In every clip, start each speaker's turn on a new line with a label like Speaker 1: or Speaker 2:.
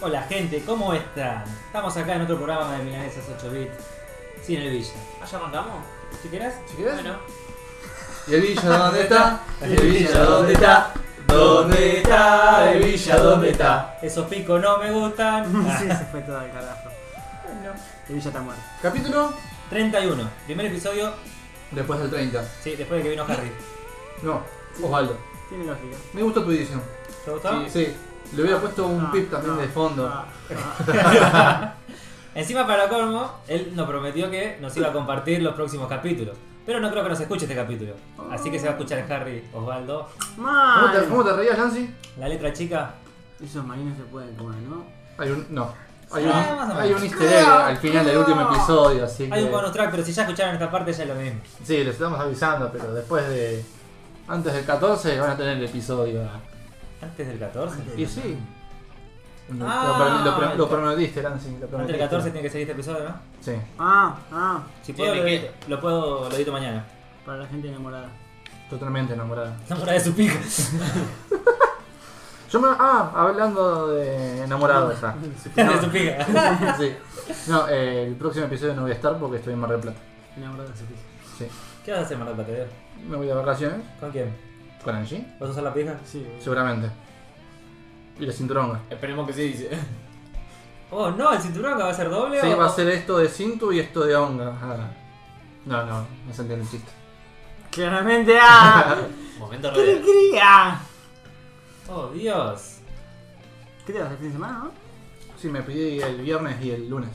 Speaker 1: Hola gente, ¿cómo están? Estamos acá en otro programa de Milanesas 8 bit Sin el Villa.
Speaker 2: ¿Allá arrancamos?
Speaker 1: ¿Si querés?
Speaker 2: ¿Si querés? Bueno.
Speaker 3: ¿Y el Villa dónde está?
Speaker 1: ¿Y
Speaker 3: ¿Y el Villa dónde está? ¿Dónde está? ¿El Villa dónde está?
Speaker 1: Esos picos no me gustan. Ah,
Speaker 4: Sí, se fue todo al carajo. El Villa está muerto.
Speaker 3: Capítulo
Speaker 1: 31. Primer episodio,
Speaker 3: después del 30.
Speaker 1: sí, después de que vino Harry.
Speaker 3: No, Osvaldo.
Speaker 4: Tiene lógica.
Speaker 3: Me gustó tu edición.
Speaker 1: ¿Te gustó?
Speaker 3: Sí. Le hubiera puesto un
Speaker 4: Ah,
Speaker 3: pip también
Speaker 4: no,
Speaker 3: de fondo.
Speaker 4: ah, ah.
Speaker 1: Encima para colmo, él nos prometió que nos iba a compartir los próximos capítulos. Pero no creo que nos escuche este capítulo. Así que se va a escuchar Harry, Osvaldo.
Speaker 3: ¿Cómo te, cómo
Speaker 4: Mal.
Speaker 3: te reías, Nancy?
Speaker 1: La letra chica.
Speaker 4: Esos marinos se pueden comer, ¿no?
Speaker 3: Hay un. No. Hay
Speaker 1: Sí,
Speaker 3: un,
Speaker 1: más o menos.
Speaker 3: hay un easter egg
Speaker 4: Ah,
Speaker 3: al final del último episodio, así
Speaker 1: Hay un
Speaker 3: que-
Speaker 1: bonus track, pero si ya escucharon esta parte ya es lo mismo.
Speaker 3: Sí, les estamos avisando, pero después de. Antes del 14 van a tener el episodio.
Speaker 1: Antes del 14.
Speaker 3: Y sí. Lo-
Speaker 1: Ah,
Speaker 3: lo, lo- lo-
Speaker 1: el-
Speaker 3: lo prometiste, Nancy. Lo
Speaker 1: Antes
Speaker 3: prometiste.
Speaker 1: del 14 tiene que salir este episodio, ¿no?
Speaker 3: Sí.
Speaker 4: Ah, ah.
Speaker 1: Si puedo,
Speaker 2: Tiene
Speaker 1: lo,
Speaker 2: que-
Speaker 1: edito. lo puedo, lo edito mañana.
Speaker 4: Para la gente enamorada.
Speaker 3: Totalmente enamorada.
Speaker 1: Enamorada de su pico.
Speaker 3: Yo me. Ah, hablando de enamorado ya.
Speaker 1: de su pica.
Speaker 3: Sí. No, eh, el próximo episodio no voy a estar porque estoy en Mar del Plata.
Speaker 4: Enamorada de su pija.
Speaker 3: Sí.
Speaker 1: ¿Qué vas a hacer, Marta Patedeo?
Speaker 3: Me voy de vacaciones
Speaker 1: ¿Con quién?
Speaker 3: con Angie,
Speaker 1: ¿Vas a usar la pija?
Speaker 4: Sí, boludo.
Speaker 3: seguramente. Y la cinturonga.
Speaker 2: Esperemos que sí, dice.
Speaker 1: Oh, no, el cinturón que va a ser doble.
Speaker 3: Sí,
Speaker 1: o-
Speaker 3: va a ser esto de cintu y esto de onga. Ah. No, no, no se entiende el chiste.
Speaker 4: Claramente, ah.
Speaker 2: Momento
Speaker 4: ¿Qué
Speaker 2: real.
Speaker 4: quería?
Speaker 1: Oh, Dios.
Speaker 4: ¿Qué te vas el fin de semana, no?
Speaker 3: Sí, me pedí el viernes y el lunes.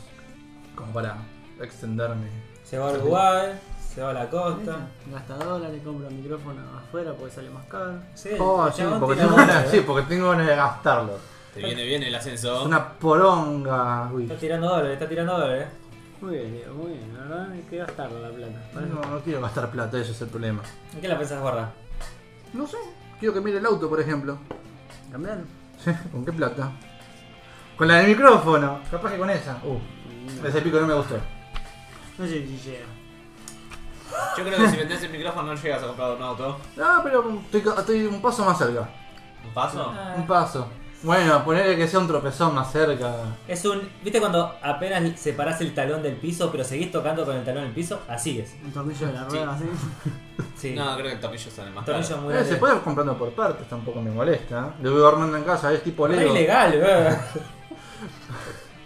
Speaker 3: Como para extenderme.
Speaker 1: Se va a Uruguay, se va a la costa.
Speaker 4: Gasta dólares, compra un micrófono afuera porque sale más caro.
Speaker 1: Sí,
Speaker 3: Oh,
Speaker 1: el
Speaker 3: sí,
Speaker 1: chabón
Speaker 3: porque
Speaker 1: tiene
Speaker 3: tengo
Speaker 1: bola,
Speaker 3: ganas,
Speaker 1: ¿eh?
Speaker 3: sí, porque tengo ganas de gastarlo.
Speaker 2: Te viene bien el
Speaker 3: Es
Speaker 2: ascenso.
Speaker 3: una poronga, uy.
Speaker 1: Está tirando dólares, está tirando eh. dólares.
Speaker 4: Muy bien, Diego, muy bien. La verdad, hay que gastarla la plata. Para eso-
Speaker 3: No, no quiero gastar plata, ese es el problema.
Speaker 1: ¿En qué la pensás guardar?
Speaker 3: No sé, quiero que mire el auto, por ejemplo.
Speaker 4: ¿Cambiarlo?
Speaker 3: Sí, ¿Con qué plata? Con la del micrófono. Capaz que con esa. Uh, ese pico no me gustó.
Speaker 4: No sé si llega.
Speaker 2: Yo creo que si vendés el micrófono no llegas a comprar un auto.
Speaker 3: No, pero estoy, ca- estoy un paso más cerca.
Speaker 2: ¿Un paso?
Speaker 3: Un paso. Bueno, ponerle que sea un tropezón más cerca.
Speaker 1: Es un. ¿Viste cuando apenas separás el talón del piso, pero seguís tocando con el talón del piso? Así es.
Speaker 4: Un tornillo de la
Speaker 2: Sí.
Speaker 4: rueda, ¿sí?
Speaker 1: Sí.
Speaker 2: No, creo que el tornillo sale más caro.
Speaker 1: Tornillo muy
Speaker 3: Eh, se
Speaker 1: grande.
Speaker 3: puede ir comprando por partes, tampoco me molesta. ¿eh? Lo veo armando en casa, es tipo
Speaker 1: Re
Speaker 3: Lego.
Speaker 1: ilegal, weón.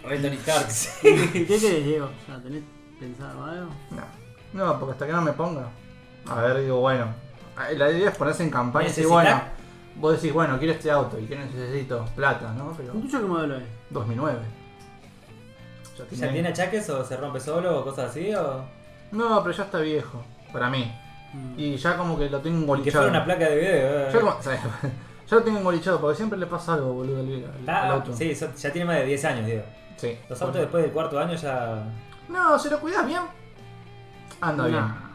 Speaker 2: Rey Tony Stark.
Speaker 4: ¿Qué querés, Diego? ¿Ya tenés pensado algo?
Speaker 3: No. no, porque hasta que no me ponga. A ver, digo, bueno. Eh, La idea es ponerse en campaña y decir,
Speaker 1: ¿Necesitas?
Speaker 3: bueno. Vos decís, bueno, quiero este auto y que necesito plata, ¿no? Pero
Speaker 4: ¿Con tuyo qué modelo es?
Speaker 3: 2009. Ya
Speaker 1: ¿Ya tiene achaques o se rompe solo o cosas así? O...
Speaker 3: No, pero ya está viejo, para mí.
Speaker 4: Mm.
Speaker 3: Y ya como que lo tengo
Speaker 1: Y que fuera
Speaker 3: engolichado.
Speaker 1: una placa de video. eh.
Speaker 3: Ya, como- ¿sabes? ya lo tengo engolichado porque siempre le pasa algo, boludo, al, al- al
Speaker 1: Ah,
Speaker 3: auto.
Speaker 1: sí, so- ya tiene más de 10 años, digo.
Speaker 3: Sí.
Speaker 1: Los autos después del cuarto año ya.
Speaker 3: No, si lo cuidas bien, anda
Speaker 4: No.
Speaker 3: bien.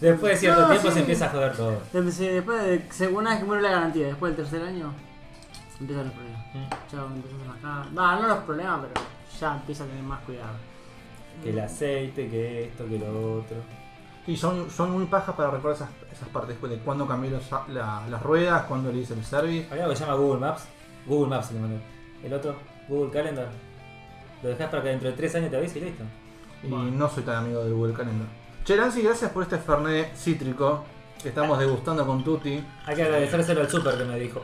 Speaker 1: Después de cierto
Speaker 3: No,
Speaker 1: tiempo
Speaker 3: sí.
Speaker 1: se empieza a joder todo.
Speaker 4: Después, después de, se- una vez que muere la garantía, después del tercer año, empiezan los problemas.
Speaker 1: Mm.
Speaker 4: Ya empiezas a bajar. Va, no los problemas, pero ya empieza a tener más cuidado.
Speaker 1: Que el aceite, que esto, que lo otro.
Speaker 3: Y son, son muy pajas para recordar esas, esas partes, de cuando cambié los- la- las ruedas, cuando le hice el service.
Speaker 1: Había algo que se llama Google Maps. Google Maps le mandé. El otro, Google Calendar. Lo dejas para que dentro de 3 años te avise y listo.
Speaker 3: Y
Speaker 4: Bueno.
Speaker 3: no soy tan amigo del Google Calendar. Che, Nancy, gracias por este Fernet cítrico que estamos degustando con Tutti.
Speaker 1: Hay que agradecérselo al super que me dijo.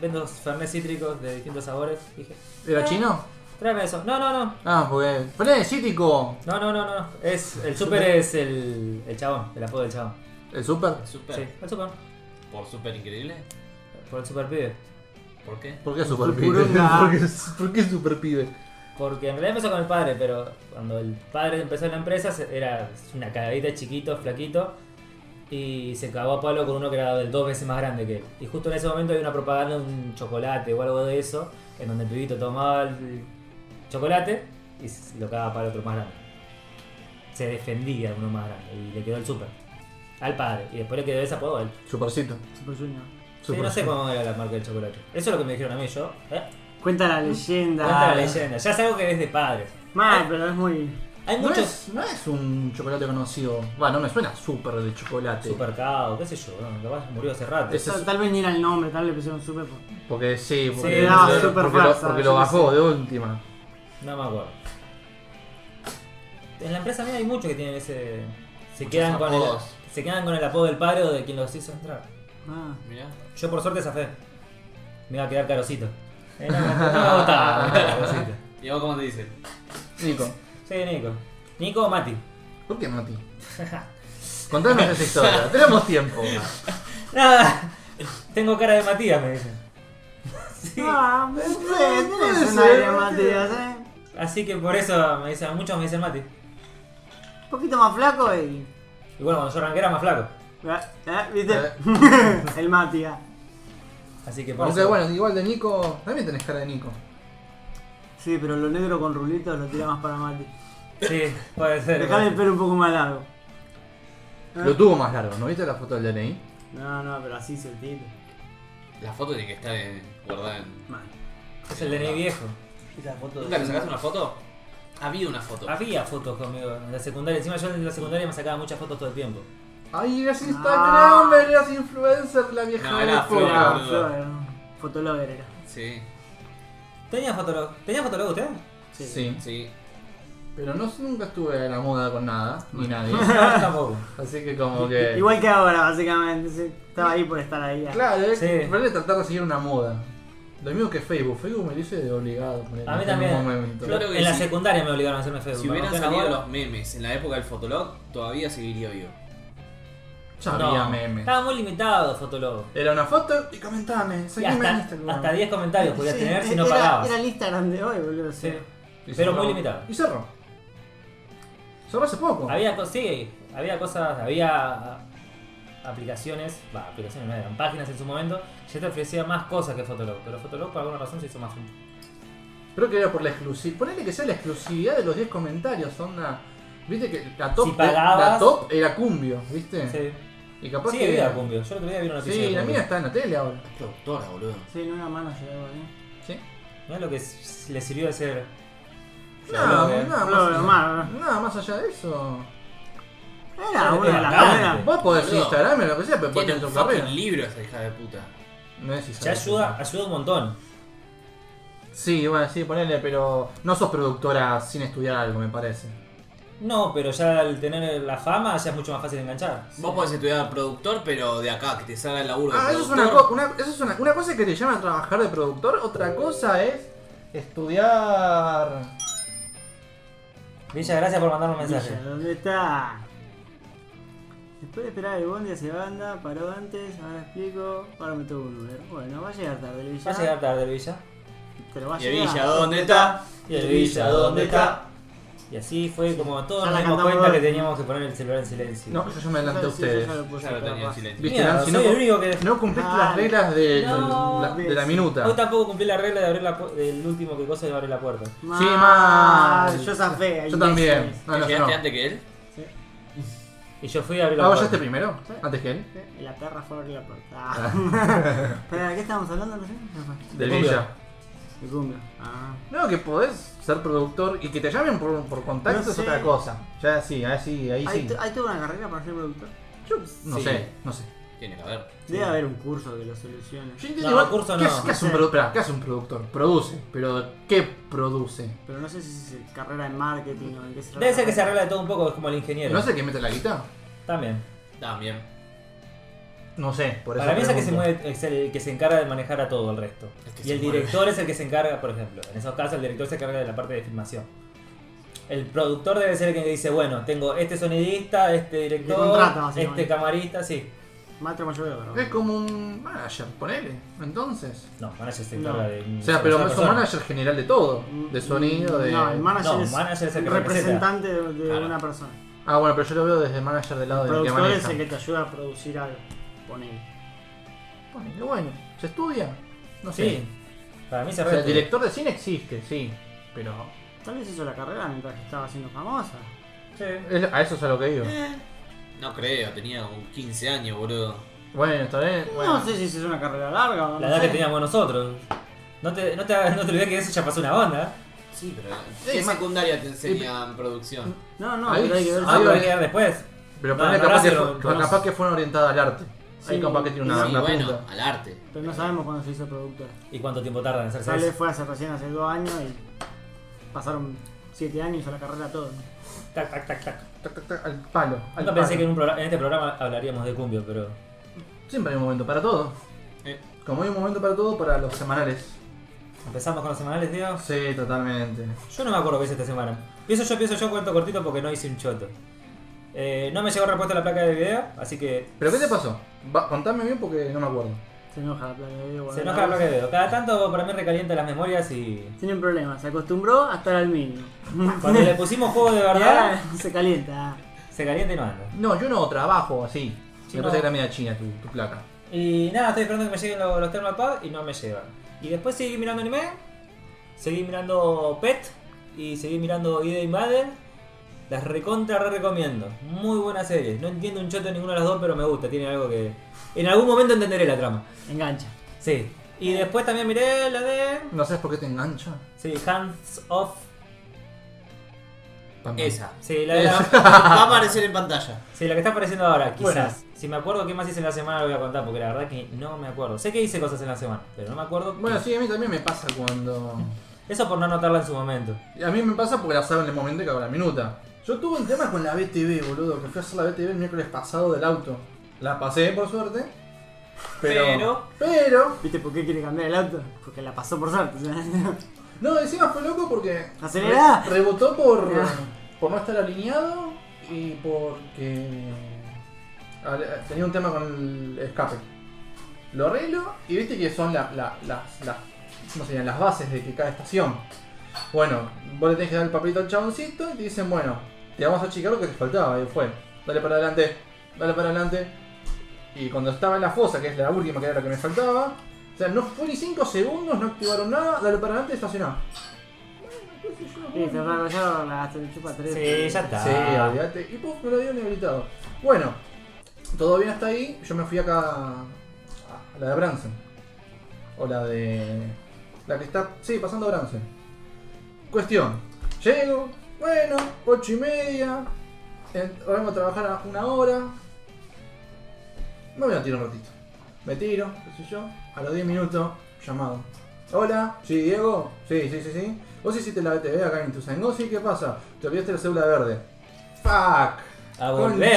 Speaker 1: Vendo fernet cítricos de distintos sabores. Dije,
Speaker 3: ¿Era chino?
Speaker 1: tráeme eso. No, no, no.
Speaker 3: Ah, porque. ¡Fernet cítrico!
Speaker 1: No, no, no, no. Es, el super es el, el chabón, el apodo del chabón.
Speaker 3: ¿El super?
Speaker 2: Super.
Speaker 1: Sí, el super.
Speaker 2: Por super increíble.
Speaker 1: Por el super pibe.
Speaker 2: ¿Por qué?
Speaker 3: ¿Por qué super pibe?
Speaker 4: Purunga.
Speaker 3: ¿Por qué, por qué super pibe?
Speaker 1: Porque en realidad empezó con el padre, pero cuando el padre empezó en la empresa se- era una cagadita chiquito, flaquito, y se cagó a palo con uno que era del dos veces más grande que él. Y justo en ese momento había una propaganda de un chocolate o algo de eso, en donde el pibito tomaba el chocolate y s- lo cagaba a palo otro más grande. Se defendía uno más grande y le quedó el super. Al padre. Y después le quedó ese apodo a él.
Speaker 3: Supercito.
Speaker 4: Super Junior.
Speaker 1: Sí, no sé cómo era la marca del chocolate. Eso es lo que me dijeron a mí, yo. ¿eh?
Speaker 4: Cuenta la leyenda.
Speaker 1: Cuenta la leyenda. Ya es algo que es de padres.
Speaker 4: Mal, pero es muy.
Speaker 1: Hay
Speaker 3: No
Speaker 1: muchos.
Speaker 3: es, no es un chocolate conocido. Bueno, no me suena súper de chocolate.
Speaker 1: Supercado, qué sé yo, no, capaz murió hace rato.
Speaker 3: Es-
Speaker 4: Tal, tal vez ni era el nombre, tal vez le pusieron super. por-
Speaker 3: Porque sí, porque,
Speaker 1: Sí, no,
Speaker 3: porque
Speaker 4: súper
Speaker 3: lo-
Speaker 4: falsa,
Speaker 3: porque
Speaker 4: yo
Speaker 3: lo
Speaker 4: qué
Speaker 3: bajó
Speaker 4: sé.
Speaker 3: de última.
Speaker 1: No me acuerdo. En la empresa mía hay muchos que tienen ese. Se quedan, con el,
Speaker 2: apodos.
Speaker 1: se quedan con el apodo del padre o de quien los hizo entrar.
Speaker 4: Ah.
Speaker 2: Mirá.
Speaker 1: Yo por suerte zafé. Me iba a quedar carosito. Eh, no, no me gustaba. Carosito.
Speaker 2: ¿Y a vos cómo te dicen?
Speaker 3: Nico,
Speaker 1: Sí, Nico. Nico o Mati.
Speaker 3: ¿por qué Mati? Contanos esa historia, tenemos tiempo.
Speaker 1: Nada. Tengo cara de Matías, me dicen. Sí.
Speaker 4: Ah, pues, eh,
Speaker 3: puede
Speaker 4: tenés un
Speaker 3: ser,
Speaker 4: aire,
Speaker 3: puede
Speaker 4: Matías, ¿eh?
Speaker 1: Así que por eso me dicen, muchos me dicen Mati.
Speaker 4: Un poquito más flaco y.
Speaker 1: Y bueno, cuando yo arranqué era más flaco.
Speaker 4: Eh, eh, ¿Viste?
Speaker 3: Eh.
Speaker 4: el Matías.
Speaker 1: Así que por
Speaker 3: Aunque
Speaker 1: eso.
Speaker 3: bueno, igual de Nico, también tenés cara de Nico.
Speaker 4: Sí, pero lo negro con rulitos lo tira más para Mati.
Speaker 1: Sí, puede ser.
Speaker 4: Dejale el pelo un poco más largo. ¿Eh?
Speaker 3: Lo tuvo más largo, ¿no viste la foto del DNI?
Speaker 4: No, no, pero así se tiene.
Speaker 2: La foto tiene que estar en- guardada en.
Speaker 4: Mal.
Speaker 1: Es el DNI viejo.
Speaker 4: Esa foto
Speaker 2: ¿Nunca te sacaste una foto? Había una foto.
Speaker 1: Había fotos conmigo en la secundaria. Encima yo en la secundaria me sacaba muchas fotos todo el tiempo.
Speaker 3: Ay, eras
Speaker 4: Ah.
Speaker 3: Instagram, eras influencer, la vieja
Speaker 2: No, era
Speaker 3: época.
Speaker 2: fea,
Speaker 4: Ah,
Speaker 2: boludo.
Speaker 4: Flor, ¿no? Fotologger era.
Speaker 2: Sí,
Speaker 1: ¿Tenía fotolog? ¿Tenía fotolog usted?
Speaker 4: Sí.
Speaker 3: Sí,
Speaker 2: sí.
Speaker 3: pero no, nunca estuve a la moda con nada, ni nadie.
Speaker 1: No, yo tampoco.
Speaker 3: Así que como que...
Speaker 4: Igual que ahora, básicamente. sí. Estaba ahí por estar ahí. ya.
Speaker 3: Claro, es
Speaker 1: Sí.
Speaker 3: que vale tratar de seguir una moda. Lo mismo que Facebook, Facebook me lo hice de obligado. ponele,
Speaker 1: A mí
Speaker 3: en
Speaker 1: también.
Speaker 3: un momento.
Speaker 2: Claro. que
Speaker 1: en la
Speaker 2: sí.
Speaker 1: secundaria me obligaron a hacerme Facebook.
Speaker 2: Si hubieran
Speaker 1: Cuando fui a la
Speaker 2: salido
Speaker 1: boda-
Speaker 2: los memes en la época del Fotolog, todavía seguiría vivo.
Speaker 3: Ya había
Speaker 1: No,
Speaker 3: memes.
Speaker 1: Estaba muy limitado Fotolog.
Speaker 3: Era una foto y comentame,
Speaker 1: Y
Speaker 3: seguime en
Speaker 1: hasta,
Speaker 3: Instagram.
Speaker 1: hasta 10 comentarios podías
Speaker 4: Sí, e-
Speaker 1: tener si no
Speaker 4: era,
Speaker 1: pagabas.
Speaker 4: Era el Instagram de hoy, boludo.
Speaker 1: Sí.
Speaker 4: sí.
Speaker 3: Y
Speaker 1: pero
Speaker 3: cerró.
Speaker 1: muy limitado.
Speaker 3: Y cerró. Cerró hace poco.
Speaker 1: Había, co- sí, había cosas, había ah, aplicaciones, va, aplicaciones no eran páginas en su momento, ya te ofrecía más cosas que Fotolog, pero Fotolog por alguna razón se hizo más un...
Speaker 3: Creo que era por la exclusividad. Ponele que sea la exclusividad de los 10 comentarios, onda. Viste que la top,
Speaker 1: Si pagabas-
Speaker 3: la top era cumbio, ¿viste?
Speaker 1: Sí,
Speaker 3: Y capaz
Speaker 1: sí
Speaker 3: que.
Speaker 1: había cumbio, yo el otro día vi una noticia
Speaker 3: Sí,
Speaker 1: de
Speaker 3: la
Speaker 1: cumbio.
Speaker 3: mía está en la tele ahora.
Speaker 2: Qué autora, boludo.
Speaker 4: Sí, en una mano llegaba, ¿eh?
Speaker 3: ¿Sí?
Speaker 1: Mirá lo que s- le sirvió de ser...
Speaker 3: No,
Speaker 1: blogger.
Speaker 3: nada,
Speaker 4: Blogger,
Speaker 3: más,
Speaker 4: más,
Speaker 3: nada más allá de eso.
Speaker 4: Era una de las
Speaker 1: Era
Speaker 4: primeras.
Speaker 3: Vos podés
Speaker 2: Boludo.
Speaker 3: Instagram lo que sea, pero podés
Speaker 2: Tiene
Speaker 3: tener
Speaker 2: un
Speaker 3: tu carrera.
Speaker 2: fucking libro esa hija de puta.
Speaker 3: No es Instagram.
Speaker 1: Ya ayuda, ayuda un montón.
Speaker 3: Sí, bueno, sí, ponele, pero no sos productora sin estudiar algo, me parece.
Speaker 1: No, pero ya al tener la fama ya es mucho más fácil de enganchar.
Speaker 2: Vos podés estudiar productor, pero de acá, que te salga el laburo. de
Speaker 3: Ah, eso es, una,
Speaker 2: productor.
Speaker 3: co- una- eso es una, una cosa es que te llaman a trabajar de productor, otra cosa es estudiar.
Speaker 1: Villa, gracias por mandarme un mensaje.
Speaker 4: Villa, ¿Dónde está? Después de esperar el bondi hacia banda, paró antes, ahora explico, ahora me tomo un Uber. Bueno, va a llegar tarde el Villa.
Speaker 1: Va a llegar tarde el Villa.
Speaker 4: Pero va a
Speaker 2: Y el
Speaker 4: llegar.
Speaker 2: Villa, ¿dónde está?
Speaker 1: Y el Villa, ¿dónde está? Y así fue como todos
Speaker 4: Ya
Speaker 1: nos
Speaker 4: la
Speaker 1: dimos
Speaker 4: cantamos
Speaker 1: cuenta que
Speaker 4: dos.
Speaker 1: teníamos que poner el celular en silencio.
Speaker 3: No, yo ya me
Speaker 4: Ya
Speaker 3: adelanté a
Speaker 4: lo- sí, yo
Speaker 3: ustedes.
Speaker 4: ya lo puse,
Speaker 2: Ya lo tenía en
Speaker 4: capaz.
Speaker 2: silencio.
Speaker 3: Viste,
Speaker 1: Mierda,
Speaker 3: Dan, si
Speaker 1: soy
Speaker 3: no,
Speaker 1: el único que...
Speaker 3: no cumpliste
Speaker 4: Ah,
Speaker 3: las reglas de,
Speaker 1: no.
Speaker 3: la, de la minuta.
Speaker 1: Hoy tampoco cumplí la regla de abrir la pu- del último que cosa de abrir la puerta.
Speaker 4: Mal,
Speaker 3: Sí, mal.
Speaker 4: Yo zafé. ahí
Speaker 3: Yo también.
Speaker 4: meses.
Speaker 3: No, no, yo
Speaker 2: ¿Llegaste
Speaker 3: no.
Speaker 2: antes que él?
Speaker 1: Y yo fui a abrir la
Speaker 3: Ah, vos
Speaker 1: puerta.
Speaker 3: llegaste primero,
Speaker 4: Sí.
Speaker 3: antes que él.
Speaker 4: Y La perra fue a abrir la puerta. Ah. Espera, ¿de qué estábamos hablando? No sé. Ya fue.
Speaker 3: Del
Speaker 1: cumbio.
Speaker 3: Villa.
Speaker 4: El cumbio. Ah.
Speaker 3: No, que podés ser productor y que te llamen por, por contacto
Speaker 4: No
Speaker 3: es
Speaker 4: sé.
Speaker 3: otra cosa. Ya sí, ahí sí, ahí
Speaker 4: ¿Hay,
Speaker 3: sí.
Speaker 4: tu- hay toda una carrera para ser productor?
Speaker 3: No
Speaker 2: Sí.
Speaker 3: sé, no sé.
Speaker 2: Tiene que haber.
Speaker 4: Debe haber un curso que lo solucione.
Speaker 3: Yo entiendo
Speaker 1: No,
Speaker 3: igual-
Speaker 1: curso
Speaker 3: ¿qué,
Speaker 1: no.
Speaker 3: hace- qué hace un
Speaker 4: Sí.
Speaker 3: produ- pará, ¿Qué hace un productor? Produce, pero ¿qué produce?
Speaker 4: Pero no sé si es carrera en marketing o en qué se
Speaker 1: Debe ser que se arregla de todo un poco, es como el ingeniero.
Speaker 3: ¿No sé que mete la guitarra?
Speaker 1: También.
Speaker 2: También.
Speaker 3: No sé, por eso.
Speaker 1: Para mí es el que se
Speaker 3: pregunto.
Speaker 1: mueve, es el que se encarga de manejar a todo el resto.
Speaker 2: Es que
Speaker 1: y
Speaker 2: se
Speaker 1: el
Speaker 2: mueve.
Speaker 1: director es el que se encarga, por ejemplo. En esos casos el director se encarga de la parte de filmación. El productor debe ser el que dice, bueno, tengo este sonidista, este director,
Speaker 4: contrata, básicamente.
Speaker 1: este camarista, sí.
Speaker 4: Maestro mayor de barro.
Speaker 3: Es como un manager, ponele. Entonces.
Speaker 1: No, manager se
Speaker 4: No.
Speaker 1: encarga de...
Speaker 3: O sea, pero
Speaker 1: una
Speaker 3: es un
Speaker 1: persona.
Speaker 3: manager general de todo. De sonido, de.
Speaker 4: Mm, No, el manager
Speaker 1: No,
Speaker 4: es
Speaker 1: manager es el que
Speaker 4: representante de, de
Speaker 2: Claro.
Speaker 4: una persona.
Speaker 3: Ah, bueno, pero yo lo veo desde el manager del lado
Speaker 4: El
Speaker 3: del que
Speaker 4: productor es
Speaker 3: maneja.
Speaker 4: el que te ayuda a producir algo. Ponele.
Speaker 3: Ponele, bueno, se estudia. No sé.
Speaker 1: Sí. Para mí se
Speaker 3: O sea,
Speaker 1: arregla.
Speaker 3: el director de cine existe, sí. Pero.
Speaker 4: Tal vez hizo la carrera mientras que estaba siendo famosa.
Speaker 1: Sí.
Speaker 3: es- a eso es a lo que digo.
Speaker 2: No creo, tenía como 15 años, boludo.
Speaker 3: Bueno, está bien. bueno.
Speaker 4: No sé si hizo una carrera larga o no
Speaker 1: La edad que
Speaker 4: sé. Ah,
Speaker 1: teníamos nosotros. No te, no te, no te olvides que eso ya pasó una onda.
Speaker 2: Sí, pero
Speaker 3: Sí,
Speaker 2: en
Speaker 3: ma-
Speaker 2: secundaria te enseñan producción.
Speaker 4: No, no,
Speaker 3: Ahí-
Speaker 4: pero hay que ver.
Speaker 3: ahí
Speaker 1: Ah,
Speaker 4: si-
Speaker 1: lo voy a quedar después.
Speaker 3: Pero
Speaker 1: No,
Speaker 3: ponele
Speaker 1: no,
Speaker 3: capaz, que,
Speaker 1: Horacio,
Speaker 3: fu-
Speaker 1: conoce.
Speaker 3: capaz que fueron orientadas al arte. Ahí
Speaker 4: Sí.
Speaker 3: capaz que tiene
Speaker 2: Sí,
Speaker 3: una, una
Speaker 2: bueno,
Speaker 3: punta.
Speaker 2: al arte.
Speaker 4: Pero no sabemos cuándo se hizo productora.
Speaker 1: ¿Y cuánto tiempo tarda en hacerse
Speaker 4: Sale
Speaker 1: eso?
Speaker 4: fue hace recién, hace dos años y pasaron siete años a la carrera todo.
Speaker 1: Tac, tac, tac, tac.
Speaker 3: Tac, tac, tac, al palo. al
Speaker 1: Nunca pensé
Speaker 3: palo.
Speaker 1: que en, un programa- en este programa hablaríamos de cumbio, pero.
Speaker 3: Siempre hay un momento para todo.
Speaker 2: Eh.
Speaker 3: Como hay un momento para todo, para los semanales.
Speaker 1: Empezamos con los semanales, Dios.
Speaker 3: Sí, totalmente.
Speaker 1: Yo no me acuerdo qué hice esta semana. Y eso yo pienso yo cuento cortito porque no hice un choto. Eh, no me llegó respuesta a la placa de video, así que
Speaker 3: ¿Pero qué te pasó? Va- contame bien porque no me acuerdo.
Speaker 4: Se enoja la placa de
Speaker 1: se
Speaker 4: video. bueno,
Speaker 1: enoja la
Speaker 4: la-
Speaker 1: placa de video. Cada tanto para mí recalienta las memorias y.
Speaker 4: Tiene un problema, se acostumbró a estar al mínimo.
Speaker 1: Cuando le pusimos juego de
Speaker 4: Y
Speaker 1: verdad,
Speaker 4: ahora se calienta.
Speaker 1: se calienta y no anda.
Speaker 3: No, yo no trabajo así.
Speaker 1: Sí,
Speaker 3: me
Speaker 1: no.
Speaker 3: parece que era media china tu, tu placa.
Speaker 1: Y nada, estoy esperando que me lleguen los, los Thermalpad y no me llegan. Y después seguí mirando anime, seguí mirando Pet y seguí mirando Ida Invader. Las recontra re recomiendo. Muy buenas series. No entiendo un choto de ninguna de las dos, pero me gusta. Tiene algo que. En algún momento entenderé la trama.
Speaker 4: Engancha.
Speaker 1: Sí. Y después también miré la de.
Speaker 3: ¿No sabes por qué te engancha?
Speaker 1: Sí, Hands Off.
Speaker 3: Pam, pam.
Speaker 2: Esa.
Speaker 1: Sí, la de la-
Speaker 2: Va a aparecer en pantalla.
Speaker 1: Sí, la que está apareciendo ahora, quizás.
Speaker 4: Bueno.
Speaker 1: Si me acuerdo qué más hice en la semana, lo voy a contar, porque la verdad que no me acuerdo. Sé que hice cosas en la semana, pero no me acuerdo. qué.
Speaker 3: Bueno, sí, a mí también me pasa cuando.
Speaker 1: Eso por no anotarla en su momento.
Speaker 3: A mí me pasa porque la saben en el momento y cago la minuta. Yo tuve un tema con la BTV, boludo, que fui a hacer la BTV el miércoles pasado del auto. La pasé, por suerte. Pero.
Speaker 1: Pero-
Speaker 3: Pero.
Speaker 4: ¿Viste por qué quiere cambiar el auto? Porque la pasó por suerte. o sea,
Speaker 3: No, encima fue loco porque.
Speaker 4: Acelerá.
Speaker 3: re- Rebotó por.
Speaker 4: Ah.
Speaker 3: por no estar alineado y porque. al- tenía un tema con el escape. Lo arreglo y viste que son la- la- las. las- ¿cómo serían? las bases de que cada estación. Bueno, vos le tenés que dar el papelito al chaboncito y te dicen, bueno, te vamos a achicar lo que te faltaba. Y fue, dale para adelante, dale para adelante. Y cuando estaba en la fosa, que es la última que era la que me faltaba, o sea, no fue ni 5 segundos, no activaron nada, dale para adelante, estacioná.
Speaker 4: Sí, te raro, ya la te chupa tres.
Speaker 1: Sí, ya está.
Speaker 3: Sí, olvídate. Y pues me lo habían habilitado. Bueno, todo bien hasta ahí. Yo me fui acá a a la de Branson. O la de. La que está. Sí, pasando a Branson. Cuestión. Llego, bueno, ocho y media. en- Vamos a trabajar a una hora. Me voy a tirar un ratito. Me tiro, qué sé yo. A los 10 minutos, llamado. Hola, sí, Diego. Sí, sí, sí, sí. Vos hiciste la BTV acá en Ituzaingó, sí, ¿qué pasa? Te olvidaste la célula verde. Fuck.
Speaker 1: A
Speaker 3: Concha de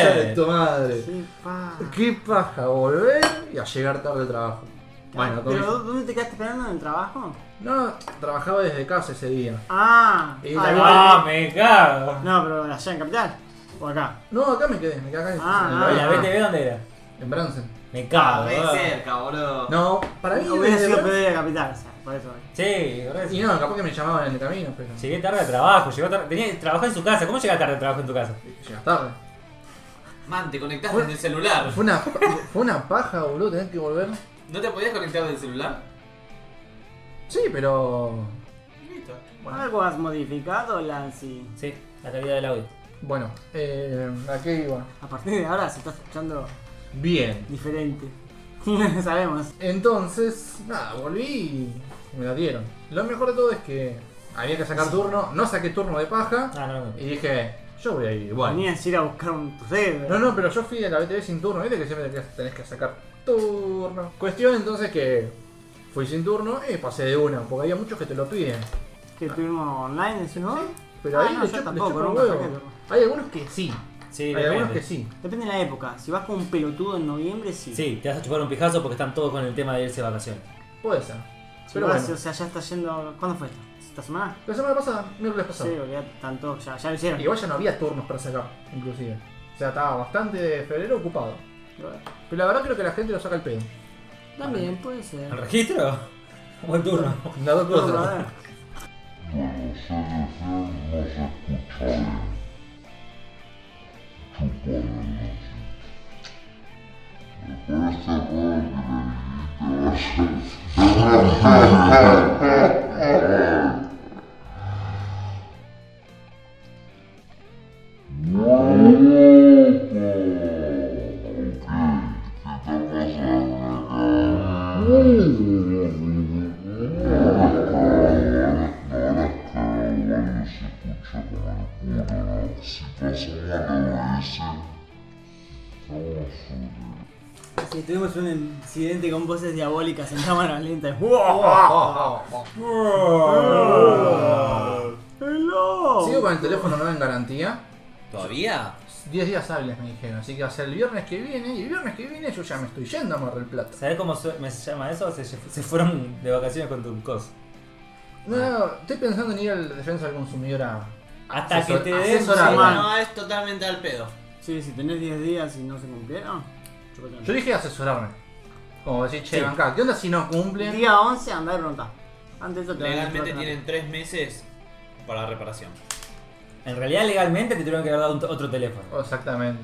Speaker 1: volver.
Speaker 3: tu madre.
Speaker 4: Sí, pa.
Speaker 3: Qué paja, volver y a llegar tarde al trabajo. Bueno, con
Speaker 4: ¿Pero
Speaker 3: eso-
Speaker 4: dónde te quedaste esperando en el trabajo?
Speaker 3: No, trabajaba desde casa ese día.
Speaker 4: Ah,
Speaker 3: Y
Speaker 4: ah,
Speaker 3: la-
Speaker 4: igual.
Speaker 1: ¡Ah, me cago!
Speaker 4: No, pero allá en Capital. O acá.
Speaker 3: No, acá me quedé, me quedé acá en
Speaker 4: Ah,
Speaker 3: en
Speaker 4: ah,
Speaker 1: ¿Y
Speaker 3: Bahía,
Speaker 1: la BTV dónde era?
Speaker 3: en Branson.
Speaker 1: Me
Speaker 2: Ah,
Speaker 1: cago.
Speaker 2: de
Speaker 1: ah.
Speaker 2: cerca, boludo.
Speaker 3: No, para mí
Speaker 4: Hubiera
Speaker 3: desde
Speaker 4: sido
Speaker 3: Branson-
Speaker 4: peor ir a Capital, o sea, por eso.
Speaker 1: Sí, por eso.
Speaker 3: Y no, capaz que me llamaban en el camino, pero.
Speaker 1: Llegué tarde al trabajo, llegó tarde. Tenía, trabajó en su casa. ¿Cómo llega tarde al trabajo en tu casa?
Speaker 3: Llegas tarde.
Speaker 2: Man, te conectaste en el celular.
Speaker 3: Fue una, fue una paja, boludo, tener que volver.
Speaker 2: ¿No te podías conectar del celular?
Speaker 3: Sí, pero.
Speaker 2: Listo.
Speaker 3: Bueno.
Speaker 4: ¿Algo has modificado, Lancy?
Speaker 1: Sí, la calidad del audio.
Speaker 3: Bueno, eh, ¿a qué iba?
Speaker 4: A partir de ahora se está escuchando
Speaker 3: Bien.
Speaker 4: diferente. No sabemos.
Speaker 3: Entonces, nada, volví y me la dieron. Lo mejor de todo es que había que sacar turno, no saqué turno de paja
Speaker 1: Ah, no, no.
Speaker 3: y dije, yo voy a ir igual.
Speaker 4: Tenías que ir a buscar un tu
Speaker 3: No, no, pero yo fui a la BTV sin turno, viste que siempre tenés que- tenés que sacar turno. Cuestión entonces que fui sin turno y pasé de una, porque había muchos que te lo piden.
Speaker 4: Que tuvimos online, ¿sí, no?
Speaker 3: Pero
Speaker 4: Ah,
Speaker 3: ahí
Speaker 4: no,
Speaker 3: le
Speaker 4: yo
Speaker 3: chup- le
Speaker 4: tampoco,
Speaker 3: chupa
Speaker 4: nunca
Speaker 3: huevo.
Speaker 4: saqué turno.
Speaker 3: Hay algunos que sí,
Speaker 1: Sí,
Speaker 3: hay
Speaker 1: depende.
Speaker 3: algunos que sí.
Speaker 4: Depende de la época. Si vas con un pelotudo en noviembre, sí.
Speaker 1: Sí, te vas a chupar un pijazo porque están todos con el tema de irse de vacaciones.
Speaker 3: Puede ser.
Speaker 4: Si
Speaker 3: Pero
Speaker 4: vas,
Speaker 3: bueno,
Speaker 4: o sea, ya está yendo. ¿Cuándo fue esto? ¿Esta semana?
Speaker 3: la semana pasada, miércoles pasado.
Speaker 4: Sí, porque ya están todos, ya, ya lo hicieron.
Speaker 3: Igual ya no había turnos para sacar, inclusive. O sea, estaba bastante de febrero ocupado. Pero la verdad creo que la gente lo saca el pedo.
Speaker 4: También puede
Speaker 1: ¿El
Speaker 4: ser.
Speaker 1: registro? ¿O el turno?
Speaker 3: Las dos
Speaker 4: Todo
Speaker 3: cosas.
Speaker 4: para
Speaker 1: eh.
Speaker 4: ver.
Speaker 5: Mm-hmm.
Speaker 4: tuvimos un incidente con voces diabólicas en cámara lenta.
Speaker 3: Oh,
Speaker 4: ¡Hello!
Speaker 3: oh. Sigo con el teléfono no en garantía.
Speaker 2: ¿Todavía?
Speaker 3: 10 días hábiles me dijeron, así que va a ser el viernes que viene. Y el viernes que viene yo ya me estoy yendo a Mar del Plata.
Speaker 1: ¿Sabés cómo se me llama eso? Se, se fueron de vacaciones con turcos.
Speaker 3: No, no, estoy pensando en ir al defensa del consumidor a.
Speaker 1: Ah. Hasta
Speaker 3: Asesor-
Speaker 1: que te den.
Speaker 3: asesorado.
Speaker 1: sí,
Speaker 2: No, es totalmente al pedo.
Speaker 4: Sí, si tenés 10 días y no se cumplieron, chupate una.
Speaker 3: Yo dije asesorarme. Como decir, che,
Speaker 4: Sí.
Speaker 3: bancá, ¿qué onda si no
Speaker 4: El
Speaker 3: cumplen?
Speaker 4: día 11 andá y preguntá. Antes de eso te van a
Speaker 2: Legalmente
Speaker 4: chupar una.
Speaker 2: tienen tres meses para reparación.
Speaker 1: En realidad, legalmente te tuvieron que haber dado un- otro teléfono.
Speaker 3: Oh, exactamente.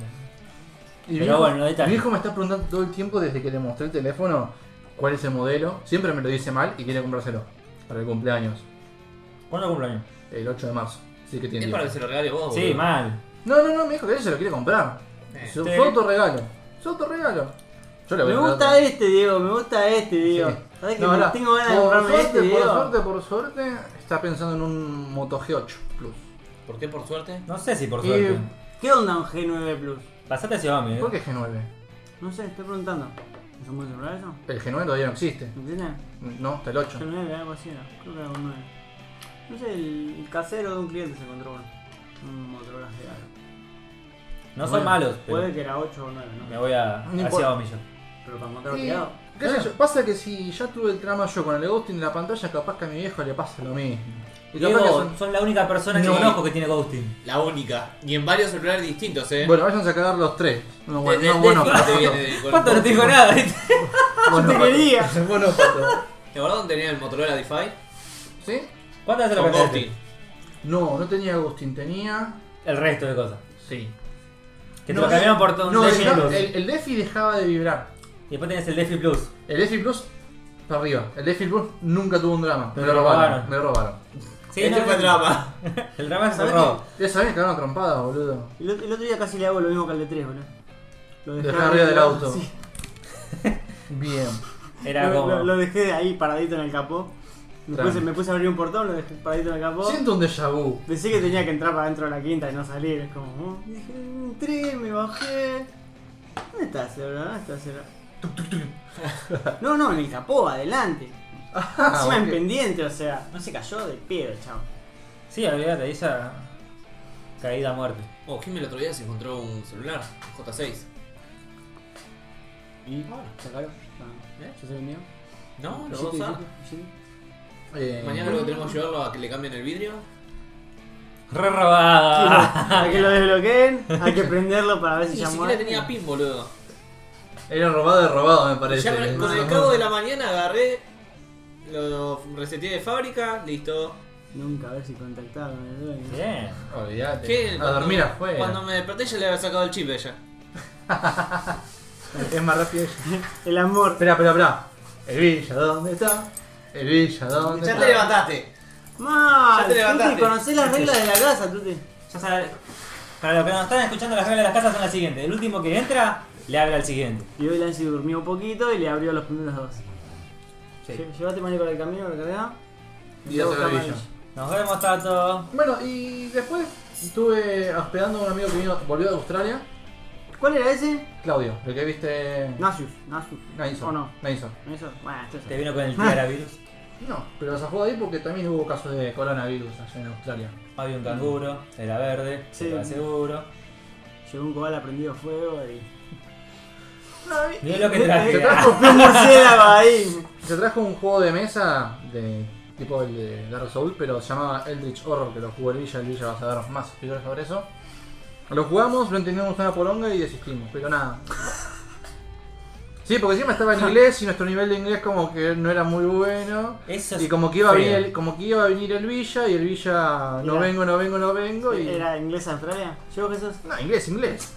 Speaker 3: Y
Speaker 1: Pero
Speaker 3: mi hijo-
Speaker 1: bueno, no detalles.
Speaker 3: Mi hijo me está preguntando todo el tiempo desde que le mostré el teléfono cuál es el modelo. Siempre me lo dice mal y quiere comprárselo para el cumpleaños,
Speaker 1: ¿Cuándo cumpleaños?
Speaker 3: el 8 de marzo. Así que tiene
Speaker 2: Es para que
Speaker 3: tiempo.
Speaker 2: se lo regale vos,
Speaker 1: Sí,
Speaker 2: boludo.
Speaker 1: mal.
Speaker 3: No, no, no, mi hijo que él se lo quiere comprar.
Speaker 2: Eh,
Speaker 3: Su
Speaker 1: sí.
Speaker 3: fue autorregalo. Su autorregalo. Yo le voy
Speaker 4: Me
Speaker 3: a comprar
Speaker 4: gusta
Speaker 3: otro.
Speaker 4: este, Diego, me gusta este, Diego.
Speaker 3: Sí.
Speaker 4: ¿Sabés que
Speaker 3: No,
Speaker 4: me-
Speaker 3: no,
Speaker 4: tengo ganas de
Speaker 3: por
Speaker 4: comprarme
Speaker 3: suerte,
Speaker 4: este, Diego?
Speaker 3: Por suerte, por suerte, está pensando en un Moto G8 Plus.
Speaker 2: ¿Por qué por suerte?
Speaker 1: No sé si por
Speaker 3: Y-
Speaker 1: suerte.
Speaker 4: ¿Qué onda un G9 Plus?
Speaker 1: Pasate a Xiaomi, eh.
Speaker 3: ¿Por qué G9?
Speaker 4: No sé, estoy preguntando. ¿Es un buen celular eso?
Speaker 3: El G9 todavía no existe.
Speaker 4: ¿Me entiendes?
Speaker 3: No, está el 8.
Speaker 4: G9, algo así era. Creo que era un 9. No sé, el, el casero de un cliente se encontró uno. Un Motorola G9.
Speaker 1: No son
Speaker 3: Bueno,
Speaker 1: malos, pero
Speaker 4: Puede que era 8 o 9, ¿no?
Speaker 1: me voy a,
Speaker 3: No
Speaker 1: a
Speaker 3: importa.
Speaker 1: Xiaomi yo.
Speaker 4: Pero para encontrarlo
Speaker 3: Y-
Speaker 4: tirado.
Speaker 3: ¿Qué
Speaker 2: Ah.
Speaker 3: sé yo? Pasa que si ya tuve el trama yo con el ghosting en la pantalla, capaz que a mi viejo le pasa lo mismo. Y capaz que
Speaker 1: Diego,
Speaker 3: son-
Speaker 1: son... la única persona que
Speaker 3: No.
Speaker 1: conozco que tiene ghosting.
Speaker 2: La única. Y en varios celulares distintos, eh.
Speaker 3: Bueno, váyanse a cagar los tres. No, bueno,
Speaker 2: De- de-
Speaker 3: no, bueno,
Speaker 2: de-
Speaker 3: pato.
Speaker 2: de- de- de- con-
Speaker 1: Pato no te dijo nada, ¿viste?
Speaker 3: Bueno,
Speaker 4: te
Speaker 3: pato.
Speaker 4: quería.
Speaker 3: Bueno, pato.
Speaker 2: ¿Te acordás dónde tenía el Motorola DeFi?
Speaker 3: ¿Sí?
Speaker 1: ¿Cuántas veces lo
Speaker 2: Con
Speaker 1: cambiaste?
Speaker 2: Ghosting.
Speaker 3: No, no tenía ghosting, tenía.
Speaker 1: El resto de cosas.
Speaker 3: Sí.
Speaker 1: Que
Speaker 3: No,
Speaker 1: te lo cambiaron por un
Speaker 3: No,
Speaker 1: Defi
Speaker 3: dejaba-
Speaker 1: Plus.
Speaker 3: el, el Defi dejaba de vibrar.
Speaker 1: Y después tenés el Defi Plus.
Speaker 3: El Defi Plus, para arriba. El Defi Plus nunca tuvo un drama. Me
Speaker 1: Pero
Speaker 3: lo
Speaker 1: lo
Speaker 3: robaron,
Speaker 1: robaron.
Speaker 3: me lo robaron.
Speaker 1: Sí,
Speaker 2: Este
Speaker 1: no,
Speaker 2: fue
Speaker 1: no,
Speaker 2: drama.
Speaker 1: El drama se
Speaker 4: ¿Sabés
Speaker 1: cerró.
Speaker 3: Esa vez me cagaron a trompadas, boludo.
Speaker 4: El, ot- el otro día casi le hago lo mismo que al de 3, boludo. Lo
Speaker 3: Dejé arriba del auto.
Speaker 4: Sí.
Speaker 3: Bien.
Speaker 1: Era
Speaker 4: Lo,
Speaker 1: como.
Speaker 4: lo- lo dejé ahí paradito en el capó. Me
Speaker 3: Tranqui.
Speaker 4: puse, me puse a abrir un portón, lo dejé paradito en el capó.
Speaker 3: Siento un déjà vu.
Speaker 4: Pensé que tenía que entrar para dentro de la quinta y no salir. Es como. "Oh". Dije, entré, me bajé. ¿Dónde está Cebra? ¿Dónde está Cebra? No, no, en el capó, adelante.
Speaker 3: Ah,
Speaker 4: Encima en
Speaker 3: ok.
Speaker 4: pendiente, o sea. No se cayó de pedo, chavo.
Speaker 1: Sí, olvídate, ahí ya. Caída a muerte.
Speaker 2: Oh, Jimmy el otro día se encontró un celular, un J6.
Speaker 4: ¿Y? Bueno, se cayó.
Speaker 2: ¿Eh?
Speaker 4: Yo soy el mío.
Speaker 2: No, lo
Speaker 4: ¿Y siete,
Speaker 2: vas a.
Speaker 4: y siete,
Speaker 3: Eh,
Speaker 2: Mañana lo que tenemos que llevarlo a que le cambien el vidrio.
Speaker 1: Re robada.
Speaker 4: Hay que lo desbloqueen, hay que prenderlo para ver si
Speaker 2: Ni
Speaker 4: ya
Speaker 2: siquiera
Speaker 4: muere.
Speaker 2: tenía pin, boludo.
Speaker 3: Era robado de robado, me este? parece.
Speaker 2: Ya con con el cabo de la mañana agarré, lo reseteé de fábrica, listo.
Speaker 4: Nunca a ver si contactaron el dueño.
Speaker 1: Bien.
Speaker 3: Olvídate.
Speaker 2: ¿Qué?
Speaker 3: A
Speaker 2: Cuando-
Speaker 3: dormir afuera.
Speaker 2: Cuando me desperté ya le había sacado el chip a ella.
Speaker 3: Es más rápido.
Speaker 4: El amor.
Speaker 3: Espera, espera, espera. El Villa, ¿dónde está? El Villa, ¿dónde
Speaker 2: Ya
Speaker 3: está?
Speaker 2: te levantaste.
Speaker 4: Mal,
Speaker 2: Ya te levantaste.
Speaker 4: Tuti, conocés las reglas de la casa, Tuti.
Speaker 1: Ya sabes. Para los que nos están escuchando, las reglas de las casas son las siguientes. El último que entra, le habla al siguiente.
Speaker 4: Y hoy Lancy durmió un poquito y le abrió los primeros dos. Lle- Llevate Mani para el camino, ¿verdad?
Speaker 3: Y ya se ve el Villa.
Speaker 1: Nos vemos, Tato.
Speaker 3: Bueno, y después estuve hospedando a un amigo que vino, volvió de Australia.
Speaker 4: ¿Cuál era ese?
Speaker 3: Claudio, el que viste.
Speaker 4: Nasius. Nasius.
Speaker 3: Naison.
Speaker 4: ¿O no?
Speaker 3: Naison.
Speaker 4: Nasius. Bueno, esto es-
Speaker 1: Te vino con el coronavirus.
Speaker 3: No, pero se jugó ahí porque también hubo casos de coronavirus allá en Australia.
Speaker 1: Había un canguro, era verde,
Speaker 4: Sí.
Speaker 1: se lo aseguro.
Speaker 4: Llegó un cobal prendido fuego y.
Speaker 1: Mirá lo que
Speaker 4: Eh,
Speaker 1: traje.
Speaker 4: eh, Fue un murciélago ahí.
Speaker 3: Se trajo un juego de mesa de tipo el de Dark Souls, pero se llamaba Eldritch Horror, que lo jugó el Villa, el Villa va a saber más explicar sobre eso. Lo jugamos, lo entendimos una polonga y desistimos, pero nada. Sí, porque encima estaba en inglés y nuestro nivel de inglés como que no era muy bueno.
Speaker 1: Eso es
Speaker 3: Y como que iba a
Speaker 1: feo.
Speaker 3: venir el, como que iba a venir el Villa y el Villa no
Speaker 4: Era-
Speaker 3: vengo, no vengo, no vengo y.
Speaker 4: ¿Era inglés Australia? ¿Llegó Jesús?
Speaker 3: No, inglés, inglés.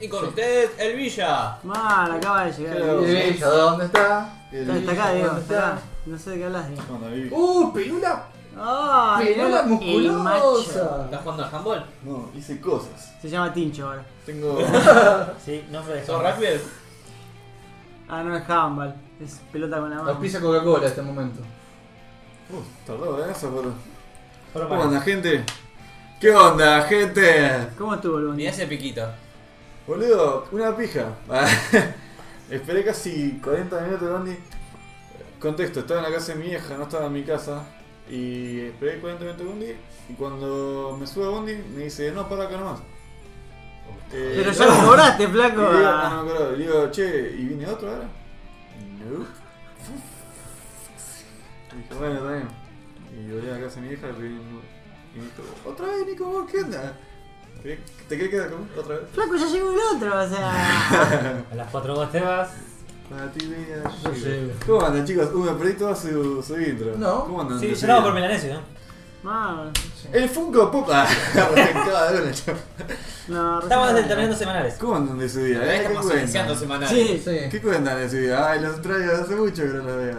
Speaker 2: Y con ustedes, el Villa.
Speaker 4: Mal, acaba de llegar.
Speaker 3: Y el
Speaker 4: Está-
Speaker 3: Villa, ¿dónde está?
Speaker 4: Está acá, Diego. Está acá. No sé de qué hablas, Diego.
Speaker 5: Cuando vi-
Speaker 3: ¡Uh, pirula!
Speaker 4: Ah,
Speaker 3: ¡Pirula
Speaker 4: el macho.
Speaker 3: musculosa!
Speaker 2: ¿Estás jugando al handball?
Speaker 5: No, hice cosas.
Speaker 4: Se llama Tincho ahora.
Speaker 5: Tengo.
Speaker 1: Sí, no fue
Speaker 2: ¿Sos rugby?
Speaker 4: Ah, no es handball. Es pelota con la mano.
Speaker 3: Auspicia Coca-Cola este momento.
Speaker 5: Uh, tardó, ¿eh? Eso, boludo. ¿Cómo onda, gente? ¿Qué onda, gente?
Speaker 4: ¿Cómo estuvo el
Speaker 2: Mirá
Speaker 4: bondi?
Speaker 2: ese piquito.
Speaker 5: Boludo, una pija. Esperé casi 40 minutos de Bondi. Contexto, estaba en la casa de mi vieja, no estaba en mi casa. Y esperé 40 minutos de Bondi. Y cuando me subo a Bondi, me dice, no, para acá nomás. Eh,
Speaker 4: Pero ya lo cobraste,
Speaker 5: y
Speaker 4: flaco.
Speaker 5: le digo,
Speaker 4: Ah.
Speaker 5: no me acuerdo, le digo, che, ¿y viene otro ahora? No. Y dije, bueno, también. Y volví a la casa de mi hija y y me dijo, ¿otra vez, Nico? ¿Vos qué onda? ¿Te te querés quedar conmigo otra vez?
Speaker 4: Flaco, ya llegó el otro, o sea.
Speaker 1: A las 4 vos te vas.
Speaker 5: Para ti, media.
Speaker 3: llego.
Speaker 5: ¿Cómo andan, chicos? Uy, me perdí toda su, su intro.
Speaker 3: No.
Speaker 5: ¿Cómo andan?
Speaker 1: Sí,
Speaker 5: Antes
Speaker 1: yo
Speaker 5: de-
Speaker 1: lo hago por Milanesio, ¿no?
Speaker 4: Mal.
Speaker 5: El Funko Pop. Ah, recién acaba de ver la chapa.
Speaker 4: No,
Speaker 1: Estamos
Speaker 4: recién-
Speaker 1: terminando semanales.
Speaker 5: ¿Cómo andan de su día? eh? ¿Qué
Speaker 2: Estamos iniciando semanal.
Speaker 5: cuentan?
Speaker 4: Sí.
Speaker 3: Sí.
Speaker 5: ¿Qué cuentan de su día? Ay, los traigo hace mucho que no los veo.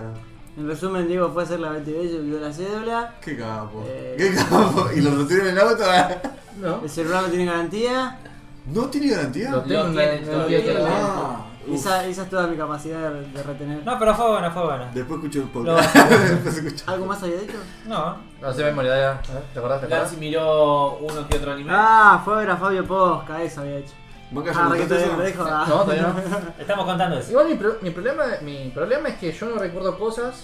Speaker 4: En resumen, Diego fue a hacer la BTV, vio la cédula.
Speaker 5: Qué capo.
Speaker 4: Eh.
Speaker 5: Qué capo. ¿Y lo retuvieron en el auto? Ah,
Speaker 3: No.
Speaker 4: El celular no tiene garantía.
Speaker 5: ¿No tiene garantía?
Speaker 3: Lo tengo
Speaker 2: Lo
Speaker 3: en
Speaker 2: tiene,
Speaker 3: la-
Speaker 2: lo
Speaker 3: en la-
Speaker 4: tiene.
Speaker 5: Ah, uf.
Speaker 4: Esa, esa es toda mi capacidad de, de retener.
Speaker 1: No, pero fue bueno, fue bueno.
Speaker 5: Después escucho el podcast. Después escucho.
Speaker 4: ¿Algo más había dicho?
Speaker 1: No,
Speaker 3: Hace memoria, ya. A ver, ¿Te acordás? ¿Te acordás?
Speaker 2: Lancy miró uno que otro anime.
Speaker 4: Ah, fue a ver a Fabio Posca, eso había hecho.
Speaker 5: Banca, ¿ya
Speaker 4: Ah, re que
Speaker 5: contaste
Speaker 4: todavía
Speaker 5: eso?
Speaker 4: lo dejo. ah.
Speaker 3: No, todavía no.
Speaker 1: estamos contando eso.
Speaker 3: Igual mi, pro- mi problema, mi problema es que yo no recuerdo cosas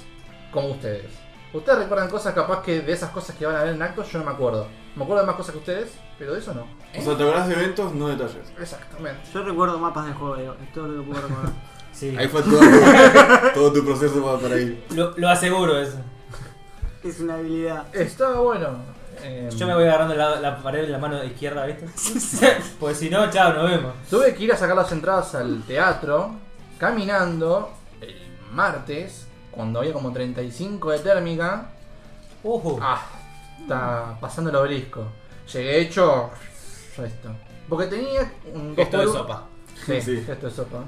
Speaker 3: como ustedes. Ustedes recuerdan cosas capaz que de esas cosas que van a ver en actos yo no me acuerdo. Me acuerdo de más cosas que ustedes, pero de eso no.
Speaker 5: O sea, te acordás de eventos, no detalles.
Speaker 3: Exactamente.
Speaker 4: Yo recuerdo mapas de juego, Diego. Es todo lo que puedo recordar.
Speaker 1: Sí,
Speaker 5: Ahí fue todo tu, todo tu proceso para, para ir.
Speaker 1: lo, lo aseguro eso.
Speaker 4: es una habilidad.
Speaker 3: Estaba bueno. Eh,
Speaker 1: Yo me voy agarrando la, la pared de la mano izquierda, ¿viste? pues si no, chao, nos vemos.
Speaker 3: Tuve que ir a sacar las entradas al teatro caminando el martes, cuando había como 35 de térmica,
Speaker 1: Ujú.
Speaker 3: Ah, hasta pasando el obelisco. Llegué hecho esto. Porque tenía un
Speaker 2: Gesto de
Speaker 3: dos por-
Speaker 2: sopa.
Speaker 3: Sí,
Speaker 5: Sí.
Speaker 3: esto es sopa.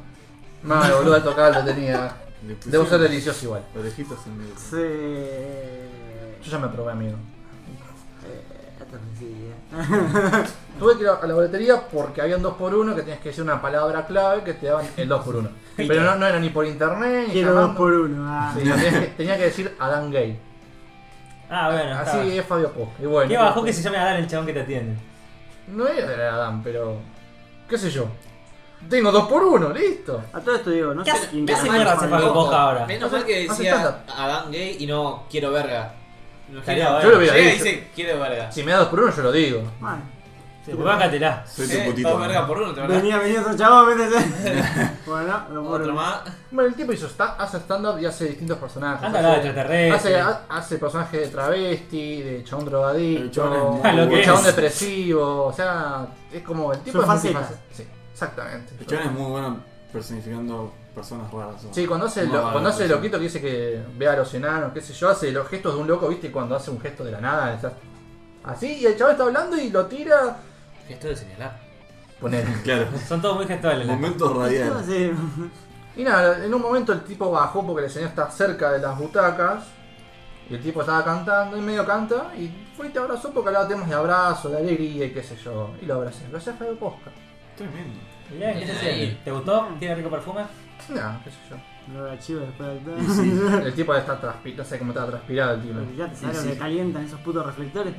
Speaker 3: Mal, boludo, de tocar lo tenía.
Speaker 5: Le
Speaker 3: Debo
Speaker 5: pusieron
Speaker 3: ser delicioso igual.
Speaker 5: Orejitas en medio.
Speaker 4: Sí. Eh,
Speaker 3: Yo ya me probé, amigo.
Speaker 4: atorrecida.
Speaker 3: Tuve que ir a la boletería porque había un 2x1 que tenías que decir una palabra clave que te daban el 2x1. Pero no, no era ni por internet, ni
Speaker 4: Quiero
Speaker 3: llamando.
Speaker 4: dos por uno. Ah.
Speaker 3: Sí, tenías que, tenías que decir Adán Gay.
Speaker 1: Ah, bueno,
Speaker 3: Así
Speaker 1: está.
Speaker 3: es Fabio Po. Y bueno,
Speaker 1: Qué bajón que se llame Adán el chabón que te atiende.
Speaker 3: No era Adán, pero. ¿Qué sé yo? Tengo 2x1, listo.
Speaker 4: A todo esto digo, no
Speaker 1: ¿Qué
Speaker 4: sé
Speaker 1: hace-
Speaker 4: quién
Speaker 1: qué hace
Speaker 4: carajo
Speaker 1: mierda
Speaker 4: es
Speaker 1: hace
Speaker 4: Fabio
Speaker 1: Fabio Posca ahora?
Speaker 2: Menos mal que
Speaker 3: hace
Speaker 2: decía
Speaker 3: stand-up.
Speaker 2: Adán gay y no quiero verga.
Speaker 1: Estaría bueno.
Speaker 3: Yo lo hubiera
Speaker 2: Llega y
Speaker 3: dicho.
Speaker 2: dice quiero verga.
Speaker 3: Si me da 2x1, yo lo digo.
Speaker 4: Mal.
Speaker 1: Sí, pues bácatela.
Speaker 5: Soy
Speaker 2: Eh,
Speaker 5: tu
Speaker 2: dos
Speaker 5: putito.
Speaker 2: verga por uno, te verdad.
Speaker 4: Venía, venía otro chabón, métese. bueno, dos por
Speaker 2: Otro
Speaker 4: uno.
Speaker 2: más.
Speaker 3: Bueno, el tipo hizo sta- hace stand-up y hace distintos personajes.
Speaker 1: Anda eh, la de
Speaker 3: Hace- Hace,
Speaker 1: extraterrestre.
Speaker 3: ha- hace personajes de travesti, de chabón drogadicto,
Speaker 5: El chabón es
Speaker 1: Ah, lo que
Speaker 5: muy
Speaker 3: de
Speaker 5: bueno.
Speaker 3: chabón depresivo, o sea, es como el tipo
Speaker 4: Su
Speaker 3: es
Speaker 4: faceta.
Speaker 3: multifacético. Sí, exactamente.
Speaker 5: El chabón es muy bueno personificando personas raras. ¿no?
Speaker 3: Sí, cuando hace,
Speaker 5: Muy
Speaker 3: lo-
Speaker 5: raro,
Speaker 3: cuando hace el
Speaker 5: sí.
Speaker 3: loquito que dice que ve a los enanos, qué sé yo, hace los gestos de un loco, viste, cuando hace un gesto de la nada, estás así, y el chabón está hablando y lo tira.
Speaker 2: Gesto de señalar.
Speaker 3: Poner.
Speaker 5: Claro.
Speaker 1: Son todos muy gestuales. ¿no?
Speaker 5: Momentos radiales.
Speaker 4: Sí.
Speaker 3: Y nada, en un momento el tipo bajó porque el señor está cerca de las butacas. Y el tipo estaba cantando, y medio canta, y fue y te abrazó porque hablaba temas de abrazo, de alegría y qué sé yo. Y lo abracé. Lo hacía Fabio Posca.
Speaker 5: Tremendo.
Speaker 1: Mirá, ¿qué se siente? ¿Te gustó? ¿Tiene rico perfume?
Speaker 3: Nah, qué sé yo.
Speaker 4: Lo archivo después del
Speaker 5: Y sí.
Speaker 3: El tipo está transpirado, no sé cómo estaba transpirado el tipo.
Speaker 4: Ya te sabes
Speaker 5: Sí,
Speaker 4: lo que
Speaker 5: sí.
Speaker 4: calientan esos putos reflectores.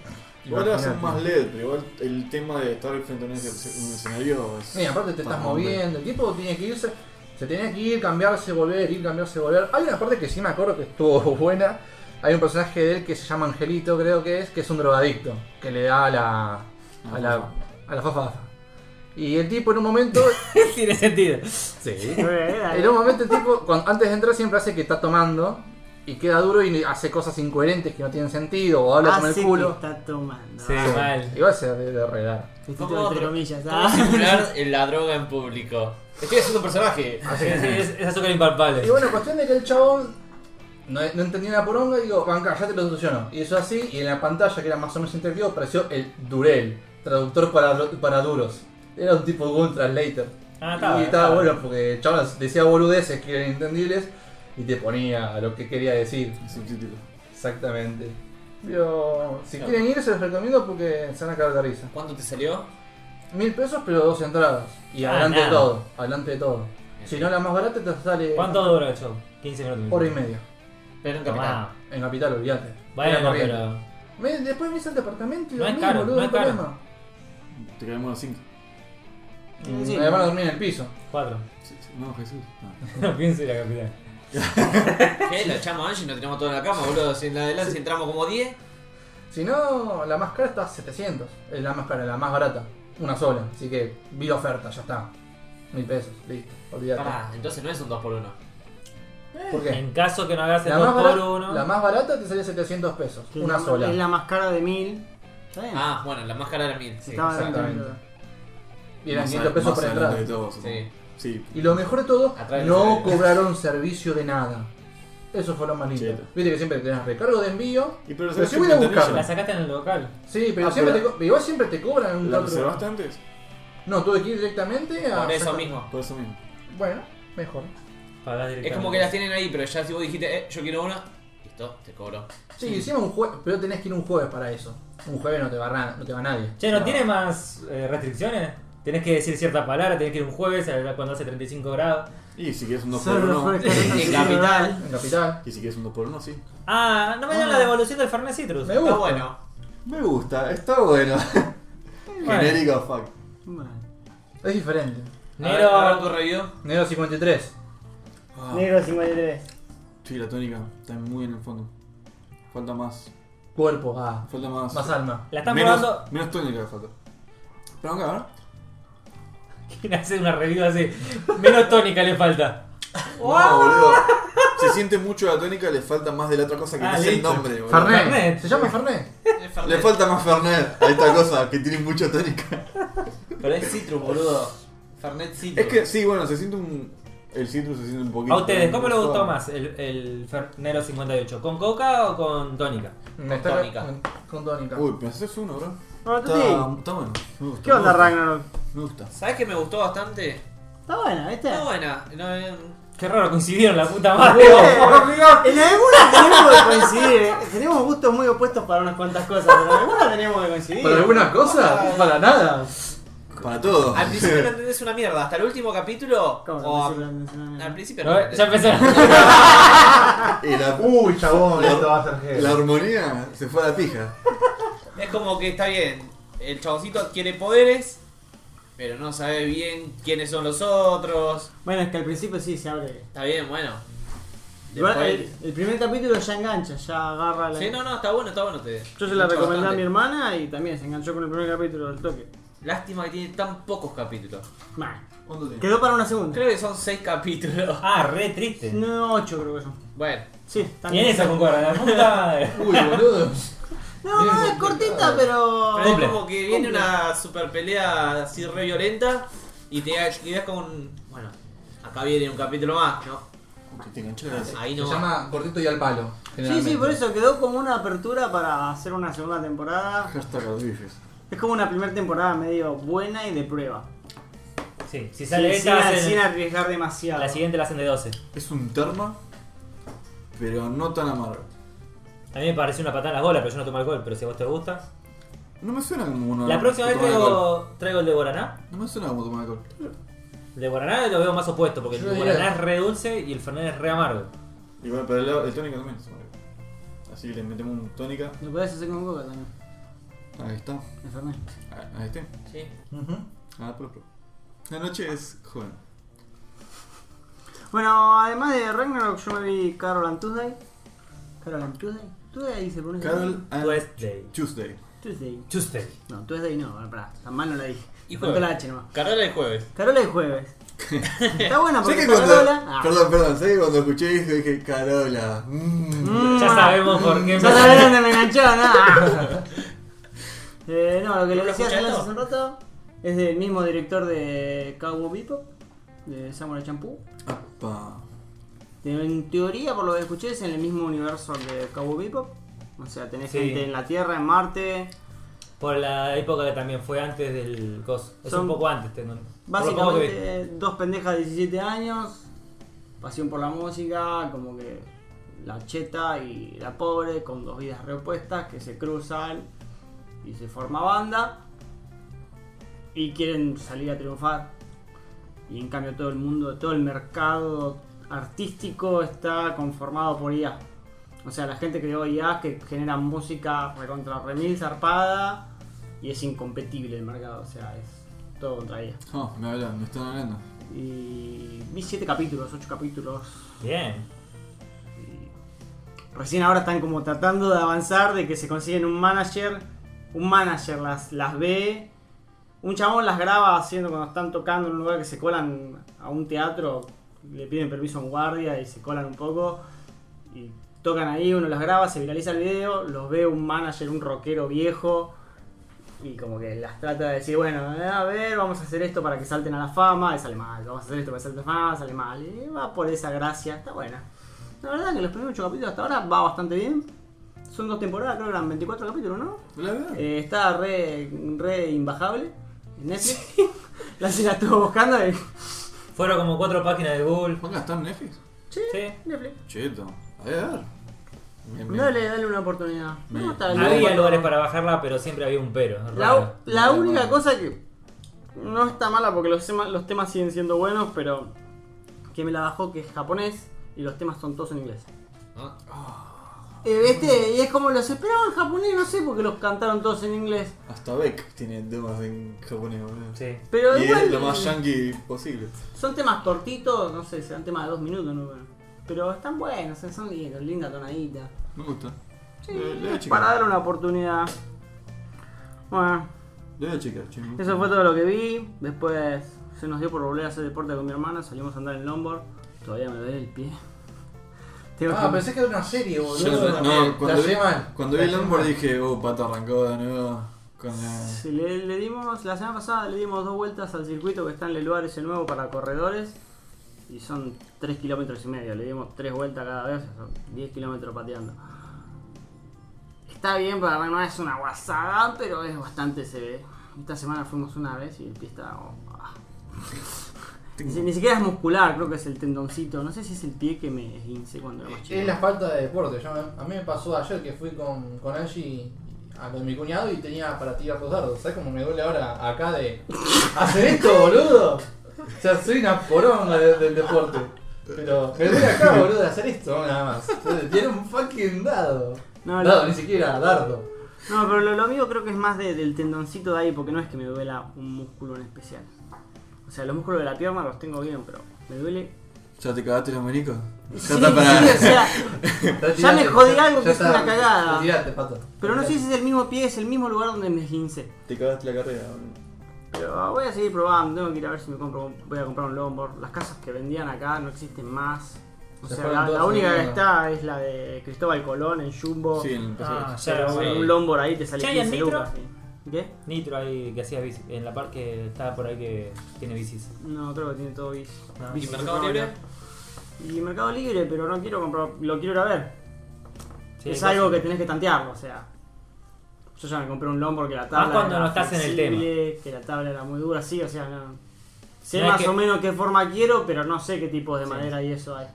Speaker 5: Igual lo hacen
Speaker 3: Imagínate.
Speaker 5: más LED, pero igual el tema de estar frente a un escen- un escenario es.
Speaker 3: Mira, aparte te estás
Speaker 5: Para romper.
Speaker 3: moviendo, el tipo tiene que irse, se tenía que ir, cambiarse, volver, ir, cambiarse, volver. Hay una parte que sí me acuerdo que estuvo buena. Hay un personaje de él que se llama Angelito, creo que es, que es un drogadicto, que le da a la. a la. a la fafafa. Y el tipo en un momento.
Speaker 1: Tiene sentido.
Speaker 3: sí.
Speaker 4: Eh,
Speaker 3: En un
Speaker 4: dale.
Speaker 3: momento el tipo, cuando- antes de entrar, siempre hace que está tomando y queda duro y hace cosas incoherentes que no tienen sentido o habla con
Speaker 4: Hace
Speaker 3: el
Speaker 4: que
Speaker 3: culo.
Speaker 4: está tomando.
Speaker 1: Sí,
Speaker 4: Ah,
Speaker 1: mal.
Speaker 3: Igual se debe regar.
Speaker 4: Festito
Speaker 2: ¿Cómo
Speaker 4: entre
Speaker 2: otro?
Speaker 4: comillas.
Speaker 2: ¿Cómo
Speaker 4: Ah.
Speaker 2: simular la droga en público? Estoy haciendo un personaje.
Speaker 1: Sí, sí, es, es azúcar impalpable.
Speaker 3: Y bueno, cuestión de que el chabón no, no entendía la poronga y digo, banca, ya te lo soluciono. Y eso así, y en la pantalla que era más o menos interactivo apareció el Durel, traductor para, para duros. Era un tipo Google Translator.
Speaker 1: Ah, está
Speaker 3: y
Speaker 1: bueno,
Speaker 3: estaba
Speaker 1: está
Speaker 3: bueno porque el chabón decía boludeces que eran entendibles y te ponía lo que quería decir.
Speaker 5: Subtítulo.
Speaker 3: Exactamente. Pero si
Speaker 2: Claro.
Speaker 3: quieren ir, se los recomiendo porque se van a cagar de risa.
Speaker 2: ¿Cuánto te salió?
Speaker 3: Mil pesos, pero dos entradas. Y
Speaker 1: Ah,
Speaker 3: adelante de
Speaker 1: nada.
Speaker 3: todo, adelante de todo. Si no, la más barata te sale.
Speaker 1: ¿Cuánto dura el show? 15 minutos.
Speaker 3: Hora y media.
Speaker 2: Pero en capital.
Speaker 1: Tomá.
Speaker 3: En Capital, olvídate. Era
Speaker 1: Bueno,
Speaker 3: corriente.
Speaker 1: pero.
Speaker 3: Me- después venís al departamento y
Speaker 1: No es
Speaker 3: dormís,
Speaker 1: caro,
Speaker 3: boludo,
Speaker 1: no
Speaker 3: no hay
Speaker 1: es caro.
Speaker 3: problema.
Speaker 5: Te caemos los 5.
Speaker 3: Y
Speaker 4: Sí.
Speaker 3: Mi hermano dormía en el piso.
Speaker 1: Cuatro.
Speaker 5: Sí, sí. No, Jesús. Ah. no.
Speaker 1: ¿Quién sería capitán?
Speaker 2: ¿Qué? Lo echamos a Angie y nos tiramos toda la cama, boludo. Si en la de Lance entramos como 10,
Speaker 3: Si no, la más cara está a 700. Es la más cara, la más barata. Una sola. Así que vi la oferta, ya está. Mil pesos, listo. Olvídate.
Speaker 2: pará, entonces no es un 2 por 1
Speaker 3: ¿Por qué?
Speaker 1: En caso que no hagas el
Speaker 3: La más,
Speaker 1: 2 por
Speaker 3: barata,
Speaker 1: 1
Speaker 3: la más barata te sale 700 pesos.
Speaker 4: Que
Speaker 3: Una
Speaker 4: es la-
Speaker 3: sola.
Speaker 4: Es la más cara de 1000. Está bien.
Speaker 2: Ah, bueno, la máscara era 1000.
Speaker 3: Sí,
Speaker 4: Estaba dentro de-
Speaker 3: exactamente. Y eran
Speaker 5: Más
Speaker 3: 500
Speaker 5: a-
Speaker 3: pesos
Speaker 5: más
Speaker 3: por
Speaker 5: adelante
Speaker 3: entrada.
Speaker 5: de todo, supongo.
Speaker 2: Sí.
Speaker 5: Sí.
Speaker 3: Y lo mejor de todo,
Speaker 2: Atrás del
Speaker 3: no
Speaker 2: celular.
Speaker 3: cobraron servicio de nada. Eso fue lo más lindo.
Speaker 5: Cheto.
Speaker 3: Viste que siempre tenés recargo de envío.
Speaker 5: Y pero
Speaker 3: Pero si voy
Speaker 1: la
Speaker 3: a buscarla.
Speaker 1: sacaste en el local.
Speaker 3: Sí, pero
Speaker 5: Ah,
Speaker 3: siempre
Speaker 5: pero-
Speaker 3: te co- igual siempre te cobran un
Speaker 5: ¿La
Speaker 3: otro-
Speaker 5: reservaste antes?
Speaker 3: No, tuve que ir directamente a.
Speaker 2: Por eso mismo.
Speaker 5: Por eso mismo.
Speaker 3: Bueno, mejor.
Speaker 1: Pagás directamente.
Speaker 2: Es como que las tienen ahí, pero ya si vos dijiste, eh, yo quiero una, listo, te cobro.
Speaker 3: Sí, hicimos un jueves, pero tenés que ir un jueves para eso. Un jueves no te va, ra- no te va nadie.
Speaker 1: Che, ¿no, tiene más eh, restricciones? Tenés que decir cierta palabra, tenés que ir un jueves a- cuando hace 35 grados.
Speaker 5: Y si quieres un 2 por
Speaker 4: Solo
Speaker 5: 1
Speaker 4: fue 40
Speaker 2: En capital.
Speaker 3: En capital.
Speaker 5: Y si quieres un 2 por 1 sí.
Speaker 1: Ah, no me dieron la
Speaker 3: Ah.
Speaker 1: devolución del Fernet Citrus.
Speaker 3: Me
Speaker 2: Está
Speaker 3: gusta.
Speaker 2: bueno.
Speaker 5: Me gusta, está bueno. Genérico, fuck.
Speaker 4: Bueno.
Speaker 3: Es diferente.
Speaker 1: Negro,
Speaker 2: A ver, a ver tu review.
Speaker 3: Negro 53.
Speaker 5: Ah,
Speaker 4: Negro 53.
Speaker 5: sí, la tónica está muy en el fondo. Falta más.
Speaker 3: Cuerpo. Ah,
Speaker 5: Falta más.
Speaker 3: más alma.
Speaker 1: la están
Speaker 5: menos,
Speaker 1: probando.
Speaker 5: menos tónica falta. Pero acá, ¿verdad?
Speaker 1: ¿Quién hace una review así? Menos tónica le falta.
Speaker 5: No, Ah, boludo. Se siente mucho la tónica, le falta más de la otra cosa que
Speaker 1: Ah,
Speaker 5: no es el
Speaker 1: listo.
Speaker 5: nombre, boludo.
Speaker 3: Fernet.
Speaker 1: Fernet.
Speaker 3: Se llama Fernet.
Speaker 2: Es Fernet.
Speaker 5: Le falta más Fernet a esta cosa que tiene mucha tónica.
Speaker 2: Pero es citrus, boludo. Fernet citrus.
Speaker 5: Es que sí, bueno, se siente un. El citrus se siente un poquito.
Speaker 1: A ustedes, ¿cómo les gustó más el, el Fer- Negro 58? ¿Con coca o con tónica?
Speaker 3: Me
Speaker 2: tónica.
Speaker 3: Con, con tónica.
Speaker 5: Uy, me haces uno, bro.
Speaker 4: Bueno, tú
Speaker 5: Está,
Speaker 4: sí.
Speaker 5: está bueno. Me gusta.
Speaker 4: ¿Qué onda
Speaker 5: me gusta.
Speaker 4: Ragnarok?
Speaker 5: Me gusta.
Speaker 2: ¿Sabes que me gustó bastante?
Speaker 4: Está buena, ¿viste?
Speaker 2: Está buena. No, eh,
Speaker 1: Qué raro, coincidieron la puta madre.
Speaker 4: Eh, En alguna tenemos que coincidir. eh. Tenemos gustos muy opuestos para unas cuantas cosas, pero en alguna tenemos que coincidir.
Speaker 3: ¿Para alguna cosa? Para nada.
Speaker 5: Para todo.
Speaker 2: al principio no entendés una mierda. Hasta el último capítulo.
Speaker 4: ¿Cómo
Speaker 2: o
Speaker 4: no
Speaker 2: a-
Speaker 4: sé si lo mencioné?
Speaker 2: Oh, al principio no.
Speaker 1: No, eh, Ya empezaron.
Speaker 5: Y la,
Speaker 6: Uy, chabón,
Speaker 5: La-
Speaker 6: esto va a ser
Speaker 5: la
Speaker 6: gel.
Speaker 5: armonía se fue a la pija.
Speaker 2: Es como que está bien. El chaboncito adquiere poderes, pero no sabe bien quiénes son los otros.
Speaker 4: Bueno, es que al principio sí se abre.
Speaker 2: Está bien, bueno.
Speaker 4: Igual eh,
Speaker 2: Después-
Speaker 4: el, el primer capítulo ya engancha, ya agarra la.
Speaker 2: Sí, no, no, está bueno, está bueno. Te,
Speaker 4: Yo se la
Speaker 2: te gusta
Speaker 4: recomendé a
Speaker 2: bastante.
Speaker 4: mi hermana y también se enganchó con el primer capítulo del toque.
Speaker 2: Lástima que tiene tan pocos capítulos.
Speaker 4: Mal.
Speaker 5: ¿Cuánto tiene?
Speaker 4: Quedó para una segunda.
Speaker 2: Creo que son seis capítulos.
Speaker 1: Ah, re triste.
Speaker 4: No, ocho creo que son.
Speaker 2: Bueno,
Speaker 4: Sí,
Speaker 1: Y en
Speaker 4: también.
Speaker 1: eso concuerdan, la puta madre.
Speaker 3: Uy, boludo.
Speaker 4: No,
Speaker 3: Bien
Speaker 4: no, es
Speaker 3: complicado.
Speaker 4: cortita, pero.
Speaker 2: pero es
Speaker 1: Cumple.
Speaker 2: como que viene una super pelea así re violenta y te quedas con. Bueno, acá viene un capítulo más, ¿no?
Speaker 5: Te enganchó la gracia.
Speaker 2: Ahí
Speaker 3: Se
Speaker 2: no. va.
Speaker 3: llama cortito y al palo.
Speaker 4: Sí, sí,
Speaker 3: generalmente.
Speaker 4: por eso quedó como una apertura para hacer una segunda temporada.
Speaker 5: Hashtag Rodríguez.
Speaker 4: Es como una primera temporada medio buena y de prueba.
Speaker 1: Sí, si sale
Speaker 4: sin,
Speaker 1: esta,
Speaker 4: sin-
Speaker 1: hacen-
Speaker 4: sin arriesgar demasiado.
Speaker 1: la siguiente la hacen de 12.
Speaker 5: Es un terma, pero no tan amargo.
Speaker 1: A mí me pareció una patada en las bolas, pero yo no tomo alcohol, pero si a vos te gusta.
Speaker 5: No me suena como uno.
Speaker 1: la próxima vez
Speaker 5: tomar alcohol.
Speaker 1: traigo, traigo el de Guaraná.
Speaker 5: No me suena como tomar alcohol.
Speaker 1: El de Guaraná lo veo más opuesto, porque
Speaker 3: Yo
Speaker 1: el
Speaker 3: diría-
Speaker 1: Guaraná es re dulce y el Fernet es re amargo.
Speaker 5: Y bueno, pero el, el tónica también es amargo. Así que le metemos un tónica.
Speaker 4: Lo podés hacer con coca también.
Speaker 5: Ahí está.
Speaker 4: Me fermé.
Speaker 5: A, a este.
Speaker 2: Sí.
Speaker 3: Ujú.
Speaker 5: Ah, pero, pero. La noche es joven.
Speaker 4: Bueno, además de Ragnarok, yo me vi Carol and Tuesday. Carol and Tuesday. Tuesday se pronuncia.
Speaker 5: Carol and
Speaker 4: Pues.
Speaker 1: Tuesday.
Speaker 5: Tuesday.
Speaker 4: Tuesday.
Speaker 1: Tuesday.
Speaker 4: No, Tuesday no, bueno, pará, tan mal no la dije.
Speaker 2: Y
Speaker 4: Faltó
Speaker 2: jueves.
Speaker 4: la H nomás.
Speaker 2: Carola el jueves.
Speaker 4: Carola y jueves. Está buena
Speaker 5: Sé
Speaker 4: porque
Speaker 5: que
Speaker 4: es
Speaker 5: cuando.
Speaker 4: Carola. Ah.
Speaker 5: Perdón, perdón. Sé que cuando escuché eso dije Carola. Mm.
Speaker 4: Mm.
Speaker 1: Ya sabemos por qué.
Speaker 4: Ya sabés dónde me enganchó, ¿no? Ah. eh, no, lo que
Speaker 2: ¿No
Speaker 4: le
Speaker 2: lo
Speaker 4: decía
Speaker 2: escuchaste?
Speaker 4: hace un rato es del mismo director de Cowboy Bebop, de Samurai Champloo.
Speaker 5: Apa.
Speaker 4: En teoría, por lo que escuché, es en el mismo universo que Cowboy Bebop. O sea, tenés
Speaker 1: Sí.
Speaker 4: gente en la Tierra, en Marte.
Speaker 1: Por la época que también fue antes del coso. Es
Speaker 4: Son-
Speaker 1: un poco antes, tengo. por lo poco que vi.
Speaker 4: Básicamente, dos pendejas de 17 años, pasión por la música, como que la cheta y la pobre, con dos vidas reopuestas que se cruzan y se forma banda y quieren salir a triunfar. Y en cambio, todo el mundo, todo el mercado artístico está conformado por IA. O sea, la gente creó IA que genera música recontra remil zarpada y es incompetible el mercado. O sea, es todo contraía.
Speaker 5: No, Ah, me hablan, me están hablando.
Speaker 4: Y vi 7 capítulos, 8 capítulos.
Speaker 1: Bien.
Speaker 4: y Recién ahora están como tratando de avanzar, de que se consiguen un manager. Un manager las, las ve. Un chabón las graba haciendo cuando están tocando en un lugar que se colan a un teatro. Le piden permiso a un guardia y se colan un poco. Y tocan ahí, uno las graba, se viraliza el video. Los ve un manager, un rockero viejo. Y como que las trata de decir, bueno, eh, a ver, vamos a hacer esto para que salten a la fama, y sale mal, vamos a hacer esto para que salten a la fama, sale mal, y va por esa gracia, está buena. La verdad que los primeros 8 capítulos hasta ahora va bastante bien. Son dos temporadas, creo que eran 24 capítulos, ¿no?
Speaker 5: La verdad.
Speaker 4: Eh, está re, re imbajable en Netflix. la se la estuvo buscando y...
Speaker 1: Fueron como cuatro páginas de Google.
Speaker 5: ¿Cuándo está en Netflix?
Speaker 4: Sí,
Speaker 1: Sí.
Speaker 4: Netflix.
Speaker 5: Cheto. A ver, a ver. Bien, bien.
Speaker 4: Dale, dale una oportunidad.
Speaker 5: Bien.
Speaker 4: No, está bien.
Speaker 1: Había lugares para bajarla, pero siempre había un pero.
Speaker 4: La,
Speaker 1: Raro.
Speaker 4: la
Speaker 5: Raro.
Speaker 4: única cosa que no está mala porque los, tema- los temas siguen siendo buenos, pero que me la bajó que es japonés y los temas son todos en inglés.
Speaker 2: Ah.
Speaker 4: Eh, ¿viste? Y es como los esperaban japonés, no sé por qué los cantaron todos en inglés.
Speaker 5: Hasta Beck tiene temas en japonés, boludo.
Speaker 1: Sí.
Speaker 4: Pero
Speaker 5: Y
Speaker 4: igual
Speaker 5: es lo más yankee posible.
Speaker 4: son temas cortitos, no sé, serán temas de dos minutos, no Bueno, pero están buenos, eh, son lindos, linda tonadita.
Speaker 5: Me gusta.
Speaker 4: Sí,
Speaker 5: Le- le voy a checar.
Speaker 4: para darle una oportunidad. Bueno.
Speaker 5: Le voy a checar, che, me gusta.
Speaker 4: Eso fue todo lo que vi. Después se nos dio por volver a hacer deporte con mi hermana. Salimos a andar en longboard. Todavía me duele el pie. Tengo
Speaker 3: Ah,
Speaker 4: que-
Speaker 3: pensé que era una serie,
Speaker 5: Yo
Speaker 3: boludo.
Speaker 5: no, no,
Speaker 3: la
Speaker 5: cuando vi,
Speaker 3: llevé mal.
Speaker 5: cuando
Speaker 3: La
Speaker 5: vi el
Speaker 3: llevé
Speaker 5: Lombard
Speaker 3: mal.
Speaker 5: dije, oh, pata arrancó de nuevo. Con la...
Speaker 4: Sí, le, le dimos, la semana pasada le dimos dos vueltas al circuito que está en Leluar, ese nuevo para corredores. Y son 3 kilómetros y medio. Le dimos tres vueltas cada vez, son 10 kilómetros pateando. Está bien, para mí no es una guasada, pero es bastante se ve. Esta semana fuimos una vez y el pie está. oh, ah. Ni, si- ni siquiera es muscular, creo que es el tendoncito. No sé si es el pie que me esguince cuando era más chico.
Speaker 3: Eh, Es la falta de deporte. Yo me- a mí me pasó ayer que fui con, con Angie a lo de mi cuñado y tenía para tirar los dardos. ¿Sabes cómo me duele ahora acá de hacer esto, boludo? O sea, soy una poronga de- del deporte. Pero me duele acá, boludo, de hacer esto nada más. Tiene un fucking dado.
Speaker 4: No,
Speaker 3: dado,
Speaker 4: no.
Speaker 3: ni siquiera dardo.
Speaker 4: No, pero lo, lo mío creo que es más de- del tendoncito de ahí, porque no es que me duela un músculo en especial. O sea, los músculos de la pierna los tengo bien, pero me duele.
Speaker 5: ¿Ya te cagaste los milicos? Ya
Speaker 4: Sí,
Speaker 5: está para.
Speaker 4: sí, o sea,
Speaker 3: Ya,
Speaker 4: Ya me jodí algo que es
Speaker 3: está,
Speaker 4: una cagada.
Speaker 3: Tirate, pato.
Speaker 4: pero no sé si es el mismo pie, es el mismo lugar donde me esguince.
Speaker 5: Te cagaste la carrera, boludo.
Speaker 4: Pero voy a seguir probando, tengo que ir a ver si me compro, un- voy a comprar un longboard. Las casas que vendían acá no existen más. O
Speaker 3: Se
Speaker 4: sea,
Speaker 3: fueron
Speaker 4: la, la
Speaker 3: todas
Speaker 4: única
Speaker 3: a la
Speaker 4: que
Speaker 3: mierda.
Speaker 4: está es la de Cristóbal Colón en Jumbo.
Speaker 5: Sí, en el
Speaker 1: Ah,
Speaker 5: pasado.
Speaker 1: ya
Speaker 4: Pero
Speaker 1: lo
Speaker 4: bueno,
Speaker 1: vi.
Speaker 4: un longboard ahí te sale
Speaker 1: ¿Ya hay en
Speaker 4: 15
Speaker 1: Nitro?
Speaker 4: lucas. sí. ¿Qué?
Speaker 1: Nitro ahí que hacías bici, en la parte que estaba por ahí que tiene bicis.
Speaker 4: No, creo que tiene todo bici.
Speaker 1: Ah.
Speaker 2: ¿Y
Speaker 4: Bici,
Speaker 2: Mercado
Speaker 4: no,
Speaker 2: Libre?
Speaker 4: Y Mercado Libre, pero no quiero comprar, lo quiero ir a ver.
Speaker 1: Sí,
Speaker 4: es
Speaker 1: hay
Speaker 4: algo
Speaker 1: cosas.
Speaker 4: que tenés que tantearlo, o sea. Yo ya me compré un lombo porque la tabla.
Speaker 1: Más cuando
Speaker 4: era
Speaker 1: no estás en el
Speaker 4: flexible, Que la tabla era muy dura, sí, o sea, no. Sé
Speaker 1: No es
Speaker 4: más
Speaker 1: que-
Speaker 4: o menos qué forma quiero, pero no sé qué tipo de
Speaker 1: Sí.
Speaker 4: madera y eso hay.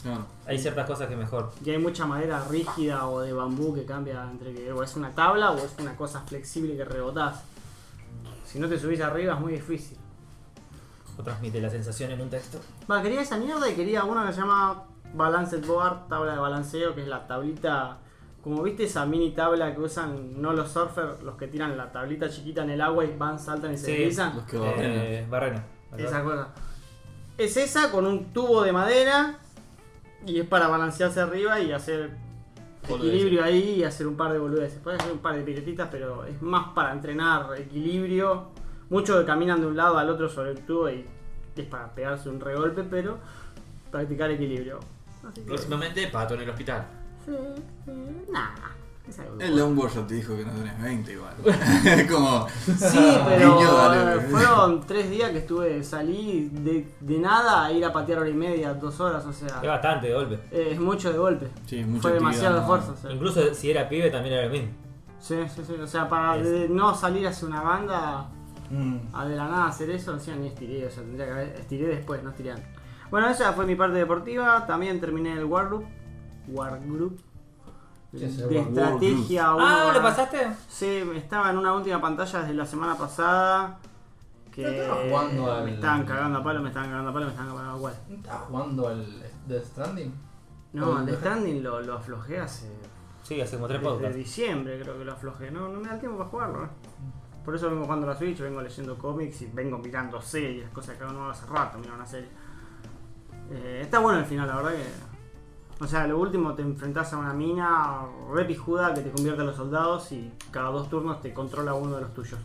Speaker 5: Claro.
Speaker 1: Hay ciertas cosas que mejor.
Speaker 4: Y hay mucha madera rígida o de bambú que cambia entre que o es una tabla o es una cosa flexible que rebotás. Si no te subís arriba es muy difícil.
Speaker 1: O transmite la sensación en un texto.
Speaker 4: Va, quería esa mierda y quería una que se llama Balanced Board, tabla de balanceo, que es la tablita. Como viste esa mini tabla que usan no los surfers, los que tiran la tablita chiquita en el agua y van, saltan y se
Speaker 1: Sí.
Speaker 4: deslizan.
Speaker 5: Los que barrenan.
Speaker 1: Eh, barrena.
Speaker 4: Esa cosa. Es esa con un tubo de madera y es para balancearse arriba y hacer
Speaker 2: Boludeces.
Speaker 4: equilibrio ahí y hacer un par de boludeces. Puedes hacer un par de piretitas, pero es más para entrenar equilibrio. Muchos que caminan de un lado al otro sobre el tubo y es para pegarse un regolpe, pero practicar equilibrio. Así que, sí,
Speaker 2: Próximamente, pato en el hospital.
Speaker 4: sí, nada. es algo.
Speaker 5: El Lombard ya te dijo que no tenés 20 igual. Es como.
Speaker 4: Sí, pero
Speaker 5: Niño, dale,
Speaker 4: eh,
Speaker 5: boludo.
Speaker 4: fueron tres días que estuve, salí de, de nada a ir a patear hora y media, dos horas, o sea.
Speaker 1: Es bastante de golpe.
Speaker 4: Eh, es mucho de golpe.
Speaker 5: Sí, mucha
Speaker 4: Fue demasiado
Speaker 5: actividad,
Speaker 4: esfuerzo.
Speaker 5: ¿no?
Speaker 4: o sea.
Speaker 1: Incluso si era pibe también era lo mismo.
Speaker 4: Sí, sí, sí. O sea, para de- no salir hacia una banda
Speaker 3: Mm.
Speaker 4: a de la nada hacer eso, o sea, ni estiré. O sea, tendría que haber. Estiré después, no estiré antes. Bueno, esa fue mi parte deportiva. También terminé el Warloop. Wargroup.
Speaker 3: ¿Qué es el
Speaker 4: De
Speaker 3: Warloop?
Speaker 4: estrategia.
Speaker 1: Ah,
Speaker 4: uno
Speaker 1: ¿lo
Speaker 4: a-
Speaker 1: pasaste?
Speaker 4: Sí, estaba en una última pantalla desde la semana pasada. Que
Speaker 3: Yo estaba jugando al-
Speaker 4: me estaban cagando a palo, me estaban cagando a palo, me estaban cagando a palo.
Speaker 3: ¿No ¿Estás jugando al Death Stranding?
Speaker 4: No,
Speaker 3: Al-
Speaker 4: el Stranding lo, lo aflojé hace
Speaker 1: Sí, hace como tres
Speaker 4: Desde
Speaker 1: podcasts.
Speaker 4: diciembre creo que lo aflojé, no, no me da el tiempo para jugarlo. eh. Por eso vengo jugando a la Switch, vengo leyendo cómics y vengo mirando series, cosas que no hago hace rato, mirar una serie. Eh, está bueno el final, la verdad que. O sea, lo último te enfrentás a una mina repijuda que te convierte a los soldados y cada dos turnos te controla uno de los tuyos.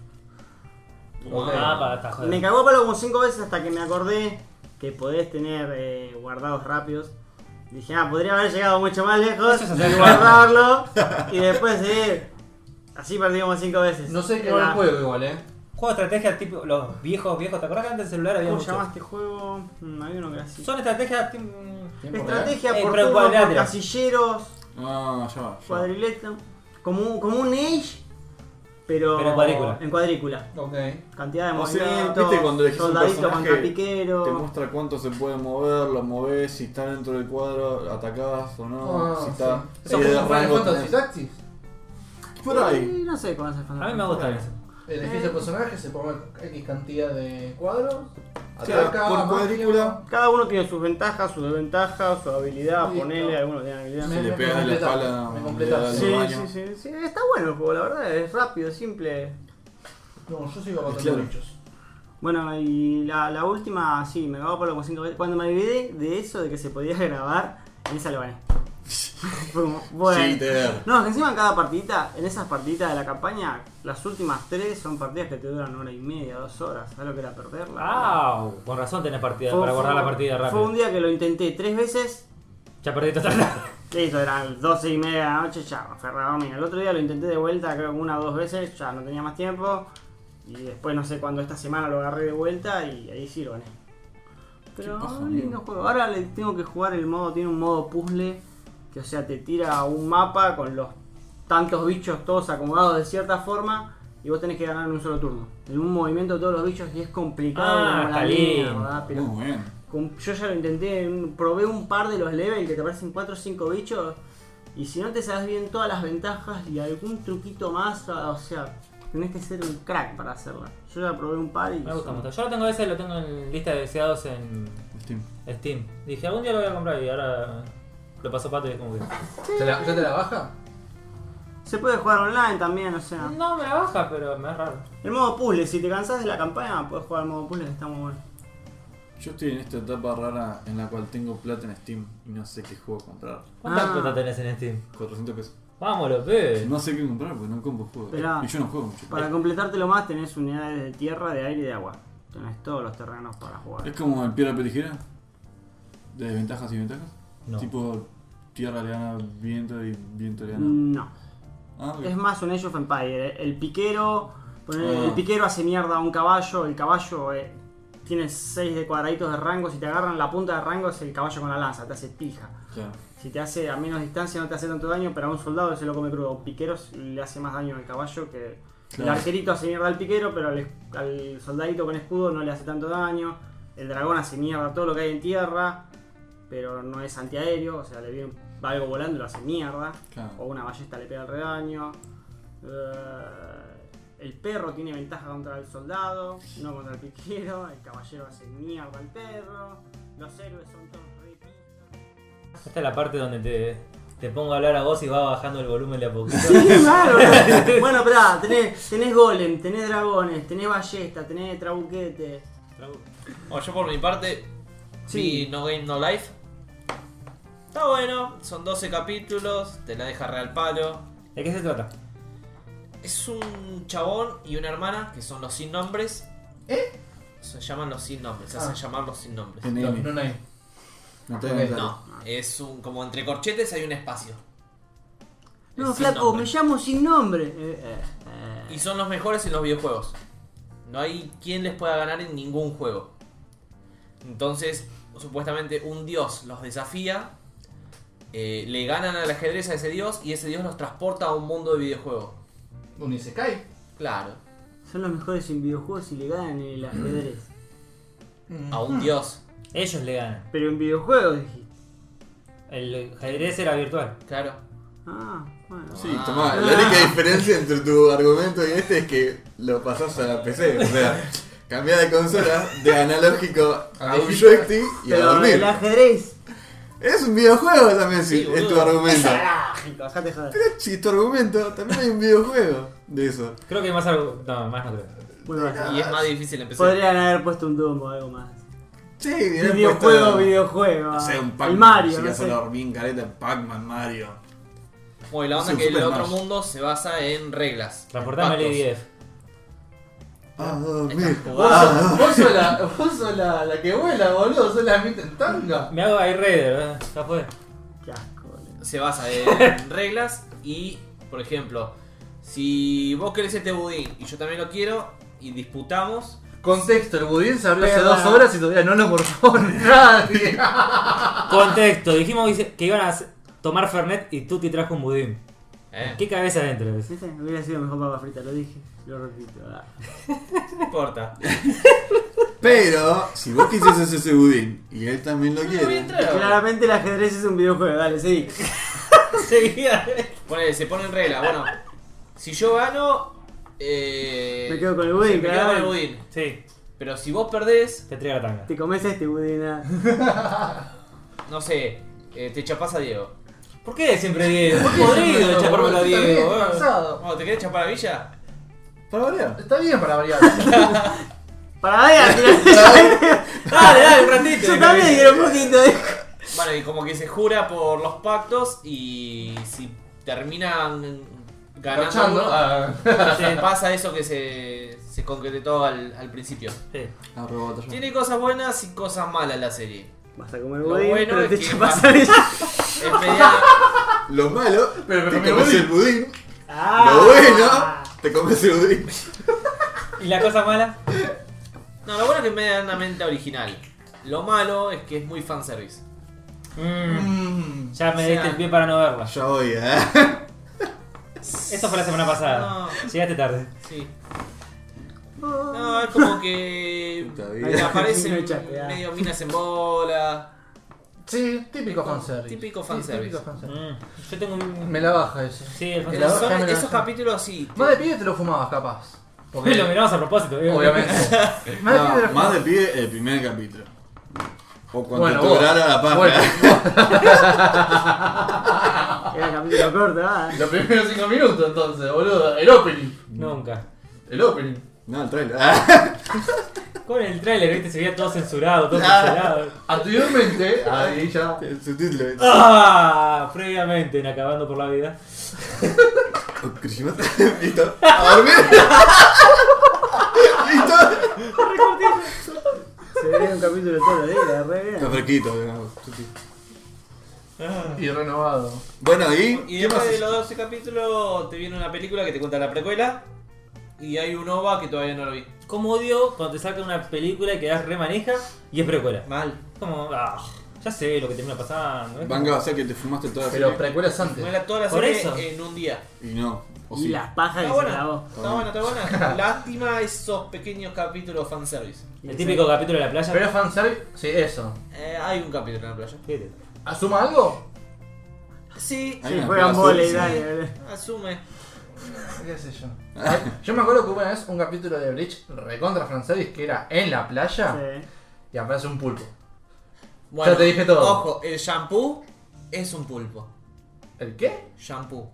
Speaker 3: Ok.
Speaker 1: Ah, para está jodido.
Speaker 4: Me cagó a palo como cinco veces hasta que me acordé que podés tener eh, guardados rápidos. Dije, ah, podría haber llegado mucho más lejos
Speaker 1: Eso es
Speaker 4: y
Speaker 1: hacer
Speaker 4: guardarlo. y después seguir. Así perdí como cinco veces.
Speaker 3: No sé qué
Speaker 4: Era-
Speaker 3: era el juego igual, eh.
Speaker 1: Juegos de estrategia tipo los viejos, viejos. ¿Te acuerdas que antes el celular había
Speaker 4: ¿Cómo
Speaker 1: muchos?
Speaker 4: llamaste este juego? Mm, había uno que era así.
Speaker 1: Son estrategias tim-
Speaker 3: Tiempo real.
Speaker 4: Estrategia
Speaker 1: Eh,
Speaker 4: por
Speaker 1: pero
Speaker 4: turno, por
Speaker 1: cuadrilátero.
Speaker 4: casilleros,
Speaker 5: Ah, ya va. ya va.
Speaker 4: cuadrileta. Como, un- como un Age, pero,
Speaker 1: Pero en cuadrícula.
Speaker 4: en cuadrícula.
Speaker 3: Ok.
Speaker 4: Cantidad de
Speaker 5: O sea,
Speaker 4: movimientos,
Speaker 5: ¿viste cuando elegís un
Speaker 4: soldadito
Speaker 5: personaje,
Speaker 4: contra
Speaker 5: Te
Speaker 4: piquero.
Speaker 5: muestra cuánto se puede mover, lo movés, si está dentro del cuadro, atacás o no,
Speaker 3: Ah,
Speaker 5: si
Speaker 3: sí.
Speaker 5: está.
Speaker 3: Eso
Speaker 5: si
Speaker 3: fue
Speaker 5: de
Speaker 3: un Final
Speaker 5: rango
Speaker 3: Fantasy
Speaker 5: tenés.
Speaker 3: Tactics.
Speaker 5: Por ahí.
Speaker 4: Eh, No sé cómo es el Final
Speaker 1: A mí me
Speaker 4: Fantasy.
Speaker 1: gusta eso.
Speaker 3: Elegís el personaje, se pone X cantidad de cuadros.
Speaker 5: O sea, por cuadrícula,
Speaker 4: Cada uno tiene sus ventajas, sus desventajas, su habilidad,
Speaker 3: Listo.
Speaker 4: ponele, alguno tiene habilidad.
Speaker 5: si le
Speaker 3: me
Speaker 5: pegan en la
Speaker 3: completás,
Speaker 5: espalda,
Speaker 3: me
Speaker 5: le
Speaker 3: completás.
Speaker 5: da-
Speaker 4: Sí,
Speaker 5: daño.
Speaker 4: sí, sí, sí, está bueno el juego, la verdad, es rápido, simple.
Speaker 3: No, yo sigo matando
Speaker 5: Claro.
Speaker 3: bichos.
Speaker 4: Bueno, y la, la última, sí, me acabo por lo como cinco veces. Cuando me olvidé de eso, de que se podía grabar, en esa lo gané. Fue como, bueno.
Speaker 5: Sí, te da.
Speaker 4: No, es que encima en cada partidita, en esas partiditas de la campaña, las últimas tres son partidas que te duran hora y media, dos horas. ¿Sabes lo que era perderla?
Speaker 1: ¡Wow! Con razón tenés partida Ah, para guardar la partida
Speaker 4: Fue
Speaker 1: rápido.
Speaker 4: un día que lo intenté tres veces
Speaker 1: Ya perdí total.
Speaker 4: Listo, eran 12 y media de la noche, ya, aferrado mira. El otro día lo intenté de vuelta, creo que una o dos veces, ya no tenía más tiempo. Y después, no sé cuándo esta semana lo agarré de vuelta y ahí sí lo gané. Pero
Speaker 5: Qué paja,
Speaker 4: un lindo
Speaker 5: amigo.
Speaker 4: juego. Ahora le tengo que jugar el modo, tiene un modo puzzle, que o sea, te tira un mapa con los tantos bichos todos acomodados de cierta forma y vos tenés que ganar en un solo turno. En un movimiento todos los bichos y es complicado.
Speaker 1: Ah,
Speaker 4: como la
Speaker 1: está lindo. Uh,
Speaker 4: mierda, pero-
Speaker 5: Muy bien.
Speaker 4: con- yo ya lo intenté, un- probé un par de los levels que te aparecen 4 o 5 bichos. Y si no te sabes bien todas las ventajas y algún truquito más, a- o sea, tenés que ser un crack para hacerla. Yo ya probé un par y.
Speaker 1: Me gusta mucho. Yo lo tengo ese, lo tengo en lista de deseados en
Speaker 5: Pues Steam.
Speaker 1: Steam. Dije, algún día lo voy a comprar y ahora lo pasó pato y es como que.
Speaker 3: ¿Se la- ¿Ya te la baja?
Speaker 4: Se puede jugar online también, o sea.
Speaker 1: No me la baja, pero me es raro.
Speaker 4: El modo puzzle, si te cansás de la campaña, puedes jugar el modo puzzle que está muy bueno.
Speaker 5: Yo estoy en esta etapa rara en la cual tengo plata en Steam y no sé qué juego comprar.
Speaker 1: ¿Cuántas
Speaker 4: Ah.
Speaker 1: plata tenés en Steam?
Speaker 5: 400 pesos.
Speaker 1: Vámonos, pe.
Speaker 5: No sé qué comprar porque no compro juegos.
Speaker 4: Esperá.
Speaker 5: Y yo no juego mucho.
Speaker 1: Eh.
Speaker 4: Para completártelo más, tenés unidades de tierra, de aire y de agua. Tenés todos los terrenos para jugar.
Speaker 1: Eh.
Speaker 5: Es como el piedra peligera. De ventajas y ventajas.
Speaker 1: No.
Speaker 5: Tipo tierra le gana viento y viento le gana.
Speaker 4: No.
Speaker 5: Ah, ok.
Speaker 4: Mm, Es más un Age of Empire. eh. El piquero. ponele,
Speaker 5: Ah.
Speaker 4: El piquero hace mierda a un caballo. El caballo eh, tiene 6 de cuadraditos de rango. Si te agarran la punta de rango es el caballo con la lanza, te hace pija.
Speaker 5: Claro.
Speaker 4: Si te hace a menos distancia no te hace tanto daño, pero a un soldado se lo come crudo. Un piquero le hace más daño al caballo que.
Speaker 5: Claro.
Speaker 4: El arquerito hace mierda al piquero, pero al, es- al soldadito con escudo no le hace tanto daño. El dragón hace mierda todo lo que hay en tierra, pero no es antiaéreo, o sea, le viene algo volando y lo hace mierda.
Speaker 5: Claro.
Speaker 4: O una ballesta le pega al rebaño. Eh, el perro tiene ventaja contra el soldado, no contra el piquero. El caballero hace mierda al perro. Los héroes son todos re pijas.
Speaker 1: Esta es la parte donde te, te pongo a hablar a vos y va bajando el volumen de a poquito.
Speaker 4: Claro. bueno, pará, tenés, tenés golem, tenés dragones, tenés ballesta, tenés trabuquete.
Speaker 2: Bueno, Oh, yo por mi parte,
Speaker 4: Sí.
Speaker 2: sí, No Game No Life. Está bueno, son 12 capítulos, te la deja real palo.
Speaker 1: ¿De qué se trata?
Speaker 2: Es un chabón y una hermana que son los sin nombres.
Speaker 3: ¿Eh?
Speaker 2: Se llaman los sin nombres, se
Speaker 3: Ah.
Speaker 2: hacen llamar los sin nombres.
Speaker 5: NM.
Speaker 3: No, no hay.
Speaker 5: No te
Speaker 3: Ok.
Speaker 5: voy a
Speaker 2: No, es un como entre corchetes hay un espacio.
Speaker 4: No,
Speaker 2: Es sin
Speaker 4: flaco,
Speaker 2: nombre.
Speaker 4: me llamo sin nombre. Eh, eh, eh.
Speaker 2: Y son los mejores en los videojuegos. No hay quien les pueda ganar en ningún juego. Entonces, supuestamente un dios los desafía, eh, le ganan al ajedrez a ese dios y ese dios los transporta a un mundo de videojuego.
Speaker 3: Un Isekai.
Speaker 2: Claro,
Speaker 4: Son los mejores en videojuegos y le ganan en el ajedrez.
Speaker 2: a un dios.
Speaker 1: Ellos le ganan.
Speaker 4: Pero en videojuegos dijiste.
Speaker 1: El ajedrez era virtual.
Speaker 2: Claro.
Speaker 4: Ah, bueno.
Speaker 5: Sí, tomá. La única diferencia entre tu argumento y este es que lo pasás a la PC. O sea, cambiá de consola de analógico a un joystick y a
Speaker 4: Pero el
Speaker 5: dormir.
Speaker 4: ajedrez
Speaker 5: Es un videojuego también, si
Speaker 2: Sí,
Speaker 5: es tu
Speaker 2: boludo.
Speaker 5: argumento.
Speaker 4: mágico, dejate de joder.
Speaker 5: Si tu argumento, también hay un videojuego de eso.
Speaker 1: Creo que hay más algo. No, más no creo.
Speaker 4: Muy bueno.
Speaker 2: Y es más difícil empezar.
Speaker 4: Podrían haber puesto un Dumbo o algo más.
Speaker 5: Sí,
Speaker 4: Videojuego, videojuego.
Speaker 5: No sé, un Pac-Man.
Speaker 4: el Mario,
Speaker 5: Si
Speaker 4: no
Speaker 5: vas a
Speaker 4: sé.
Speaker 5: dormir, careta, Pac-Man, Mario.
Speaker 2: Bueno, y la
Speaker 5: Es
Speaker 2: onda
Speaker 5: un
Speaker 2: que el
Speaker 5: Super
Speaker 2: otro
Speaker 5: Smash.
Speaker 2: mundo se basa en reglas.
Speaker 1: Transportame E el
Speaker 2: pactos.
Speaker 1: IDF.
Speaker 5: Ah, dormir.
Speaker 3: Vos, sos- vos sos, la, vos sos la, la que vuela, boludo, sos la que mete en tanga.
Speaker 1: Me hago ahí Raider, ¿verdad? Ya fue.
Speaker 4: Qué asco, boludo.
Speaker 2: Se basa en reglas y, por ejemplo, si vos querés este budín y yo también lo quiero y disputamos,
Speaker 3: Contexto, el budín se abrió hace
Speaker 4: Pero-
Speaker 3: dos horas y todavía no lo morfó nadie.
Speaker 1: Contexto, dijimos que- que iban a hacer- tomar Fernet y Tuti trajo un budín.
Speaker 2: eh,
Speaker 1: ¿Qué cabeza adentro? es?
Speaker 4: ¿Viste? Hubiera sido mejor papa frita, lo dije, lo repito. ah.
Speaker 2: no importa.
Speaker 5: Pero, si vos quisieses ese budín y él también lo
Speaker 2: No voy a
Speaker 5: quiere.
Speaker 2: entrar ahora.
Speaker 4: Claramente el ajedrez es un videojuego, dale, seguí.
Speaker 1: Seguía.
Speaker 2: Ponele, se pone en regla. Bueno, si yo gano, eh,
Speaker 4: Me quedo con el
Speaker 2: me quedo
Speaker 4: budín,
Speaker 2: con el
Speaker 4: claramente.
Speaker 2: budín.
Speaker 1: Sí,
Speaker 2: Pero si vos perdés,
Speaker 1: te entrega la tanga.
Speaker 4: Te comes este budín. ah.
Speaker 2: no sé, eh, te chapás a Diego.
Speaker 1: ¿Por qué siempre Diego? Es
Speaker 3: Siempre
Speaker 1: podrido
Speaker 3: lo-
Speaker 1: chapármelo a
Speaker 3: está bien,
Speaker 1: Diego.
Speaker 3: está
Speaker 1: eh.
Speaker 3: cansado.
Speaker 2: Bueno, ¿te querés chapar a Villa?
Speaker 5: Para variar.
Speaker 3: Está bien para variar.
Speaker 4: Para ver,
Speaker 1: Dale, dale, un ratito.
Speaker 4: yo también quiero un poquito de.
Speaker 2: Bueno, y como que se jura por los pactos y si terminan ganando,
Speaker 3: Cachando.
Speaker 2: uno,
Speaker 3: Ah.
Speaker 2: se pasa eso que se, se concretó al, al principio.
Speaker 1: Sí.
Speaker 5: Ah, robot, ya.
Speaker 2: Tiene cosas buenas y cosas malas la serie.
Speaker 4: Vas a comer
Speaker 2: Lo
Speaker 4: budín,
Speaker 2: bueno
Speaker 4: pero
Speaker 2: es
Speaker 4: te
Speaker 2: que
Speaker 4: chapas
Speaker 2: va-
Speaker 4: a ella.
Speaker 2: Es pelear-
Speaker 5: Lo malo,
Speaker 3: Pero me
Speaker 5: te
Speaker 3: comí el
Speaker 5: comes
Speaker 3: budín.
Speaker 5: el budín.
Speaker 4: Ah.
Speaker 5: Lo bueno, te comes el budín.
Speaker 1: ¿Y la cosa mala?
Speaker 2: No, lo bueno es que es medianamente original. Lo malo es que es muy fanservice.
Speaker 1: Mm,
Speaker 3: Mm.
Speaker 1: ya me
Speaker 2: O sea-
Speaker 1: diste el pie para no verla.
Speaker 5: Ya voy, eh.
Speaker 1: Eso fue la semana pasada.
Speaker 2: No,
Speaker 1: Llegaste tarde.
Speaker 2: sí. No, es como que.
Speaker 5: Puta
Speaker 2: que
Speaker 5: vida.
Speaker 4: No
Speaker 2: aparecen
Speaker 4: echaste, ah.
Speaker 2: medio minas en bola.
Speaker 3: Sí, típico fanservice.
Speaker 2: Típico
Speaker 3: Sí,
Speaker 2: fanservice.
Speaker 3: típico fanservice.
Speaker 1: Mm, Yo tengo un.
Speaker 3: Me la baja ese.
Speaker 1: Sí, el
Speaker 3: Me
Speaker 1: fanservice.
Speaker 3: la
Speaker 2: Son
Speaker 3: baja, me la
Speaker 2: esos
Speaker 3: baja.
Speaker 2: capítulos sí.
Speaker 3: Más de pibe te lo fumabas, capaz. Porque,
Speaker 1: Lo miramos a propósito. eh.
Speaker 3: obviamente. Más de pibe te lo
Speaker 5: No, más
Speaker 3: fumabas.
Speaker 5: de pie el primer capítulo. O cuando
Speaker 3: Bueno,
Speaker 5: te
Speaker 3: vos.
Speaker 5: orara la paja.
Speaker 3: Bueno,
Speaker 4: Era capítulo corto, ah.
Speaker 3: los primeros 5 minutos entonces, boludo. El opening.
Speaker 1: Nunca.
Speaker 3: El opening.
Speaker 5: No, el trailer. Ah,
Speaker 1: Con el trailer, viste, se veía todo censurado, todo
Speaker 5: Ah.
Speaker 1: censurado.
Speaker 3: Anteriormente, ahí ya.
Speaker 5: el eh. subtítulo.
Speaker 1: ¡Ah! Previamente en Acabando por la Vida.
Speaker 5: Oh, Kirishima. Listo. A dormir. Listo.
Speaker 4: Se veía un capítulo todos los días, re
Speaker 5: Está
Speaker 4: bien.
Speaker 5: fresquito. digamos.
Speaker 3: Y renovado.
Speaker 5: Bueno, ¿y?
Speaker 2: Y
Speaker 5: ¿Qué
Speaker 2: después
Speaker 5: más?
Speaker 2: de los 12 capítulos te viene una película que te cuenta la precuela. Y hay un OVA que todavía no lo vi.
Speaker 1: ¿Cómo odio cuando te sacan una película que das remaneja y es precuela?
Speaker 2: Mal.
Speaker 1: Como, ah, ya sé lo que termina pasando. ¿eh?
Speaker 5: Vanga, o sea que te fumaste toda la
Speaker 3: Pero
Speaker 5: serie.
Speaker 3: precuelas antes.
Speaker 2: No era toda la
Speaker 1: Por
Speaker 2: serie
Speaker 1: eso.
Speaker 2: en un día.
Speaker 5: Y no. O
Speaker 4: Y
Speaker 5: sí.
Speaker 4: las pajas que
Speaker 2: Está
Speaker 4: se
Speaker 2: buena,
Speaker 4: grabó.
Speaker 2: está buena, está buena. Lástima esos pequeños capítulos fanservice.
Speaker 1: El típico capítulo de la playa.
Speaker 3: Pero fanservice, sí, eso.
Speaker 2: Eh, hay un capítulo en la playa.
Speaker 1: Fíjate.
Speaker 3: ¿Asuma algo?
Speaker 2: Sí,
Speaker 5: Hay
Speaker 4: Sí,
Speaker 5: una
Speaker 4: juegan
Speaker 5: plaza,
Speaker 4: volei,
Speaker 5: sí.
Speaker 4: dale, boludo.
Speaker 2: asume.
Speaker 3: ¿Qué sé yo? Ah, Yo me acuerdo que hubo una vez un capítulo de Bridge recontra fanservice que era en la playa
Speaker 4: Sí.
Speaker 3: y aparece un pulpo.
Speaker 2: Bueno,
Speaker 3: te dije todo.
Speaker 2: Ojo, el shampoo es un pulpo.
Speaker 3: ¿El qué?
Speaker 2: Shampoo.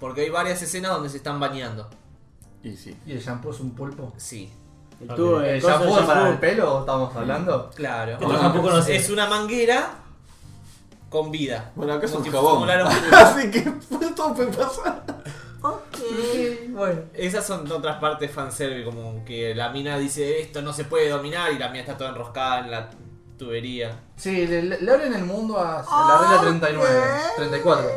Speaker 2: Porque hay varias escenas donde se están bañando.
Speaker 5: Y sí.
Speaker 3: ¿Y el shampoo es un pulpo?
Speaker 2: Sí,
Speaker 4: El
Speaker 1: Ok.
Speaker 4: tubo,
Speaker 3: ¿El
Speaker 4: el coso de
Speaker 3: shampoo es Eh, para el
Speaker 4: shampoo.
Speaker 3: pelo? ¿Estamos hablando?
Speaker 2: claro.
Speaker 1: Otro shampoo conocido.
Speaker 2: Es una manguera con vida.
Speaker 5: Bueno, acá es
Speaker 2: Como si
Speaker 5: un jabón.
Speaker 2: simulara un pulpo.
Speaker 5: Así que todo puede pasar.
Speaker 3: Sí, bueno.
Speaker 2: Esas son otras partes fanservice, como que la mina dice esto no se puede dominar y la mina está toda enroscada en la tubería.
Speaker 3: Sí, le, le- le abren el mundo a, a la regla 39, 34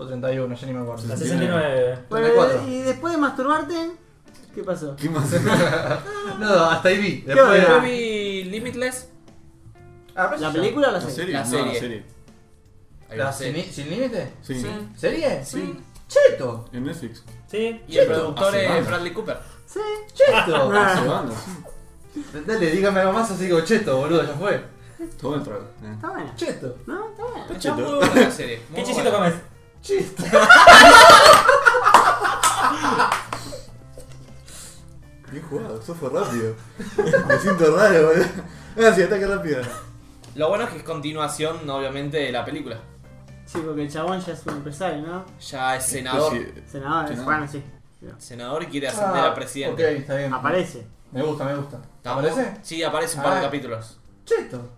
Speaker 3: o 31, ya ni me acuerdo.
Speaker 1: La
Speaker 5: Sí.
Speaker 1: 69.
Speaker 4: Bueno,
Speaker 3: 34.
Speaker 4: y después de masturbarte, ¿qué pasó?
Speaker 5: ¿Qué más?
Speaker 3: No, no, hasta ahí vi.
Speaker 4: Qué
Speaker 2: Yo
Speaker 4: buena.
Speaker 3: Después,
Speaker 2: vi Limitless.
Speaker 3: Ah, pero
Speaker 4: ¿La
Speaker 3: ya.
Speaker 4: película o la
Speaker 5: ¿La
Speaker 4: serie?
Speaker 5: serie?
Speaker 2: La
Speaker 5: no,
Speaker 2: serie.
Speaker 5: la serie.
Speaker 2: Hay
Speaker 3: ¿La
Speaker 2: una serie.
Speaker 3: sin, sin límite?
Speaker 5: Sí.
Speaker 4: Sí.
Speaker 3: ¿Serie?
Speaker 5: Sí.
Speaker 3: Cheto,
Speaker 5: En Netflix.
Speaker 1: Sí.
Speaker 2: Y el
Speaker 5: Cheto,
Speaker 2: productor
Speaker 5: hace
Speaker 2: es
Speaker 5: banda.
Speaker 2: Bradley Cooper.
Speaker 4: Sí.
Speaker 3: cheto.
Speaker 4: Ah.
Speaker 5: Se van, así.
Speaker 3: Dale, dígame algo más así digo cheto, boludo, ya fue.
Speaker 5: Todo el trago. eh.
Speaker 4: Está buena.
Speaker 3: Cheto,
Speaker 4: No, está buena.
Speaker 2: Está muy
Speaker 5: Cheto.
Speaker 2: buena la serie. muy
Speaker 1: ¿Qué chisito
Speaker 2: buena.
Speaker 1: comes?
Speaker 3: cheto.
Speaker 5: Bien jugado, eso fue rápido. Me siento raro, boludo. Ah, sí, ataque rápido.
Speaker 2: Lo bueno es que es continuación, obviamente, de la película.
Speaker 4: Sí, porque el chabón ya es un empresario, ¿no?
Speaker 2: Ya es senador.
Speaker 5: Sí.
Speaker 4: Senador,
Speaker 5: Senador.
Speaker 4: bueno, sí.
Speaker 2: Senador y quiere ascender a presidente.
Speaker 3: Ah, Ok, está bien.
Speaker 4: Aparece.
Speaker 3: Me gusta, me gusta. ¿Te
Speaker 2: ¿Estamos?
Speaker 3: parece?
Speaker 2: Sí, aparece un par de
Speaker 3: Ah.
Speaker 2: capítulos.
Speaker 3: Cheto.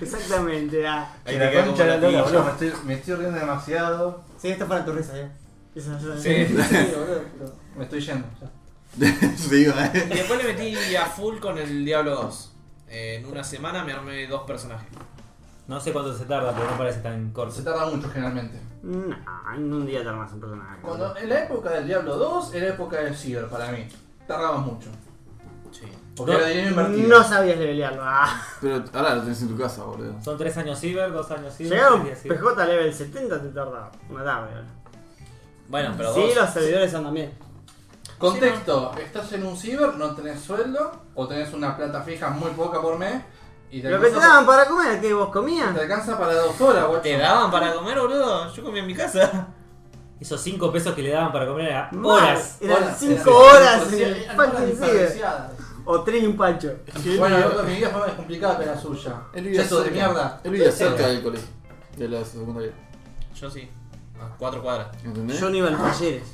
Speaker 4: Exactamente. ah.
Speaker 3: Que
Speaker 2: Ahí te
Speaker 3: la
Speaker 2: queda como
Speaker 3: concha de la lora,
Speaker 2: latilla.
Speaker 3: boludo. Me estoy, me estoy riendo demasiado.
Speaker 6: Sí, esto es para tu risa, ¿eh?
Speaker 4: Esa- esa-
Speaker 2: Sí.
Speaker 6: Sí, boludo. pero-
Speaker 3: Me estoy yendo. ya.
Speaker 5: Sí, eh.
Speaker 2: Y después le metí a full con el Diablo 2. en una semana me armé dos personajes.
Speaker 1: No sé cuánto se tarda, pero no parece tan corto.
Speaker 3: Se tarda mucho generalmente.
Speaker 4: Nah, en un día te armas un personaje.
Speaker 3: Cuando, en la época del Diablo 2 era época del Ciber para mí. Tardaba mucho.
Speaker 2: Sí.
Speaker 3: Porque
Speaker 1: No,
Speaker 3: era dinero invertido.
Speaker 4: No sabías levelearlo. Ah.
Speaker 5: Pero ahora lo tenés en tu casa, boludo.
Speaker 1: Son 3 años ciber, 2 años ciber.
Speaker 4: Llegaron
Speaker 1: tres días ciber.
Speaker 4: PJ level 70 te tardaba una tarde. boludo.
Speaker 2: Bueno, pero
Speaker 4: Sí,
Speaker 2: dos.
Speaker 4: los servidores andan bien.
Speaker 3: Contexto, estás en un ciber, no tenés sueldo, o tenés una plata fija muy poca por mes, y te,
Speaker 4: Lo que te
Speaker 3: alcanza,
Speaker 4: daban para comer, que vos comías.
Speaker 3: te alcanza para dos horas, guacho.
Speaker 2: ¿Te daban para comer, boludo? Yo comía en mi casa.
Speaker 1: Esos 5 pesos que le daban para comer era
Speaker 4: Mal.
Speaker 1: horas.
Speaker 4: Eran
Speaker 3: Horas,
Speaker 4: 5
Speaker 3: eran-
Speaker 4: horas en el
Speaker 3: eran horas
Speaker 4: fucking ciber.
Speaker 3: diferenciadas.
Speaker 4: O 3 y un pancho.
Speaker 3: Bueno, loco, mi vida fue más complicada que la suya.
Speaker 5: Él vivía
Speaker 3: Cheto de
Speaker 5: cerca.
Speaker 3: mierda.
Speaker 5: Él vivía cerca del colegio. De la secundaria.
Speaker 2: Yo sí. A cuatro cuadras.
Speaker 5: ¿Entendés?
Speaker 4: Yo no iba a los talleres.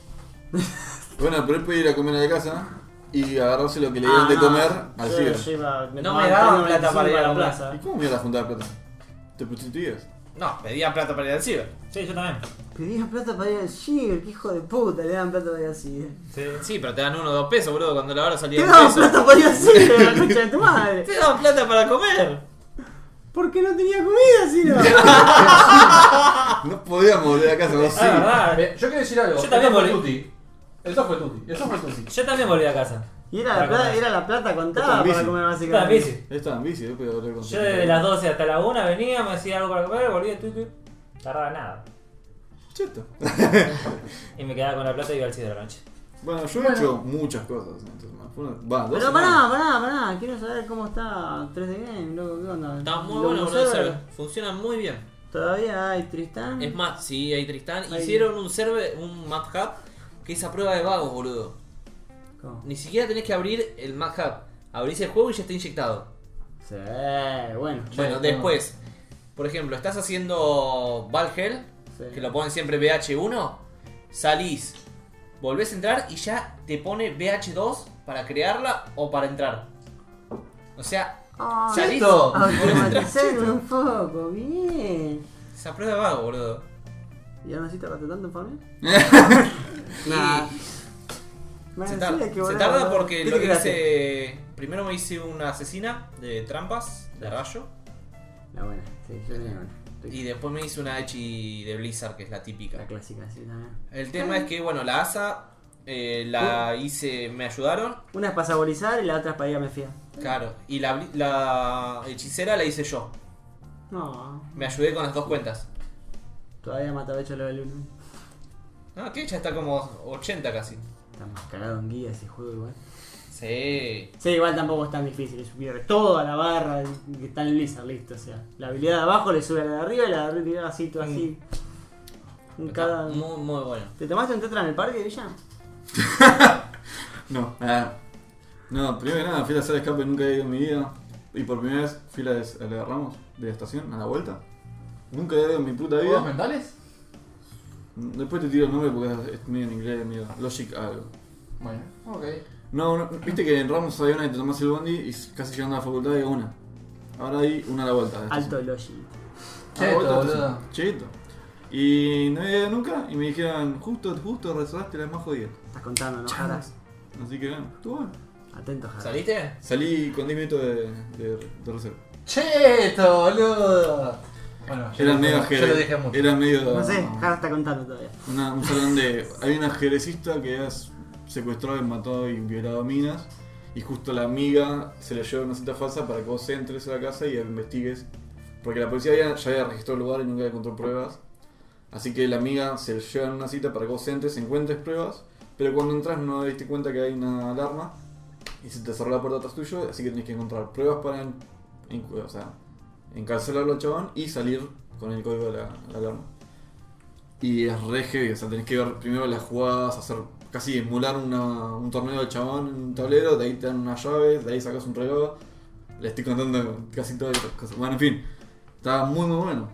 Speaker 5: Bueno, pero él puede ir a comer a la casa y agarrarse lo que
Speaker 4: Ah,
Speaker 5: le dieron de comer al
Speaker 4: yo-
Speaker 5: ciber.
Speaker 4: yo iba-
Speaker 2: No
Speaker 4: tomaba
Speaker 2: me daban
Speaker 4: el tren
Speaker 2: plata para ir a
Speaker 4: 95
Speaker 2: la plaza.
Speaker 5: ¿Y cómo mierda juntar plata? ¿Te prostituías?
Speaker 2: No, pedían plata para ir al ciber.
Speaker 1: Sí, yo también.
Speaker 4: Pedían plata para ir al ciber, que hijo de puta, le dan plata para ir al ciber.
Speaker 1: Sí.
Speaker 2: Sí, pero te dan uno o dos pesos, boludo, cuando la hora salía
Speaker 4: Te
Speaker 2: un
Speaker 4: daban
Speaker 2: peso.
Speaker 4: plata para ir al ciber, la concha de tu madre.
Speaker 2: Te daban plata para comer.
Speaker 4: Porque no tenía comida, Ciro.
Speaker 5: No podíamos volver a casa, no
Speaker 1: Ah, verdad.
Speaker 3: Ve, Yo quiero decir algo.
Speaker 1: Yo también
Speaker 3: Eso fue
Speaker 1: volví.
Speaker 3: Tuti. Eso fue Tuti. Eso fue Tuti.
Speaker 1: Yo también volví a casa.
Speaker 4: Y era
Speaker 1: Para
Speaker 4: la, plata,
Speaker 1: comer.
Speaker 4: era la plata
Speaker 5: Estaba
Speaker 4: contada
Speaker 5: en
Speaker 4: para
Speaker 5: bici.
Speaker 4: comer
Speaker 1: Estaba en
Speaker 4: básicamente.
Speaker 1: bici.
Speaker 5: Él estaba en bici, yo podía volver con
Speaker 1: Yo desde las 12 hasta la 1 venía, me hacía algo para comer, volvía, tu, tu. Tardaba nada.
Speaker 5: Cheto.
Speaker 1: Y me quedaba con la plata y iba al ciber a la noche.
Speaker 5: Bueno, yo he hecho muchas cosas. Entonces, más. Fue una- Va, dos
Speaker 4: Pero
Speaker 5: semanas.
Speaker 4: pará, pará, pará, quiero saber cómo está 3D Game, loco, ¿qué onda?
Speaker 2: Está muy
Speaker 4: ¿Lo
Speaker 2: bueno, boludo, el
Speaker 4: conservan?
Speaker 2: server. Funciona muy bien.
Speaker 4: Todavía hay Tristán.
Speaker 2: Es más, sí, ahí Tristán.
Speaker 4: Ahí.
Speaker 2: Hicieron un server, un map hub, que es a prueba de vagos, boludo.
Speaker 4: ¿Cómo?
Speaker 2: Ni siquiera tenés que abrir el map hub. Abrís el juego y ya está inyectado.
Speaker 4: Sí, bueno.
Speaker 2: Bueno,
Speaker 3: Sí,
Speaker 2: después, por ejemplo, estás haciendo Valhell,
Speaker 4: Sí.
Speaker 2: que lo ponen siempre BH1, salís, volvés a entrar y ya te pone BH2 para crearla o para entrar. O sea,
Speaker 4: Ah,
Speaker 2: salís,
Speaker 3: Cheto.
Speaker 2: volvés a entrar.
Speaker 4: Automatizaron un poco, bien.
Speaker 2: Esa prueba de vago, boludo.
Speaker 4: ¿Y ahora sí te gasté tanto en familia? Nah. Me
Speaker 2: Se,
Speaker 4: decía
Speaker 2: tar-
Speaker 4: que
Speaker 2: se
Speaker 4: volaba,
Speaker 2: tarda
Speaker 4: boludo.
Speaker 2: porque
Speaker 4: ¿Qué
Speaker 2: lo
Speaker 4: te creaste?
Speaker 2: hice. Primero me hice una asesina de trampas, de rayo.
Speaker 4: La buena, sí, yo tenía una.
Speaker 2: Y después me hice una Echi de Blizzard, que es la típica.
Speaker 4: La clásica, sí, también.
Speaker 2: El tema es que, bueno, la ASA eh, la hice. Me ayudaron.
Speaker 4: Una es para saborizar y la otra es para ir a Mefía.
Speaker 2: Claro, y la, bli- la hechicera la hice yo.
Speaker 4: No,
Speaker 2: Me ayudé con las dos cuentas.
Speaker 4: todavía mata hecho level 1.
Speaker 2: Ah, que ya está como 80 casi.
Speaker 4: Está más cagado en guía ese juego igual.
Speaker 2: Sí.
Speaker 4: Sí, igual tampoco es tan difícil, le subieron todo a la barra del- que está en Blizzard, listo, o sea. La habilidad de abajo le sube a la de arriba y la de arriba así, todo así. Un
Speaker 2: Está
Speaker 4: cada-
Speaker 2: Muy, muy bueno.
Speaker 4: ¿Te tomaste un tetra en el parque, Villa?
Speaker 5: No. Ah. No, primero que nada, fui a la sala de escape, nunca he ido en mi vida. Y por primera vez fui a la de, a la de Ramos, de la estación, a la vuelta. Nunca he ido en mi puta
Speaker 3: ¿Juegos
Speaker 5: vida.
Speaker 3: mentales?
Speaker 5: Después te tiro el nombre porque es- es medio en inglés, medio Logic algo.
Speaker 3: Bueno, ok.
Speaker 5: No, no, viste que en Ramos había una que te tomás el bondi y casi llegando a la facultad había una. Ahora hay una a la vuelta. de la
Speaker 4: Alto
Speaker 5: estación.
Speaker 4: Logi.
Speaker 5: A la
Speaker 3: Cheto,
Speaker 5: vuelta de la
Speaker 3: boludo.
Speaker 5: estación. Cheto. Y no había ido nunca y me dijeron, justo, justo, reservaste la más jodida.
Speaker 4: Estás contando, ¿no? Jaras.
Speaker 5: Así que bueno, estuvo bueno.
Speaker 4: Atento, Jaras.
Speaker 2: ¿Saliste?
Speaker 5: Salí con 10 minutos de, de, de reserva.
Speaker 3: Cheto, boludo. Bueno, yo,
Speaker 5: Era
Speaker 3: lo-
Speaker 5: medio
Speaker 3: yo lo
Speaker 5: ajedrez.
Speaker 3: dije mucho.
Speaker 5: Era medio.
Speaker 4: No sé, Jaras está contando todavía.
Speaker 5: una- un salón de. Hay un ajedrecista que ha secuestrado y matado y violado minas. Y justo la amiga se le lleva una cita falsa para que vos entres a la casa y investigues. Porque la policía había- ya había registrado el lugar y nunca encontró pruebas. Así que la amiga se le lleva en una cita para que vos entres, encuentres pruebas. Pero cuando entras no diste cuenta que hay una alarma y se te cerró la puerta atrás tuyo. Así que tenés que encontrar pruebas para en- en- o sea, encarcelarlo al chabón y salir con el código de la, la alarma. Y es re heavy, o sea, tenés que ver primero las jugadas, hacer casi emular una- un torneo de chabón en un tablero, de ahí te dan unas llaves, de ahí sacas un reloj. Le estoy contando casi todas estas cosas. Bueno, en fin, estaba muy muy bueno.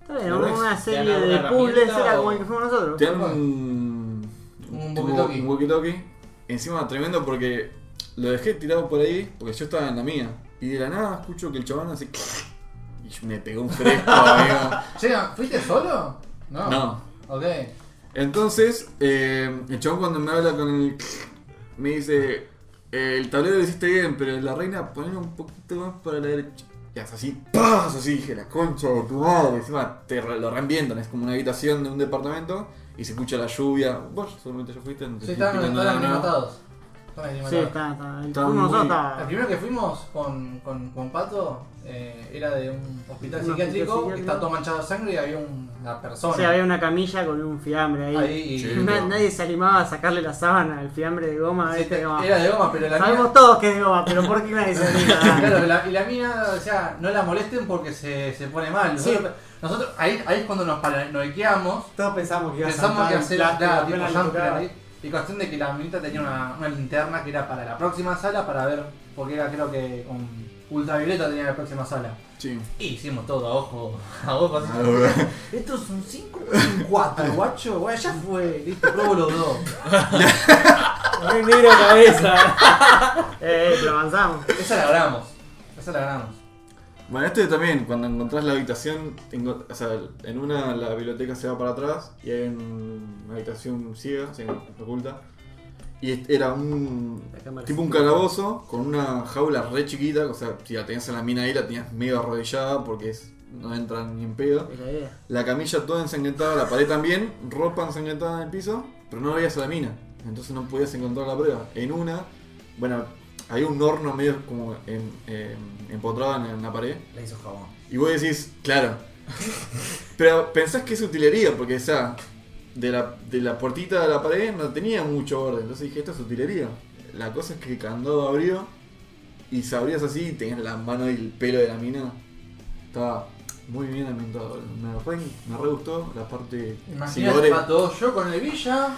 Speaker 4: Está bien,
Speaker 5: ¿Lo
Speaker 4: una,
Speaker 5: ves?
Speaker 2: Te
Speaker 4: serie
Speaker 2: dan
Speaker 4: de
Speaker 2: alguna
Speaker 4: puzzles
Speaker 2: herramienta
Speaker 4: era
Speaker 2: o-
Speaker 4: como el que fuimos nosotros.
Speaker 5: Te dan un,
Speaker 3: Un
Speaker 5: tu-
Speaker 3: walkie-talkie.
Speaker 5: un walkie-talkie. Encima tremendo porque lo dejé tirado por ahí porque yo estaba en la mía. Y de la nada escucho que el chabón hace. Y me pegó un fresco, amigo.
Speaker 3: Che, ¿fuiste solo? No.
Speaker 5: No.
Speaker 3: Ok.
Speaker 5: Entonces, eh, el chabón cuando me habla con el. Me dice. eh, El tablero lo hiciste bien, pero la reina ponelo un poquito más para la derecha. Y hace así, ¡paz! Así dije, la concha de tu madre. Encima te re- lo reambientan, es como una habitación de un departamento y se escucha la lluvia. Vos seguramente ya fuiste, no te
Speaker 3: Sí,
Speaker 5: estoy
Speaker 3: estaban
Speaker 5: explicando
Speaker 3: estaban
Speaker 5: nada nuevo.
Speaker 3: aclimatados. Estaban
Speaker 4: Sí,
Speaker 3: aclimatados.
Speaker 4: está, está. El que
Speaker 5: Está
Speaker 4: fuimos
Speaker 5: muy-
Speaker 4: nosotros
Speaker 3: El
Speaker 4: está.
Speaker 3: primero que fuimos con, con, con Pato eh, era de un hospital psiquiátrico
Speaker 4: Un hospital
Speaker 3: que
Speaker 4: psiquiátrico.
Speaker 3: está todo manchado de sangre y había una persona.
Speaker 4: O sea, había una camilla con un fiambre ahí.
Speaker 3: ahí y-
Speaker 5: Sí.
Speaker 4: Na- nadie se animaba a sacarle la sábana al fiambre de goma.
Speaker 3: Sí,
Speaker 4: este, como-
Speaker 3: era de goma, pero la
Speaker 4: Sabemos
Speaker 3: mía.
Speaker 4: todos que es de goma, pero ¿por qué nadie se anima?
Speaker 3: Claro, la- y la mía, o sea, no la molesten porque se, se pone mal. Nosotros, nosotros ahí, ahí es cuando nos paranoiqueamos,
Speaker 6: Todos pensamos que iba a
Speaker 3: pensamos
Speaker 6: saltar
Speaker 3: que
Speaker 6: el
Speaker 3: hacer
Speaker 6: plato,
Speaker 3: claro,
Speaker 6: la
Speaker 3: tipo
Speaker 6: pena le
Speaker 3: jump
Speaker 6: tocaba.
Speaker 4: Eh,
Speaker 3: ahí. ¿eh? Y cuestión de que la minita tenía una, una linterna que era para la próxima sala para ver, porque era creo que con ultravioleta tenía la próxima sala.
Speaker 5: Sí.
Speaker 3: Y hicimos todo a ojo, a ojo. así.
Speaker 5: Ah, boludo.
Speaker 3: Esto es un 5 un 4, guacho. Bueno, ya fue, listo, pruebo los dos.
Speaker 1: Muy negro cabeza.
Speaker 4: Eh, pero avanzamos.
Speaker 3: Esa la grabamos, esa la grabamos.
Speaker 5: Bueno, este también, cuando encontrás la habitación, enco- o sea, en una la biblioteca se va para atrás y hay un- una habitación ciega, se oculta. Y es- era un.
Speaker 4: La cámara
Speaker 5: Tipo un
Speaker 4: se-
Speaker 5: calabozo con una jaula re chiquita, o sea, si la tenías en la mina ahí la tenías medio arrodillada porque es, no entran ni en pedo.
Speaker 4: Es la idea.
Speaker 5: La camilla toda ensangrentada, la pared también, ropa ensangrentada en el piso, pero no veías a la mina. Entonces no podías encontrar la prueba. En una, bueno, hay un horno medio como en, en- empotrado en, en la pared.
Speaker 2: La hizo jabón.
Speaker 5: Y vos decís, claro. pero pensás que es utilería, porque o sea, de la, de la puertita de la pared no tenía mucho borde. Entonces dije, esto es utilería. La cosa es que cuando abrió y se abrías así y tenías la mano y el pelo de la mina. Estaba muy bien ambientado. boludo. Me re, me re gustó la parte
Speaker 3: Imagínate,
Speaker 5: silores.
Speaker 3: pato, yo con el Villa.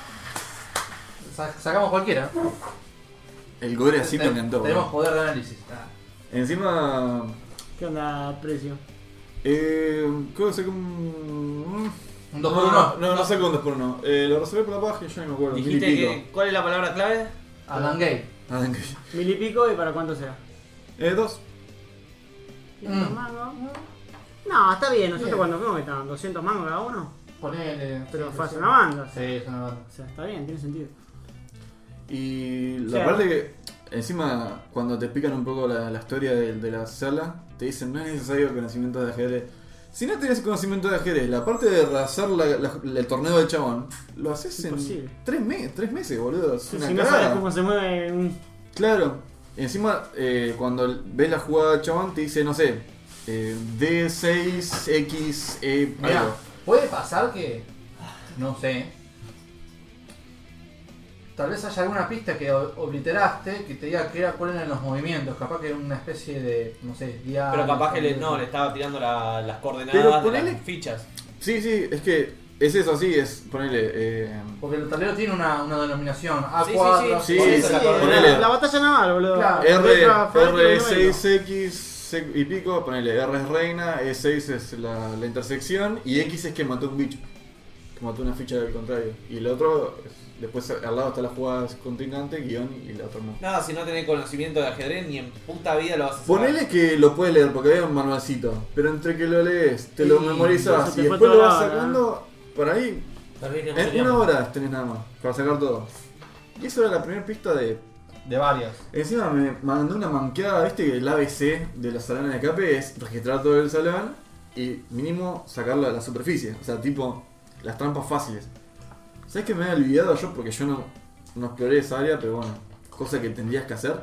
Speaker 3: sa- sacamos cualquiera.
Speaker 5: El gore así me
Speaker 3: Te-
Speaker 5: encantó.
Speaker 3: Tenemos
Speaker 5: boludo.
Speaker 3: poder de análisis. Ah.
Speaker 5: Encima,
Speaker 4: ¿Qué onda, precio?
Speaker 5: eh, creo que saqué un.
Speaker 3: Un 2
Speaker 5: No,
Speaker 3: por 1
Speaker 5: no, no, no saqué un 2x1. Eh, lo reservé por la página, yo no me acuerdo. mil y
Speaker 2: Dijiste
Speaker 5: pico.
Speaker 2: que. ¿Cuál es la palabra clave?
Speaker 3: Adam Gay.
Speaker 5: Ah, ok.
Speaker 4: Mil y pico y para cuánto será.
Speaker 5: Eh, dos.
Speaker 3: Mm.
Speaker 4: No, está bien, nosotros
Speaker 3: Bien.
Speaker 4: cuando fuimos estaban 200 mangos cada uno,
Speaker 3: Ponele.
Speaker 4: pero
Speaker 3: sí,
Speaker 4: fue
Speaker 3: sí,
Speaker 4: hace
Speaker 3: sí.
Speaker 4: una banda. O
Speaker 3: Sí,
Speaker 4: sea,
Speaker 3: es una banda.
Speaker 4: o sea, está bien, tiene sentido.
Speaker 5: Y la
Speaker 4: Sí.
Speaker 5: parte que, encima, cuando te explican un poco la, la historia de, de la sala, te dicen no es necesario conocimiento de ajedrez. Si no tenés conocimiento de ajedrez, la parte de hacer la- la- el torneo del chabón, lo haces en
Speaker 4: Imposible.
Speaker 5: tres, me- tres meses, boludo. Es
Speaker 4: Si
Speaker 5: una
Speaker 4: no sabes
Speaker 5: cagada.
Speaker 4: cómo se mueve un.
Speaker 5: Claro. Encima, eh, cuando ves la jugada del chabón, te dice, no sé, eh, D6X, eh,
Speaker 3: Mirá,
Speaker 5: algo.
Speaker 3: puede pasar que. No sé. Tal vez haya alguna pista que o- obliteraste que te diga que era cuáles eran los movimientos. Capaz que era una especie de. No sé, diario.
Speaker 2: Pero capaz que le, no, le estaba tirando la- las coordenadas
Speaker 5: Ah, Pero
Speaker 2: de
Speaker 5: ponele-
Speaker 2: las fichas.
Speaker 5: Sí, sí, es que es eso, así es, ponele... eh,
Speaker 3: Porque el tablero tiene una, una denominación.
Speaker 2: Sí, sí,
Speaker 3: A4,
Speaker 5: sí.
Speaker 3: por
Speaker 5: Sí,
Speaker 3: eso
Speaker 5: sí,
Speaker 3: la
Speaker 5: eh,
Speaker 3: coordenada.
Speaker 5: ponele.
Speaker 4: La batalla naval, boludo.
Speaker 3: Claro.
Speaker 5: R,
Speaker 4: Letra alfabética y número.
Speaker 5: R6X sec- y pico, ponele R es reina, E6 es la, la intersección y X es que mató un bicho. Que mató una ficha del contrario. Y el otro, es- después al lado está la jugada contrincante, guión y la otra no.
Speaker 2: Nada, si no tenés conocimiento de ajedrez, ni en puta vida lo vas a hacer.
Speaker 5: Ponele que lo puedes leer porque había un manualcito, pero entre que lo lees, te lo
Speaker 3: Y
Speaker 4: eso
Speaker 5: memorizas
Speaker 4: te
Speaker 5: y
Speaker 4: fue
Speaker 5: después lo
Speaker 4: toda
Speaker 5: vas
Speaker 4: la hora,
Speaker 5: sacando, por ahí,
Speaker 1: Tal vez no
Speaker 5: en
Speaker 1: sería-
Speaker 5: una hora tenés nada más para sacar todo. Y eso era la primera pista de
Speaker 3: De varias.
Speaker 5: Encima me mandó una manqueada, viste que el ABC de la salana de escape es registrar todo el salón y mínimo sacar la, la superficie, o sea, tipo las trampas fáciles. ¿Sabes que me había olvidado yo porque yo no, no exploré esa área, pero bueno, cosa que tendrías que hacer?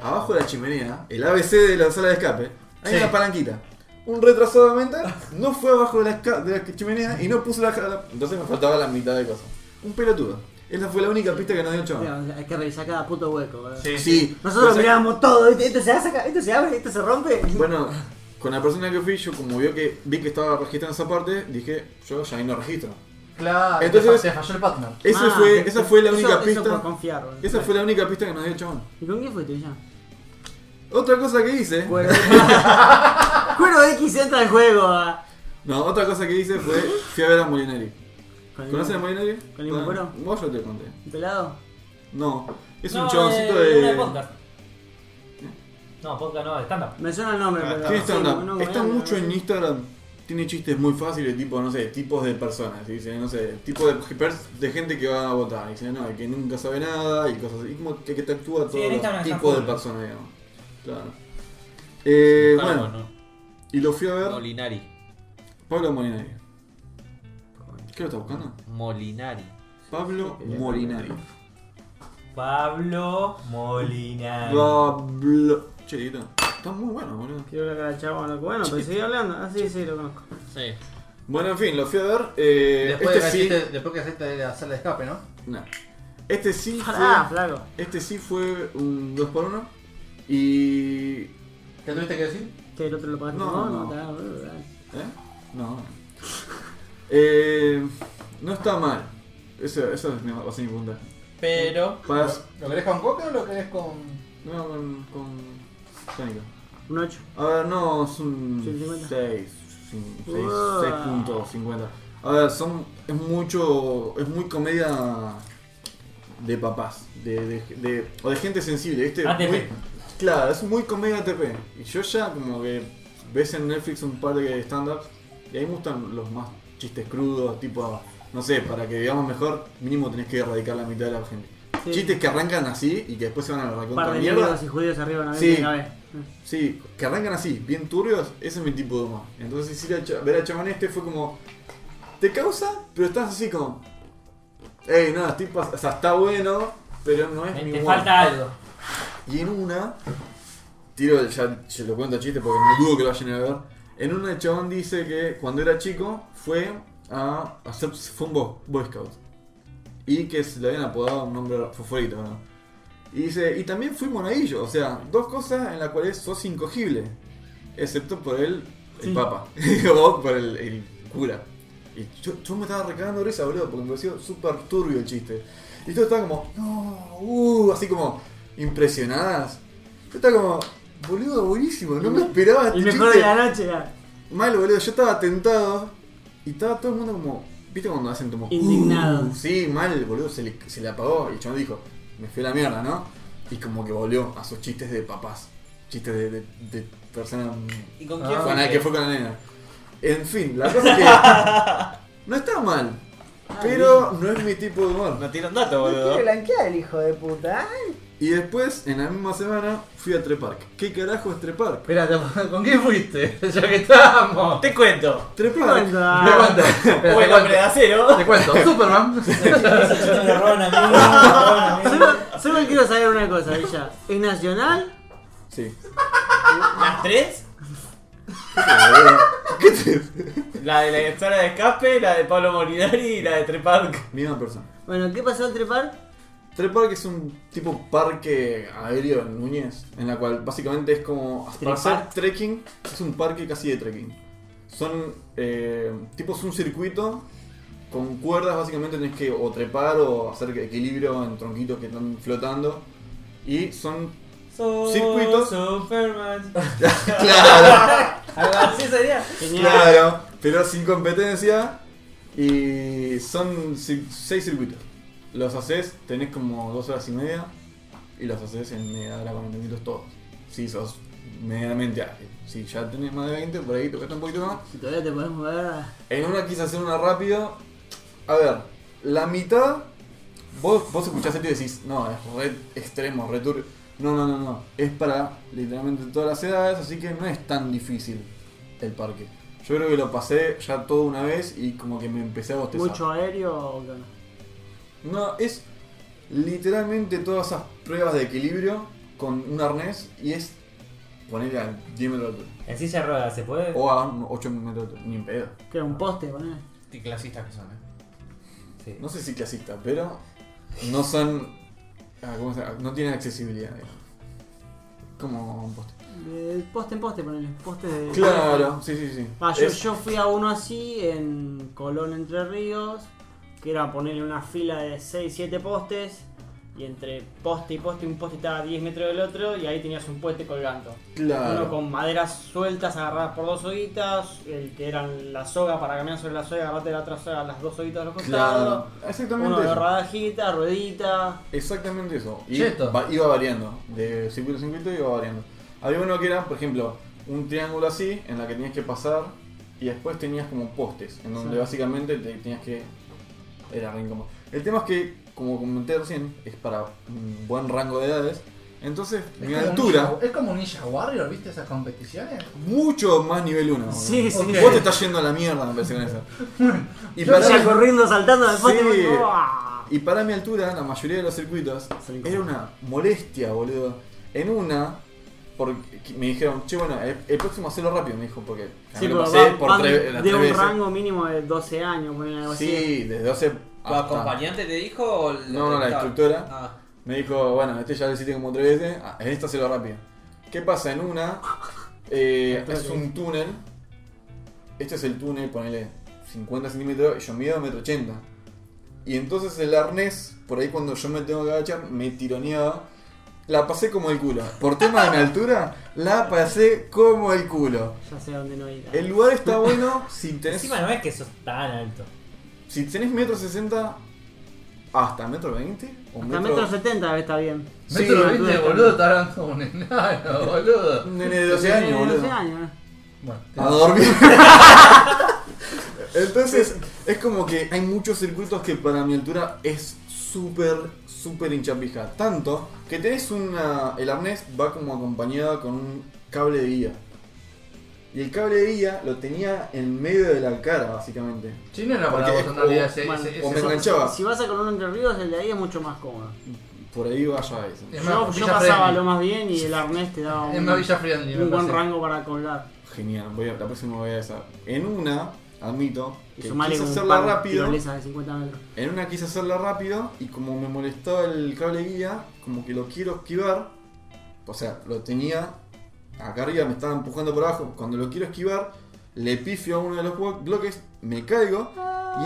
Speaker 5: Abajo de la chimenea, el ABC de la sala de escape, hay
Speaker 3: Sí.
Speaker 5: una palanquita. Un retrasado mental no fue abajo de la, esca- de la chimenea y no puso la, la- Entonces me faltaba la mitad de cosas. Un pelotudo. Esa fue la única pista que nos dio el chabón.
Speaker 4: Mira, Hay que revisar cada puto hueco, boludo.
Speaker 5: Sí,
Speaker 4: Nosotros
Speaker 5: o sea-
Speaker 4: mirábamos todo, ¿viste? esto se hace acá, esto se abre, esto se rompe.
Speaker 5: Bueno, con la persona que fui, yo como vio que vi que estaba registrando esa parte, dije, yo ya ahí no registro.
Speaker 3: Claro,
Speaker 5: Entonces-
Speaker 3: se falló el partner.
Speaker 5: Esa
Speaker 4: Ah,
Speaker 5: fue,
Speaker 4: que-
Speaker 5: esa fue la
Speaker 4: eso-
Speaker 5: única
Speaker 4: eso por
Speaker 5: pista.
Speaker 4: confiar, boludo.
Speaker 5: Esa fue la única pista que nos dio el chabón.
Speaker 4: ¿Y con quién fuiste ya?
Speaker 5: Otra cosa que hice,
Speaker 4: Cuero Cuero X entra al juego. ah.
Speaker 5: No, otra cosa que hice fue, fui a ver a Molinari.
Speaker 4: Con el-
Speaker 5: ¿Conoces a Molinari?
Speaker 4: ¿Con el Mocoro?
Speaker 5: Vos yo te conté.
Speaker 4: ¿Un pelado?
Speaker 5: No, es
Speaker 1: No,
Speaker 5: un chaboncito
Speaker 1: de- una
Speaker 5: de...
Speaker 1: podcast. No, podcast no, de stand-up.
Speaker 4: Me suena el nombre,
Speaker 5: Ah,
Speaker 4: pero.
Speaker 5: tiene
Speaker 4: sí,
Speaker 5: stand-up.
Speaker 4: no, no,
Speaker 5: Está
Speaker 4: no,
Speaker 5: mucho
Speaker 4: no,
Speaker 5: en Instagram. Tiene chistes muy fáciles, tipo, no sé, tipos de personas. Y dice, no sé, tipo de, pers- de gente que va a votar. Y dice, no, el que nunca sabe nada y cosas así. Y como que, que te actúa todo
Speaker 1: en Instagram está
Speaker 5: tipo de
Speaker 1: full.
Speaker 5: personas, digamos. Claro. Eh,
Speaker 2: Claro,
Speaker 5: bueno, y lo fui a ver.
Speaker 2: no. Molinari.
Speaker 5: Pablo Molinari. ¿Qué lo está buscando?
Speaker 2: Molinari.
Speaker 5: Pablo
Speaker 4: sí, sí, sí.
Speaker 5: Molinari.
Speaker 1: Pablo Molina.
Speaker 5: Pablo. Che, Dieguito, Está muy bueno, boludo.
Speaker 4: Quiero ver la cara de chabón, loco. Bueno, pero seguí hablando. Ah, sí, sí, lo conozco.
Speaker 2: Sí.
Speaker 5: Bueno, en fin, lo fui a ver. eh,
Speaker 3: Después,
Speaker 5: este
Speaker 3: que
Speaker 5: sí.
Speaker 3: hiciste- después que hiciste la sala de escape, ¿no?
Speaker 5: No. Este sí.
Speaker 4: Pará,
Speaker 5: fue-
Speaker 4: flaco.
Speaker 5: Este sí fue un 2x1 y...
Speaker 3: ¿Qué tuviste que decir?
Speaker 4: Che, el otro lo pagaste.
Speaker 5: No,
Speaker 4: vos,
Speaker 5: no.
Speaker 4: te hagas, boludo, dale.
Speaker 5: ¿Eh? No. Eh, no está mal. Eso, eso es mi, va a ser mi puntaje.
Speaker 2: Pero.
Speaker 5: Para-
Speaker 3: ¿Lo querés con coca o lo querés con.?
Speaker 5: No, con... con... Sónico.
Speaker 4: Un 8.
Speaker 5: A ver, no, es un
Speaker 4: 150.
Speaker 5: 6.
Speaker 4: Uah.
Speaker 5: 6.50. A ver, son, es mucho... Es muy comedia de papás. De, de, de- o de gente sensible. ¿viste?
Speaker 1: ATP.
Speaker 5: Muy- Claro, es muy comedia ATP. Y yo ya como que ves en Netflix un par de stand-ups y ahí me gustan los más chistes crudos, tipo, no sé, para que digamos mejor, mínimo tenés que erradicar la mitad de la gente.
Speaker 4: Sí.
Speaker 5: Chistes que arrancan así y que después se van a la
Speaker 4: Un par
Speaker 5: recontra
Speaker 4: de
Speaker 5: mierda.
Speaker 4: negros y judíos arriba, una vez.
Speaker 5: Sí.
Speaker 4: y Una vez.
Speaker 5: Sí, que arrancan así, bien turbios, ese es mi tipo de humor. Entonces ir a cha- ver a Chamán este fue como... Te causa, pero estás así como... Ey, nada, estoy pas- o sea, está bueno, pero no es
Speaker 1: Eh, Te-
Speaker 5: mi
Speaker 1: Te
Speaker 5: humor".
Speaker 1: falta algo.
Speaker 5: Y en una, tiro el, ya se lo cuento chiste porque no dudo que lo vayan a ver. En una el chabón dice que cuando era chico fue a hacer fue un bo- boy scout. Y que se le habían apodado un nombre fosforito, ¿no? Y dice, y también fui monaguillo, o sea, dos cosas en las cuales sos incogible. Excepto por el, el papa. o por el, el cura. Y yo, yo me estaba recagando de risa, boludo, porque me pareció súper turbio el chiste. Y todo estaba como, no, uh, así como impresionadas. Yo estaba como, boludo, buenísimo, no me esperaba este
Speaker 4: El mejor de
Speaker 5: chiste.
Speaker 4: la noche, ya.
Speaker 5: Mal, boludo, yo estaba tentado y estaba todo el mundo como, ¿viste cuando hacen como,
Speaker 4: Indignado.
Speaker 5: "Uh, sí, mal, boludo, se le, se le apagó. Y el chabón dijo, me fui a la mierda, ¿no? Y como que volvió a sus chistes de papás, chistes de, de, de personas
Speaker 2: ¿Y con
Speaker 3: Ah,
Speaker 2: quién
Speaker 5: con la que
Speaker 2: fuiste?
Speaker 5: fue con la nena. En fin, la cosa es que no está mal, pero no es mi tipo de humor.
Speaker 2: No tiene un dato,
Speaker 6: No
Speaker 2: boludo.
Speaker 6: quiere blanquear el hijo de puta. ¿eh?
Speaker 5: Y después, en la misma semana, fui a Trepark. ¿Qué carajo es Trepark?
Speaker 3: Espera, ¿con qué fuiste? ya que estábamos.
Speaker 2: Te cuento.
Speaker 5: Trepark.
Speaker 3: Te
Speaker 4: Ah,
Speaker 3: cuento. Espera,
Speaker 2: O
Speaker 3: te
Speaker 2: el
Speaker 3: cuento.
Speaker 2: hombre de acero.
Speaker 3: Te cuento. Superman.
Speaker 1: Yo no lo robo a mí, no lo robo a mí.
Speaker 4: Solo, solo quiero saber una cosa, ella. ¿Es nacional?
Speaker 5: Sí.
Speaker 2: Las tres.
Speaker 5: ¿Qué te...
Speaker 2: La de la sala de escape, la de Pablo Molinari y la de Trepark.
Speaker 5: Misma persona.
Speaker 4: Bueno, ¿qué pasó al trepar?
Speaker 5: Trepark es un tipo parque aéreo en Núñez, en la cual básicamente es como. Para hacer
Speaker 4: Trepark.
Speaker 5: trekking, es un parque casi de trekking. Son. Eh, tipo, es un circuito con cuerdas, básicamente tenés que o trepar o hacer equilibrio en tronquitos que están flotando. Y son.
Speaker 2: Soy
Speaker 5: Circuitos.
Speaker 2: Superman.
Speaker 5: ¡Claro!
Speaker 1: Algo
Speaker 5: Ah,
Speaker 1: así sería.
Speaker 4: Genial.
Speaker 5: Claro, pero sin competencia. Y son ci- seis circuitos. Los haces, tenés como dos horas y media. Y los haces en media hora 40 minutos todos. Si sos medianamente ágil. Si ya tenés más de 20, por ahí te cuesta un poquito más.
Speaker 4: Si todavía te podés mover.
Speaker 5: En una quise hacer una rápido. A ver, la mitad. Vos, vos escuchás esto y decís, no, es red extremo, red turbio. No, no, no, no. Es para literalmente todas las edades, así que no es tan difícil el parque. Yo creo que lo pasé ya todo una vez y como que me empecé a bostezar.
Speaker 4: ¿Mucho aéreo o qué onda?
Speaker 5: No, es literalmente todas esas pruebas de equilibrio con un arnés y es ponerle a 10 metros de altura.
Speaker 1: En silla de ruedas, ¿se puede?
Speaker 5: O a 8 metros de altura, ni en pedo.
Speaker 4: Que era un poste, ponele.
Speaker 2: Qué clasistas que son, eh.
Speaker 1: Sí.
Speaker 5: no sé si clasista, pero no son. ah, ¿cómo se llama? No tienen accesibilidad. digamos. Como un poste.
Speaker 4: De poste en poste, ponele. Poste de.
Speaker 5: Claro, sí, sí, sí.
Speaker 4: Ah, yo,
Speaker 5: Es-
Speaker 4: yo fui a uno así en Colón Entre Ríos, que era ponerle una fila de 6, 7 postes y entre poste y poste, un poste estaba a 10 metros del otro y ahí tenías un puente colgando. Uno
Speaker 5: Claro.
Speaker 4: con maderas sueltas agarradas por dos hoguitas, el que eran la soga para caminar sobre la soga, agarrarte la otra soga, las dos hoguitas de los costados,
Speaker 5: Claro.
Speaker 4: uno
Speaker 5: Exactamente
Speaker 4: de
Speaker 5: eso.
Speaker 4: rodajita, ruedita.
Speaker 5: Exactamente eso. Y
Speaker 3: Cheto.
Speaker 5: va- iba variando. De circuito a circuito iba variando. Había uno que era, por ejemplo, un triángulo así en la que tenías que pasar y después tenías como postes, en donde
Speaker 4: Sí.
Speaker 5: básicamente te tenías que. Era re incómodo. El tema es que, como comenté recién, es para un buen rango de edades. Entonces, mi
Speaker 3: como un
Speaker 5: altura,
Speaker 3: Ninja- es como un Ninja Warrior, ¿viste esas competiciones?
Speaker 5: mucho más nivel 1.
Speaker 4: Sí, sí.
Speaker 5: Vos te estás yendo a la mierda, me parece con eso. Y
Speaker 4: Yo
Speaker 5: para,
Speaker 4: venía corriendo, saltando de poste. "Ah".
Speaker 5: Sí.
Speaker 4: y me- ¡Buah!
Speaker 5: y para mi altura, la mayoría de los circuitos
Speaker 4: Son
Speaker 5: era una molestia, boludo. En una, porque me dijeron, che, bueno, el, el próximo hacelo rápido, me dijo, porque ya
Speaker 4: Sí,
Speaker 5: me
Speaker 4: pero
Speaker 5: pasé
Speaker 4: va-
Speaker 5: por
Speaker 4: van
Speaker 5: tres- las
Speaker 4: de
Speaker 5: tres
Speaker 4: un
Speaker 5: veces.
Speaker 4: rango mínimo de 12 años, ponen algo así.
Speaker 5: Sí, desde hace.
Speaker 2: ¿Tu acompañante te dijo? o la
Speaker 5: Ah, No, no, la instructora.
Speaker 2: Ah.
Speaker 5: Me dijo, bueno, este ya lo hiciste como tres veces, ah, en esta hacelo rápido. ¿Qué pasa? En una, eh, es un túnel. Este es el túnel, ponele 50 centímetros, y yo mido 1,80 80. Y entonces el arnés, por ahí cuando yo me tengo que agachar, me tironeaba. La pasé como el culo. Por tema de mi altura, la pasé como el culo.
Speaker 4: Ya sé dónde no ir.
Speaker 5: El lugar está bueno si tenés,
Speaker 1: Encima no es que sos tan alto.
Speaker 5: si tenés metro 60 hasta metro 20 o
Speaker 4: Hasta metro 70 está bien.
Speaker 5: Sí,
Speaker 3: Metro
Speaker 4: tú
Speaker 3: 20,
Speaker 4: estás-
Speaker 3: boludo, está hablando un enano, boludo.
Speaker 5: Un nene de 12
Speaker 4: Tiene
Speaker 5: años,
Speaker 4: 12
Speaker 5: boludo.
Speaker 4: años. eh.
Speaker 3: Bueno, te-
Speaker 5: a dormir. Entonces, es como que hay muchos circuitos que para mi altura es súper, súper hinchapija. Tanto que tenés una. El arnés va como acompañado con un cable de guía. Y el cable de guía lo tenía en medio de la cara, básicamente.
Speaker 3: Chino era para
Speaker 5: Porque
Speaker 3: vos
Speaker 5: es
Speaker 3: en realidad
Speaker 5: como-
Speaker 3: ese,
Speaker 4: bueno,
Speaker 3: ese-
Speaker 5: o
Speaker 3: ese-
Speaker 5: me enganchaba.
Speaker 4: Si vas a con uno entre ríos, el de ahí es mucho más cómodo.
Speaker 5: Por ahí vaya eso.
Speaker 3: Es
Speaker 4: yo
Speaker 3: más,
Speaker 4: yo
Speaker 3: Villa
Speaker 4: pasaba
Speaker 3: Friendly.
Speaker 4: lo más bien y el arnés te daba un,
Speaker 3: Es más Villa Friendly, me
Speaker 4: un buen
Speaker 3: parece.
Speaker 4: rango para colgar.
Speaker 5: Genial, voy a- la próxima voy a esa. En una, admito,
Speaker 4: Y
Speaker 5: que
Speaker 4: sumarle
Speaker 5: quise
Speaker 4: con un
Speaker 5: hacerla
Speaker 4: par de
Speaker 5: rápido.
Speaker 4: tirolesas de 50 metros.
Speaker 5: En una quise hacerla rápido y como me molestaba el cable guía, como que lo quiero esquivar. O sea, lo tenía acá arriba, me estaba empujando por abajo. Cuando lo quiero esquivar, le pifio a uno de los blo- bloques, me caigo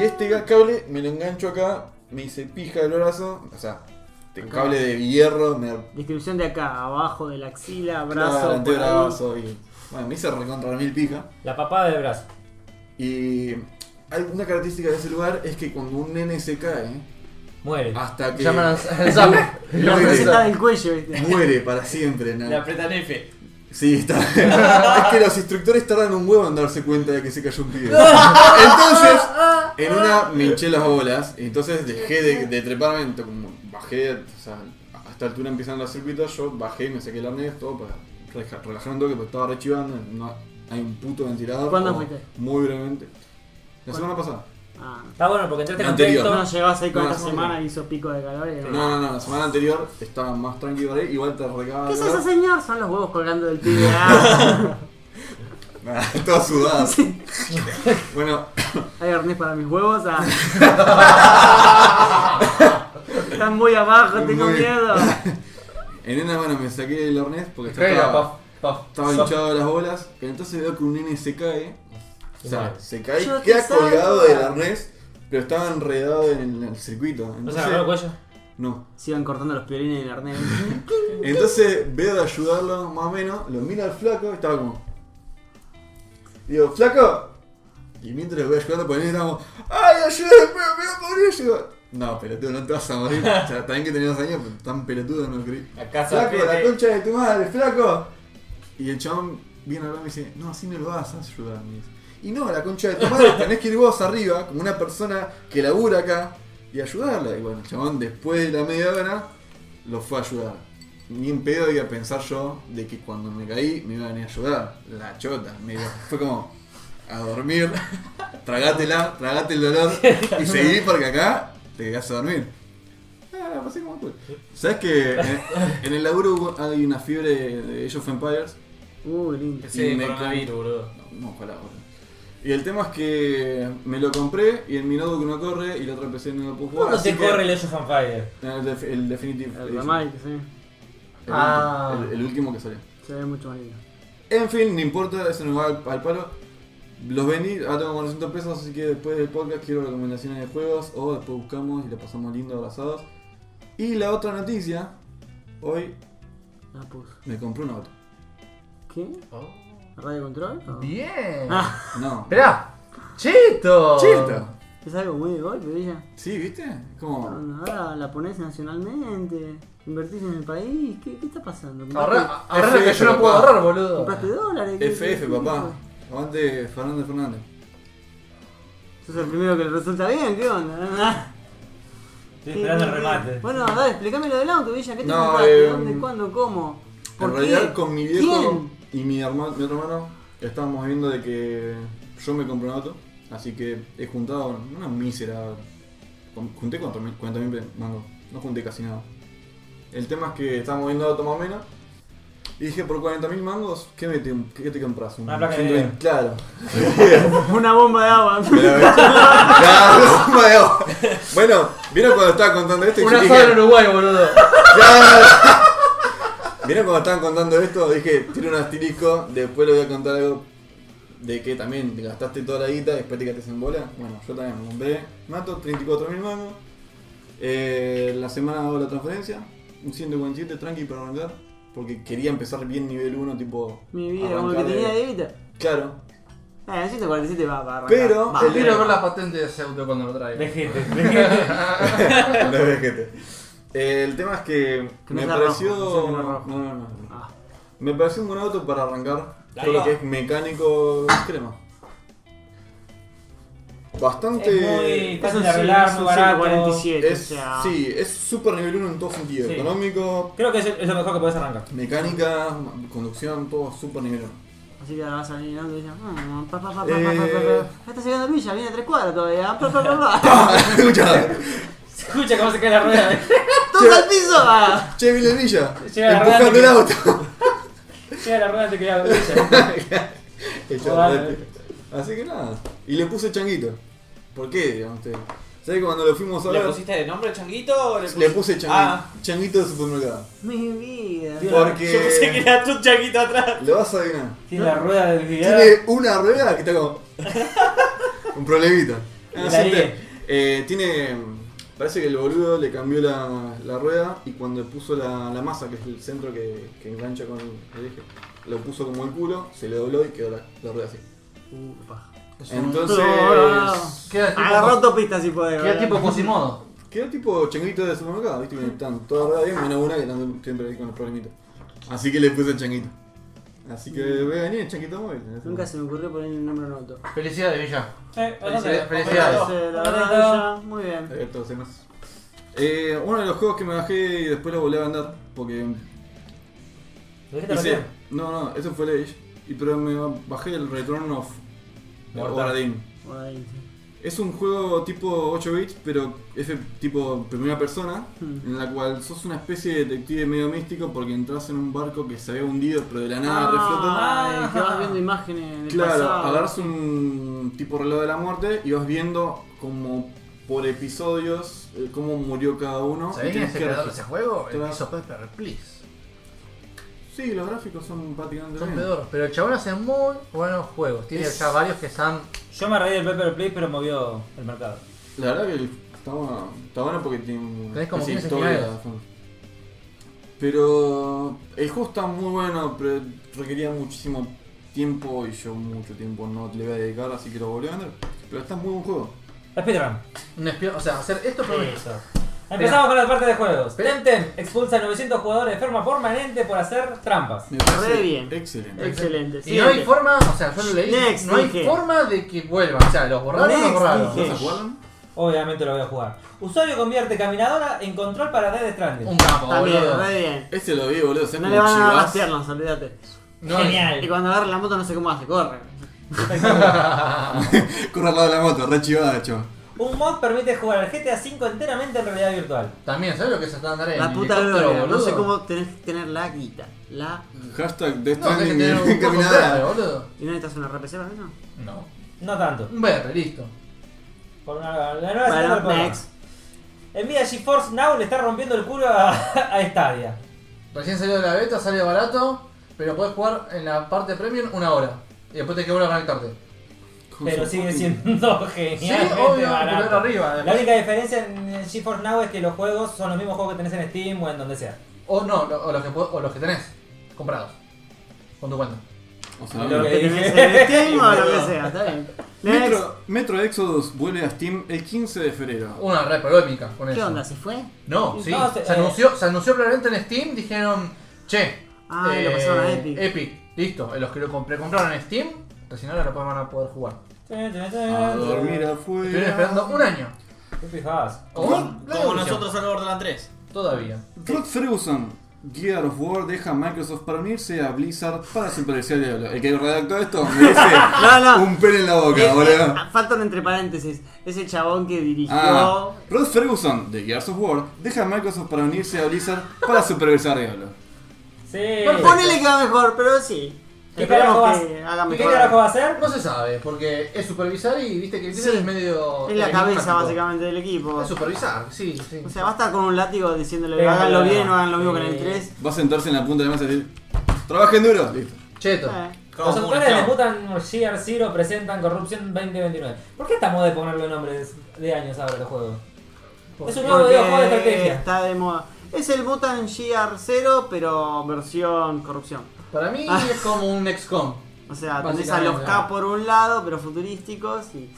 Speaker 5: y este
Speaker 4: Ah.
Speaker 5: ga- cable me lo engancho acá, me hice pija el brazo. O sea, este
Speaker 4: Acá.
Speaker 5: cable de hierro, me
Speaker 4: Descripción de acá, abajo de la axila, brazo.
Speaker 5: brazo,
Speaker 4: por
Speaker 5: antebrazo y. Bueno, me hice recontra mil pija.
Speaker 1: La papada del brazo.
Speaker 5: Y alguna característica de ese lugar es que cuando un nene se cae,
Speaker 1: Muere.
Speaker 5: hasta que
Speaker 3: Llaman al Samu.
Speaker 4: ahí. La
Speaker 5: Muere.
Speaker 4: receta del cuello, ¿viste?
Speaker 5: muere para siempre, nada.
Speaker 2: Le apretan F.
Speaker 5: Sí, está. es que los instructores tardan un huevo en darse cuenta de que se cayó un pibe. Entonces, en una me hinché las bolas, y entonces dejé de, de treparme, ento- como bajé, o sea, a esta altura empiezan los circuitos, yo bajé, me saqué el arnés, todo para reja- relajar un toque, porque estaba rechivando, no hay un puto ventilador.
Speaker 4: ¿Cuándo
Speaker 5: o-
Speaker 4: fuiste?
Speaker 5: Muy brevemente. La
Speaker 4: ¿Cuándo?
Speaker 5: semana pasada.
Speaker 4: Ah.
Speaker 1: Está bueno porque entraste con
Speaker 5: Anterior.
Speaker 1: texto.
Speaker 4: No llegás ahí con
Speaker 5: No,
Speaker 4: esta
Speaker 5: no,
Speaker 4: semana
Speaker 5: no.
Speaker 4: y hizo pico de calor. y-
Speaker 5: No, no, no, la semana anterior estaba más tranquilo ahí, igual te regaba.
Speaker 4: ¿Qué es
Speaker 5: el
Speaker 4: eso,
Speaker 5: calor.
Speaker 4: señor? Son los huevos colgando del pibe. Ah,
Speaker 5: Ah, Todo sudado. bueno,
Speaker 4: hay arnés para mis huevos. ah. Están muy abajo, tengo
Speaker 5: Muy-
Speaker 4: miedo.
Speaker 5: en una mano me saqué el arnés porque ya
Speaker 3: Espera,
Speaker 5: estaba.
Speaker 3: paf, paf.
Speaker 5: Estaba hinchado de las bolas, pero entonces veo que un nene se cae. O sea,
Speaker 1: Vale.
Speaker 5: se cae,
Speaker 4: Yo te
Speaker 5: queda
Speaker 4: salvo.
Speaker 5: colgado del arnés, pero estaba enredado en el, en el circuito.
Speaker 1: ¿No se
Speaker 5: Entonces,
Speaker 1: agarró el cuello?
Speaker 5: no.
Speaker 4: Sigan cortando los piolines del arnés.
Speaker 5: Entonces veo de ayudarlo más o menos, lo miro al flaco y estaba como. Digo, ¡Flaco! Y mientras lo voy ayudando, por ahí estamos. ¡Ay, ayúdame! ¡Me voy a morir! Y digo, no, pelotudo, no te vas a morir. O sea, también que tenías años, pero tan pelotudo no lo creí.
Speaker 2: Acá
Speaker 5: Flaco, la
Speaker 2: sorprende.
Speaker 5: concha de tu madre, flaco. Y el chabón viene acá y me dice, no, así no lo vas a ayudar. me dice. Y no, la concha de tu madre, tenés que ir vos arriba, como una persona que labura acá, y ayudarla. Y bueno, el chabón después de la media hora lo fue a ayudar. Ni en pedo iba a pensar yo de que cuando me caí me iban a venir a ayudar. La chota, me iba- fue como a dormir, tragátela, tragate el dolor y seguí porque acá te quedás a dormir. Ah, la pasé como cool. ¿Sabes que en, en el laburo hubo- hay una fiebre de Age of Empires?
Speaker 4: Uh, lindo.
Speaker 2: Ese
Speaker 5: Y me
Speaker 2: coronavirus, boludo.
Speaker 5: No, ojalá, boludo. Y el tema es que me lo compré y en mi notebook no corre y la otra PC no lo puedo jugar.
Speaker 1: ¿Cuándo
Speaker 5: así
Speaker 1: se
Speaker 5: que-
Speaker 1: corre el Age of Empire?
Speaker 5: El, def- el Definitive
Speaker 4: El
Speaker 5: Edition.
Speaker 4: Ramai, que sí.
Speaker 5: El
Speaker 3: Ah.
Speaker 5: último, el- el último que salió.
Speaker 4: Se ve mucho más lindo.
Speaker 5: En fin, no importa, eso nos va al, al palo. Los vendí, ahora tengo 400 pesos, así que después del podcast quiero recomendaciones de juegos o después buscamos y la pasamos lindo abrazados. Y la otra noticia, hoy
Speaker 4: La puse.
Speaker 5: me compré un auto.
Speaker 4: ¿Qué?
Speaker 2: Oh.
Speaker 4: ¿Radio control? ¿O?
Speaker 3: Bien.
Speaker 4: Ah,
Speaker 5: No.
Speaker 3: Esperá. Cheto.
Speaker 5: ¡Chito!
Speaker 4: es algo muy de golpe, Villa.
Speaker 5: Sí, ¿viste? Como...
Speaker 4: Ahora la ponés nacionalmente, invertís en el país, ¿qué, qué está pasando?
Speaker 3: Ahorra, ahorra lo que
Speaker 5: FF,
Speaker 3: yo no puedo
Speaker 5: papá.
Speaker 3: ahorrar, boludo.
Speaker 4: ¿Compraste dólares? ¿Qué-
Speaker 5: FF,
Speaker 4: qué-
Speaker 5: papá. Aguante Fernando Fernández.
Speaker 4: Sos el primero que le resulta bien, ¿qué onda?
Speaker 1: Estoy esperando el remate.
Speaker 4: Bueno, a ver, explícame lo del auto, Villa, ¿qué te
Speaker 5: No,
Speaker 4: compraste?
Speaker 5: eh,
Speaker 4: ¿Dónde, cuándo, cómo?
Speaker 5: En
Speaker 4: ¿Por
Speaker 5: realidad
Speaker 4: qué?
Speaker 5: con mi viejo
Speaker 4: ¿Quién?
Speaker 5: y mi hermano, mi otro hermano estábamos viendo de que yo me compré un auto, así que he juntado una mísera. con- Junté 40.000 40.000 mangos, no junté casi nada. El tema es que estábamos viendo auto más o menos. Y dije, por 40.000 mangos, ¿qué, me te, qué te compras? Un
Speaker 1: Una placa de video.
Speaker 5: 120, Claro.
Speaker 4: Una bomba de agua.
Speaker 5: Pero, claro, bueno. Bueno, ¿vieron cuando estaba contando esto? Y yo
Speaker 3: Una
Speaker 5: dije,
Speaker 3: sola en Uruguay, boludo.
Speaker 5: Claro. Vieron cuando estaban contando esto, dije, tiene un asterisco, después le voy a contar algo de que también te gastaste toda la guita, después te quedaste en bola. Bueno, yo también me compré Mato, 34.000 mangos. Eh, la semana hago la transferencia, un 147 tranqui para arrancar, porque quería empezar bien nivel 1, tipo...
Speaker 4: Mi vida, como el que
Speaker 5: arrancar
Speaker 4: tenía
Speaker 5: de-
Speaker 4: de Vita.
Speaker 5: Claro.
Speaker 4: Ah, el 147 va para arrancar.
Speaker 5: Pero
Speaker 4: Va.
Speaker 5: el de-
Speaker 3: Quiero ver la patente de ese auto cuando lo traiga.
Speaker 1: Vejete, vejete.
Speaker 5: No es vejete. Eh, el tema es que,
Speaker 4: Que no
Speaker 5: me
Speaker 4: sea
Speaker 5: pareció...
Speaker 4: rojo, que no sea rojo.
Speaker 5: no, no, no.
Speaker 4: Ah,
Speaker 5: Me pareció un buen auto para arrancar.
Speaker 2: Ahí
Speaker 5: Todo lo
Speaker 2: va.
Speaker 5: que es mecánico crema. Bastante.
Speaker 1: Es muy fácil de
Speaker 4: sí,
Speaker 1: arreglar,
Speaker 4: es
Speaker 1: muy
Speaker 4: un
Speaker 1: barato.
Speaker 4: 147,
Speaker 5: es-
Speaker 4: o sea.
Speaker 5: Sí, es súper nivel 1 en todo sentido.
Speaker 1: Sí.
Speaker 5: Económico,
Speaker 1: Creo que es es lo mejor que podés arrancar.
Speaker 5: mecánica, conducción, todo súper nivel 1.
Speaker 4: Así que ahora va a salir ¿no? y dice, "Ah, pa, pa, pa, pa, pa,
Speaker 5: Eh.
Speaker 4: pa, pa". Ya Está llegando Villa, viene a tres cuadras todavía. Pa, pa, pa, pa.
Speaker 5: Escucha,
Speaker 1: Se escucha cómo se cae la rueda. ¿eh?
Speaker 4: Todos al piso. Ah.
Speaker 5: Che Villanilla,
Speaker 1: Llega la
Speaker 5: empujando el
Speaker 1: verdad
Speaker 5: auto.
Speaker 1: Llega la rueda antes que la brilla.
Speaker 5: Hecho
Speaker 2: Ah,
Speaker 1: Joder.
Speaker 2: eh.
Speaker 5: rete. Así que nada. Y le puse changuito. ¿Por qué? Digamos, te- ¿Sabes que cuando lo fuimos a
Speaker 2: ¿Le
Speaker 5: ver?
Speaker 2: pusiste de nombre Changuito o le pusiste?
Speaker 5: Le puse changuito,
Speaker 2: Ah,
Speaker 5: changuito de supermercado.
Speaker 4: Mi vida.
Speaker 5: Porque-
Speaker 2: Yo pensé que era tu Changuito atrás.
Speaker 5: Lo vas a adivinar.
Speaker 1: Tiene la rueda del video.
Speaker 5: Tiene una rueda que está como. un problemita.
Speaker 1: La
Speaker 5: Así
Speaker 1: guía.
Speaker 5: te- eh, tiene. Parece que el boludo le cambió la, la rueda y cuando puso la, la masa, que es el centro que, que engancha con el eje, lo puso como el culo, se le dobló y quedó la, la rueda así.
Speaker 4: Upa.
Speaker 5: Entonces.
Speaker 3: Queda tipo-
Speaker 4: Agarró autopista si podés.
Speaker 3: Queda
Speaker 4: ¿verdad?
Speaker 3: tipo Cosimodo.
Speaker 5: Quedó tipo changuito de supermercado, viste que están todas ruedas bien, menos una que están siempre ahí con los problemitas. Así que le puse el changuito. Así que voy a venir el changuito móvil.
Speaker 4: Nunca se me ocurrió ponerle el nombre a un auto.
Speaker 3: Felicidades, Villa.
Speaker 1: Eh,
Speaker 3: Felicidades.
Speaker 2: Claro.
Speaker 4: Entonces,
Speaker 3: Felicidades.
Speaker 4: la verdad, ya, muy bien.
Speaker 5: Entonces, más. Eh, uno de los juegos que me bajé y después lo volví a vender porque
Speaker 1: ¿Lo dijiste
Speaker 5: hice,
Speaker 1: recién?
Speaker 5: no, no, eso fue el Age, y pero me bajé el Return of
Speaker 1: Mortal.
Speaker 5: Obradin.
Speaker 4: Por ahí, sí.
Speaker 5: Es un juego tipo 8 bits, pero es de tipo primera persona,
Speaker 4: Hmm.
Speaker 5: en la cual sos una especie de detective medio místico porque entras en un barco que se había hundido, pero de la
Speaker 4: Ah.
Speaker 5: nada reflota.
Speaker 4: Ay, que vas viendo imágenes del
Speaker 5: Ah, Claro,
Speaker 4: pasado.
Speaker 5: agarras un tipo reloj de la muerte y vas viendo como por episodios eh, cómo murió cada uno.
Speaker 3: ¿Sabés
Speaker 5: y
Speaker 3: quién
Speaker 5: tenés
Speaker 3: es el
Speaker 5: que
Speaker 3: creador de
Speaker 5: registrar.
Speaker 3: ese juego? El
Speaker 5: Claro.
Speaker 3: que hizo Pepper, please.
Speaker 5: Sí, los gráficos son prácticamente
Speaker 3: Son
Speaker 5: bien.
Speaker 3: pedorros, pero el chabón hace muy buenos juegos. Tiene
Speaker 5: Es-
Speaker 3: ya varios que están.
Speaker 1: Yo me reí del Pepper Play, pero movió el mercado.
Speaker 5: La verdad que el- está bueno, está bueno porque tiene una
Speaker 3: Tenés como
Speaker 5: especie
Speaker 3: 15 finales.
Speaker 5: de fondo. Pero el juego está muy bueno, pero requería muchísimo tiempo y yo mucho tiempo no le voy a dedicar, así que lo volví a vender. Pero está muy buen juego.
Speaker 1: La speedrun.
Speaker 3: un espio- O sea, hacer esto pero
Speaker 1: Eso. Empezamos con la parte de juegos.
Speaker 3: Espera.
Speaker 1: Temtem expulsa a 900 jugadores de forma permanente por hacer trampas.
Speaker 5: Me
Speaker 4: Re bien. Eh,
Speaker 5: Excelente.
Speaker 4: Excelente.
Speaker 3: Y no hay
Speaker 4: siguiente.
Speaker 3: forma, o sea, yo lo leí.
Speaker 4: Next,
Speaker 3: no hay
Speaker 4: dije.
Speaker 3: forma de que vuelva. O sea, los borraron, los
Speaker 4: Next,
Speaker 3: borraron.
Speaker 5: ¿Vas
Speaker 4: dije.
Speaker 5: a jugarlo?
Speaker 1: Obviamente lo voy a jugar. Usuario convierte caminadora en control para Dead Stranding.
Speaker 3: Un capo,
Speaker 4: También,
Speaker 3: boludo.
Speaker 4: re bien.
Speaker 5: Este lo vi, boludo. Se
Speaker 4: No
Speaker 5: me
Speaker 4: le van a dar las
Speaker 5: chivas.
Speaker 4: piernas, olvídate.
Speaker 3: No,
Speaker 4: Y
Speaker 1: Genial.
Speaker 4: cuando agarra la moto no sé cómo hace, corre.
Speaker 5: Corre al lado de la moto, re chivada, chaval.
Speaker 1: Un mod permite jugar al GTA V enteramente en realidad virtual.
Speaker 3: También, ¿sabes lo que es andar en
Speaker 4: La puta
Speaker 3: helicóptero,
Speaker 4: gloria, no
Speaker 3: boludo?
Speaker 4: sé cómo tenés que tener la guita. La...
Speaker 5: Hashtag eh, Death
Speaker 3: No, tenés que
Speaker 5: Stranding
Speaker 3: tener un poco de
Speaker 5: encaminada.
Speaker 3: plata, boludo.
Speaker 4: ¿Y no necesitas una RPC para
Speaker 1: Ah,
Speaker 4: eso?
Speaker 3: No.
Speaker 1: No tanto.
Speaker 3: Un BR, listo.
Speaker 1: Por una, la nueva sesión del
Speaker 4: Bueno,
Speaker 1: programa.
Speaker 4: next.
Speaker 1: Nvidia GeForce Now le está rompiendo el culo a, a Stadia.
Speaker 3: Recién salió de la beta, sale barato, pero puedes jugar en la parte premium una hora. Y después te queda una conectarte.
Speaker 1: Pero sigue siendo
Speaker 3: Sí,
Speaker 1: genial.
Speaker 3: obvio, pero era arriba.
Speaker 1: La única diferencia en GeForce Now es que los juegos son los mismos juegos que tenés en Steam o en donde sea.
Speaker 3: O no, o los que, po- o los que tenés comprados. Con tu cuenta.
Speaker 5: O sea,
Speaker 1: Lo que dije.
Speaker 4: Steam o lo que sea, está bien. Next.
Speaker 5: Metro, Metro Exodus vuelve a Steam el 15 de febrero.
Speaker 3: Una re polémica con
Speaker 4: ¿Qué
Speaker 3: eso.
Speaker 4: onda? ¿Se fue?
Speaker 3: No, sí.
Speaker 1: No,
Speaker 3: se,
Speaker 1: se- eh,
Speaker 3: anunció, se anunció previamente en Steam, dijeron, che. eh,
Speaker 4: Ah, lo pasaron a Epic.
Speaker 3: listo. eh, Los que lo compré, compraron en Steam, recién ahora lo van a poder jugar.
Speaker 5: A dormir afuera.
Speaker 3: Estuvieron esperando un año.
Speaker 1: ¿Qué fijás?
Speaker 2: Como,
Speaker 3: La
Speaker 2: como
Speaker 3: evolución.
Speaker 2: nosotros al Borderlands 3.
Speaker 3: Todavía.
Speaker 5: Rod Ferguson, Gear of War, deja a Microsoft para unirse a Blizzard para supervisar el diablo. El que redactó esto merece
Speaker 4: No, no.
Speaker 5: un pelo en la
Speaker 3: Este
Speaker 5: boca,
Speaker 4: Es- es-
Speaker 5: boludo.
Speaker 4: Faltan eh, entre paréntesis. Es el chabón que dirigió.
Speaker 5: Ah, Rod Ferguson, de Gears of War, deja a Microsoft para unirse a Blizzard para supervisar Diablo.
Speaker 1: Sí.
Speaker 4: Bueno, ponele que va mejor, pero sí.
Speaker 1: ¿Qué carajo
Speaker 4: Esperemos
Speaker 1: vas-
Speaker 4: que haga
Speaker 1: ¿Y
Speaker 4: mejor.
Speaker 1: qué carajo va a hacer?
Speaker 3: No se sabe, porque es supervisar y viste que el líder
Speaker 4: Sí.
Speaker 3: es medio.
Speaker 4: Es la cabeza
Speaker 3: enigmático.
Speaker 4: básicamente del equipo.
Speaker 3: Es supervisar, sí, sí.
Speaker 4: O sea, basta con un látigo diciéndole
Speaker 1: Pero-
Speaker 4: háganlo bien o háganlo mismo que en el
Speaker 1: Sí.
Speaker 4: 3.
Speaker 5: Va a sentarse en la punta de la mesa y decir: ¡Trabajen duro! Listo.
Speaker 3: Cheto.
Speaker 4: eh.
Speaker 2: Como
Speaker 1: Los autores de
Speaker 2: una-
Speaker 1: Mutant Gear Zero presentan Corrupción 2029. ¿Por qué estamos de ponerle nombres de años ahora a los juegos? Es un nuevo
Speaker 4: Eh, Porque
Speaker 1: videojuego de estrategia.
Speaker 4: Está de moda. Es el Mutant GR0, pero versión corrupción.
Speaker 3: Para mí
Speaker 4: Ah.
Speaker 3: es como un XCOM.
Speaker 4: O sea, tenés a
Speaker 3: Básicamente,
Speaker 4: los
Speaker 3: ah.
Speaker 4: K por un lado, pero futurísticos y.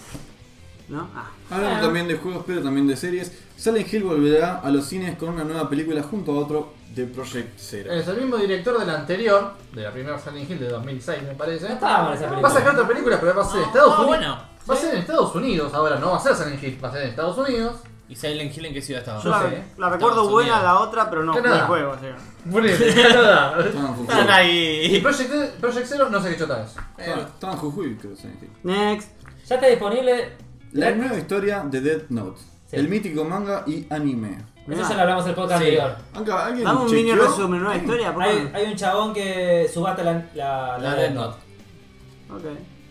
Speaker 4: ¿No? Ah.
Speaker 5: Hablan
Speaker 1: Ah.
Speaker 5: también de juegos, pero también de series. Silent Hill volverá a los cines con una nueva película junto a otro de Project Zero.
Speaker 3: Es el mismo director del anterior, de la primera Silent Hill de 2006, me parece.
Speaker 1: No estábamos en esa
Speaker 3: Va a
Speaker 1: película.
Speaker 3: sacar otra película, pero va a ser en Estados
Speaker 2: Ah,
Speaker 3: Unidos.
Speaker 2: bueno.
Speaker 3: Va a ser en Estados Unidos ahora, no va a ser Silent Hill, va a ser en Estados Unidos.
Speaker 2: ¿Y Silent Hill en qué ciudad estaba?
Speaker 4: Yo
Speaker 3: No
Speaker 4: la,
Speaker 3: sé.
Speaker 4: la recuerdo
Speaker 2: Estados
Speaker 4: buena
Speaker 2: Unidos.
Speaker 4: la otra, pero no
Speaker 3: Que
Speaker 4: fue el
Speaker 3: nada.
Speaker 4: juego. o sea.
Speaker 3: Bueno, Canadá.
Speaker 5: Estaba en Jujuy.
Speaker 2: Están
Speaker 3: Y
Speaker 2: ahí.
Speaker 3: Project, Project Zero no sé qué chota es.
Speaker 5: Estaba- Estaba en Jujuy, creo, Silent Hill.
Speaker 4: Next.
Speaker 1: Ya está disponible.
Speaker 5: La nueva historia de Death Note,
Speaker 1: Sí.
Speaker 5: el mítico manga y anime.
Speaker 1: Eso
Speaker 4: Mirá.
Speaker 1: ya lo hablamos en el podcast
Speaker 2: Sí.
Speaker 1: anterior.
Speaker 5: Acá, ¿alguien
Speaker 4: Dame un mini
Speaker 5: chequeó?
Speaker 4: resumen, una historia, por
Speaker 1: Hay,
Speaker 4: favor.
Speaker 1: hay un chabón que subata la, la,
Speaker 2: La Death Note.
Speaker 4: Ok.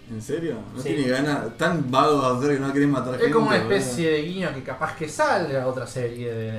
Speaker 5: ¿En serio? ¿No
Speaker 1: Sí.
Speaker 5: tiene ganas? Tan vago de hacer que no querés matar gente.
Speaker 3: Es como una
Speaker 5: boludo.
Speaker 3: especie de guiño que capaz que salga otra serie de.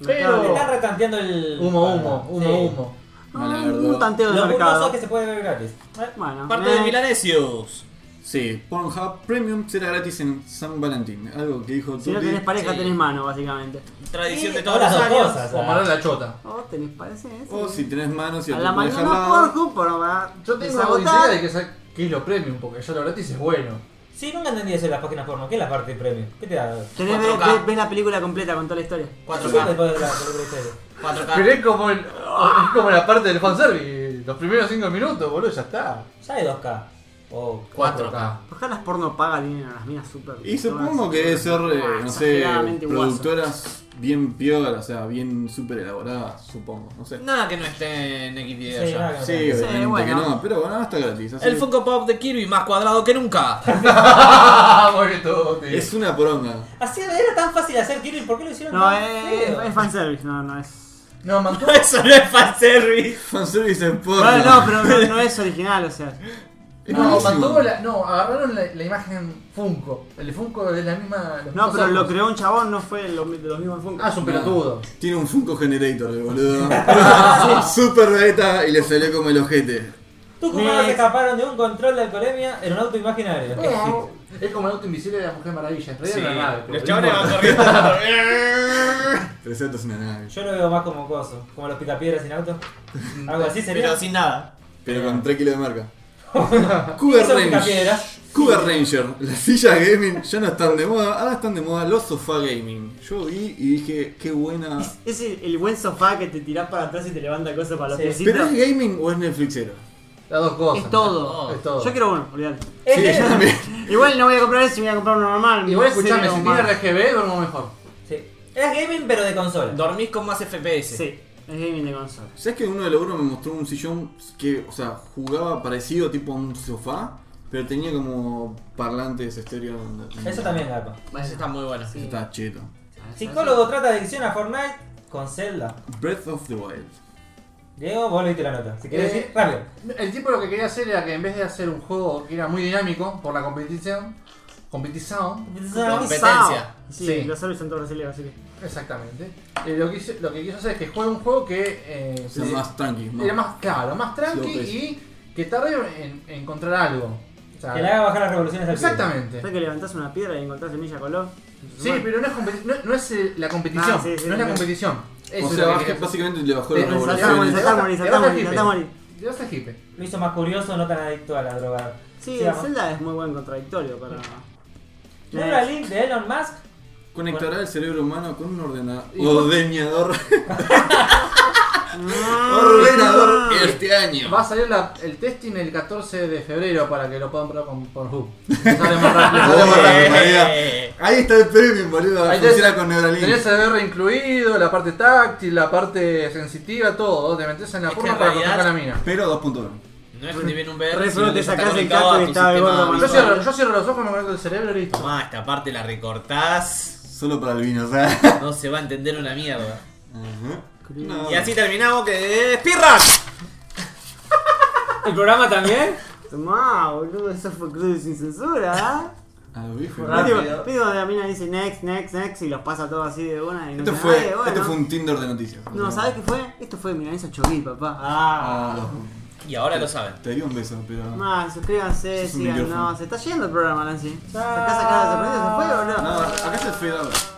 Speaker 1: Le
Speaker 3: Pero.
Speaker 1: están retanteando el.
Speaker 3: Humo, humo, humo,
Speaker 1: Sí.
Speaker 3: humo.
Speaker 5: Mala
Speaker 4: Ah,
Speaker 5: verdad.
Speaker 4: un tanteo de
Speaker 1: Lo curioso
Speaker 4: mercado.
Speaker 1: es que se puede ver gratis. Eh,
Speaker 4: Bueno,
Speaker 2: Parte de
Speaker 4: next.
Speaker 2: Milanesius.
Speaker 5: Sí, Pornhub Premium será gratis en San Valentín. Algo que dijo
Speaker 4: Si no
Speaker 5: Tuti.
Speaker 4: tenés pareja,
Speaker 2: Sí.
Speaker 4: tenés mano, básicamente.
Speaker 2: Tradición
Speaker 1: Y
Speaker 2: de todos
Speaker 1: ahora
Speaker 2: los
Speaker 1: son
Speaker 2: años.
Speaker 1: cosas.
Speaker 3: O amarrar la chota.
Speaker 4: O Oh, tenés parece eso.
Speaker 5: O si tenés manos y
Speaker 4: a la
Speaker 5: otro podés
Speaker 4: mañana por
Speaker 5: dejarla.
Speaker 4: cupo, no va.
Speaker 3: Yo tengo la idea
Speaker 4: Desagotar.
Speaker 3: de que, sa- que es lo premium, porque ya lo gratis es bueno.
Speaker 1: Sí, nunca entendí eso de las páginas porno. ¿Qué es la parte premium? ¿Qué te da?
Speaker 4: Tenés ve-
Speaker 2: 4K.
Speaker 4: ve- ves la película completa con toda la historia.
Speaker 1: ¿Qué te
Speaker 2: 4K.
Speaker 1: puede dar la película entera?
Speaker 3: Pero
Speaker 2: 4K.
Speaker 3: es como, el- ah, es como la parte del fanservice. Los primeros 5 minutos, boludo, ya está.
Speaker 1: Ya hay 2K. Oh.
Speaker 2: 4K.
Speaker 4: Ojalá las porno paga tienen a las minas super.
Speaker 5: Y supongo que debe ser, eh,
Speaker 4: Ah,
Speaker 5: no sé,
Speaker 4: exageradamente guaso.
Speaker 5: productoras bien pioras, o sea, bien super elaboradas, supongo. No sé.
Speaker 2: Nada que no esté en X video
Speaker 1: Sí,
Speaker 2: ya.
Speaker 1: nada que-
Speaker 5: Sí,
Speaker 1: Sí,
Speaker 5: obviamente que
Speaker 4: bueno.
Speaker 5: no, pero bueno, está gratis. así
Speaker 2: El
Speaker 5: que-
Speaker 2: Funko Pop de Kirby más cuadrado que nunca.
Speaker 3: Vamos que todo, tío.
Speaker 5: Es una poronga.
Speaker 1: Así era tan fácil hacer Kirby, ¿por qué lo hicieron
Speaker 4: No, eh,
Speaker 1: tan
Speaker 4: es,
Speaker 1: feo?
Speaker 4: es fanservice, no, no es.
Speaker 3: No, mantuvo.
Speaker 2: Eso no es fanservice.
Speaker 5: Fanservice en porno.
Speaker 4: Bueno, no, pero no, no es original, o sea.
Speaker 5: Es
Speaker 3: No,
Speaker 5: buenísimo.
Speaker 3: mantuvo la, no, agarraron la, la imagen Funko. El Funko es la misma. los
Speaker 4: No,
Speaker 3: mismos
Speaker 4: pero lo
Speaker 3: ojos.
Speaker 4: creó un chabón, no fue lo- de los mismos Funko.
Speaker 3: pues. Ah, es un pelotudo.
Speaker 5: Tiene un Funko Generator, el boludo. Super beta y le salió como el ojete.
Speaker 1: Tus jugadores
Speaker 4: Next.
Speaker 1: escaparon de un control de alcoholemia en un auto imaginario.
Speaker 3: Eh. Es como el auto invisible de la Mujer Maravilla. En
Speaker 2: Sí.
Speaker 3: realidad era una nave, pero
Speaker 2: Los
Speaker 3: no
Speaker 2: chavales van
Speaker 3: importa.
Speaker 2: corriendo.
Speaker 5: 300 es una nave.
Speaker 1: Yo lo veo más como coso, como los picapiedras sin auto. Algo así sería.
Speaker 2: Pero sin nada.
Speaker 5: Pero con 3 kilos de marca. Cougar
Speaker 1: Son
Speaker 5: Ranger.
Speaker 1: picapiedras.
Speaker 5: Cougar Ranger. Las sillas gaming ya no están de moda. Ahora están de moda los sofá gaming. Yo vi y dije, qué buena.
Speaker 4: Es el, el buen sofá que te tirás para atrás y te levanta cosas para los
Speaker 1: Sí.
Speaker 4: piecitos.
Speaker 5: ¿Pero es gaming o es Netflixero?
Speaker 3: Las dos cosas.
Speaker 4: Es todo.
Speaker 3: Es todo.
Speaker 4: Yo quiero uno, olvidate.
Speaker 5: Sí,
Speaker 1: Este-
Speaker 5: yo también.
Speaker 4: Igual no voy a comprar ese, voy a comprar uno normal.
Speaker 3: Igual
Speaker 4: no sé,
Speaker 3: escuchame,
Speaker 4: o
Speaker 3: si
Speaker 4: más.
Speaker 3: tiene RGB, duermo mejor.
Speaker 1: sí. Es gaming pero de consola.
Speaker 2: Dormís con más FPS.
Speaker 4: Sí, es gaming de consola.
Speaker 5: ¿Sabes que uno de los uno me mostró un sillón que, o sea, jugaba parecido tipo a un sofá, pero tenía como parlantes estéreo? en-
Speaker 1: Eso también, Garpa.
Speaker 2: Eso está muy bueno.
Speaker 5: Eso está cheto.
Speaker 1: Psicólogo trata adicción a Fortnite con Zelda.
Speaker 5: Breath of the Wild.
Speaker 1: Diego, vos leíste la nota. Si querés
Speaker 3: Eh.
Speaker 1: decir, rápido.
Speaker 3: El tipo lo que quería hacer era que en vez de hacer un juego que era muy dinámico por la competición, competición,
Speaker 2: Competencia.
Speaker 4: Sí,
Speaker 3: Sí.
Speaker 4: los servers son todos brasileños, así que.
Speaker 3: exactamente, eh, lo, que hizo- lo que quiso hacer es que juegue un juego que eh,
Speaker 5: Era más tranqui,
Speaker 3: era más claro, más tranqui
Speaker 5: Slow pace.
Speaker 3: y que tarde en en encontrar algo. sea,
Speaker 1: Que le haga bajar las revoluciones al pibe.
Speaker 3: exactamente.
Speaker 4: ¿Sabes que levantás una piedra y encontrás semilla color?
Speaker 3: Sí, pero no es, competi- no, no es eh, la competición.
Speaker 4: Ah, sí, sí,
Speaker 3: no es la
Speaker 4: sí.
Speaker 3: competición.
Speaker 5: O
Speaker 3: Eso es
Speaker 5: sea,
Speaker 3: lo que
Speaker 5: baj-
Speaker 3: quería decir.
Speaker 5: básicamente le bajó
Speaker 3: Te
Speaker 5: las
Speaker 3: resaltamos
Speaker 5: revoluciones.
Speaker 3: esa-
Speaker 4: Satamori,
Speaker 3: Le vas a
Speaker 4: Satamori,
Speaker 3: hipe.
Speaker 4: Satamori.
Speaker 3: Le vas a hipe.
Speaker 1: Lo hizo más curioso, no tan adicto a la droga.
Speaker 4: Sí, el
Speaker 1: Sigamos.
Speaker 4: Zelda es muy buen contradictorio para.
Speaker 1: Neuralink Link de Elon Musk?
Speaker 5: Conectará el cerebro humano con un ordena-
Speaker 3: Y-
Speaker 5: ordeñador.
Speaker 4: Ah.
Speaker 5: ordenador este año.
Speaker 3: Va a salir la- el testing el 14 de febrero para que lo puedan probar con Pornhub. Sale más rápido, sale más rápido.
Speaker 5: Eh, Ahí está el premio, boludo.
Speaker 3: Ahí
Speaker 5: Funciona
Speaker 3: tenés-
Speaker 5: con Neuralink.
Speaker 3: Tenés el VR incluido, la parte táctil, la parte sensitiva, todo. Te metes en la
Speaker 2: Es que
Speaker 3: forma
Speaker 2: en
Speaker 3: para
Speaker 2: realidad-
Speaker 3: contar la mina.
Speaker 5: Pero 2.1.
Speaker 2: No es que te viene un VR.
Speaker 4: Re
Speaker 2: sino
Speaker 4: solo
Speaker 2: que
Speaker 4: te
Speaker 2: está
Speaker 4: sacás el
Speaker 2: conectado
Speaker 4: casco
Speaker 2: a
Speaker 4: y
Speaker 2: tu
Speaker 4: estaba el
Speaker 2: sistema
Speaker 3: Yo
Speaker 4: gordo
Speaker 2: visual.
Speaker 4: manchado.
Speaker 3: cierro, yo cierro los ojos, me conecto el cerebro y listo.
Speaker 2: Tomá, esta parte la recortás.
Speaker 5: Solo para el vino, o sea. Ajá.
Speaker 2: No se va a entender una mierda.
Speaker 5: No.
Speaker 2: Y así terminamos que. ¡Speedrun!
Speaker 1: ¿El programa también?
Speaker 4: Tomá, boludo, eso fue crudo y sin censura, ¿ah?
Speaker 5: A lo bife.
Speaker 4: Digo,
Speaker 3: Rápido.
Speaker 4: digo, la mina dice next, next, next y los pasa todos así de una y no
Speaker 5: Esto
Speaker 4: se-
Speaker 5: Este fue,
Speaker 4: Ay, bueno.
Speaker 5: esto fue un Tinder de noticias.
Speaker 4: No, ¿sabes qué fue? Esto fue Milanesa Choquil, papá. Ah.
Speaker 5: Ah,
Speaker 2: Y ahora lo saben.
Speaker 5: te di un beso, pero.
Speaker 4: No, suscríbanse,
Speaker 5: Sos un Ah.
Speaker 4: sigan,
Speaker 5: micrófono.
Speaker 4: no, se está yendo el programa, Nancy. ¿Sacás acá la sorpresa? ¿Se fue o no?
Speaker 5: No, acá se fue ahora.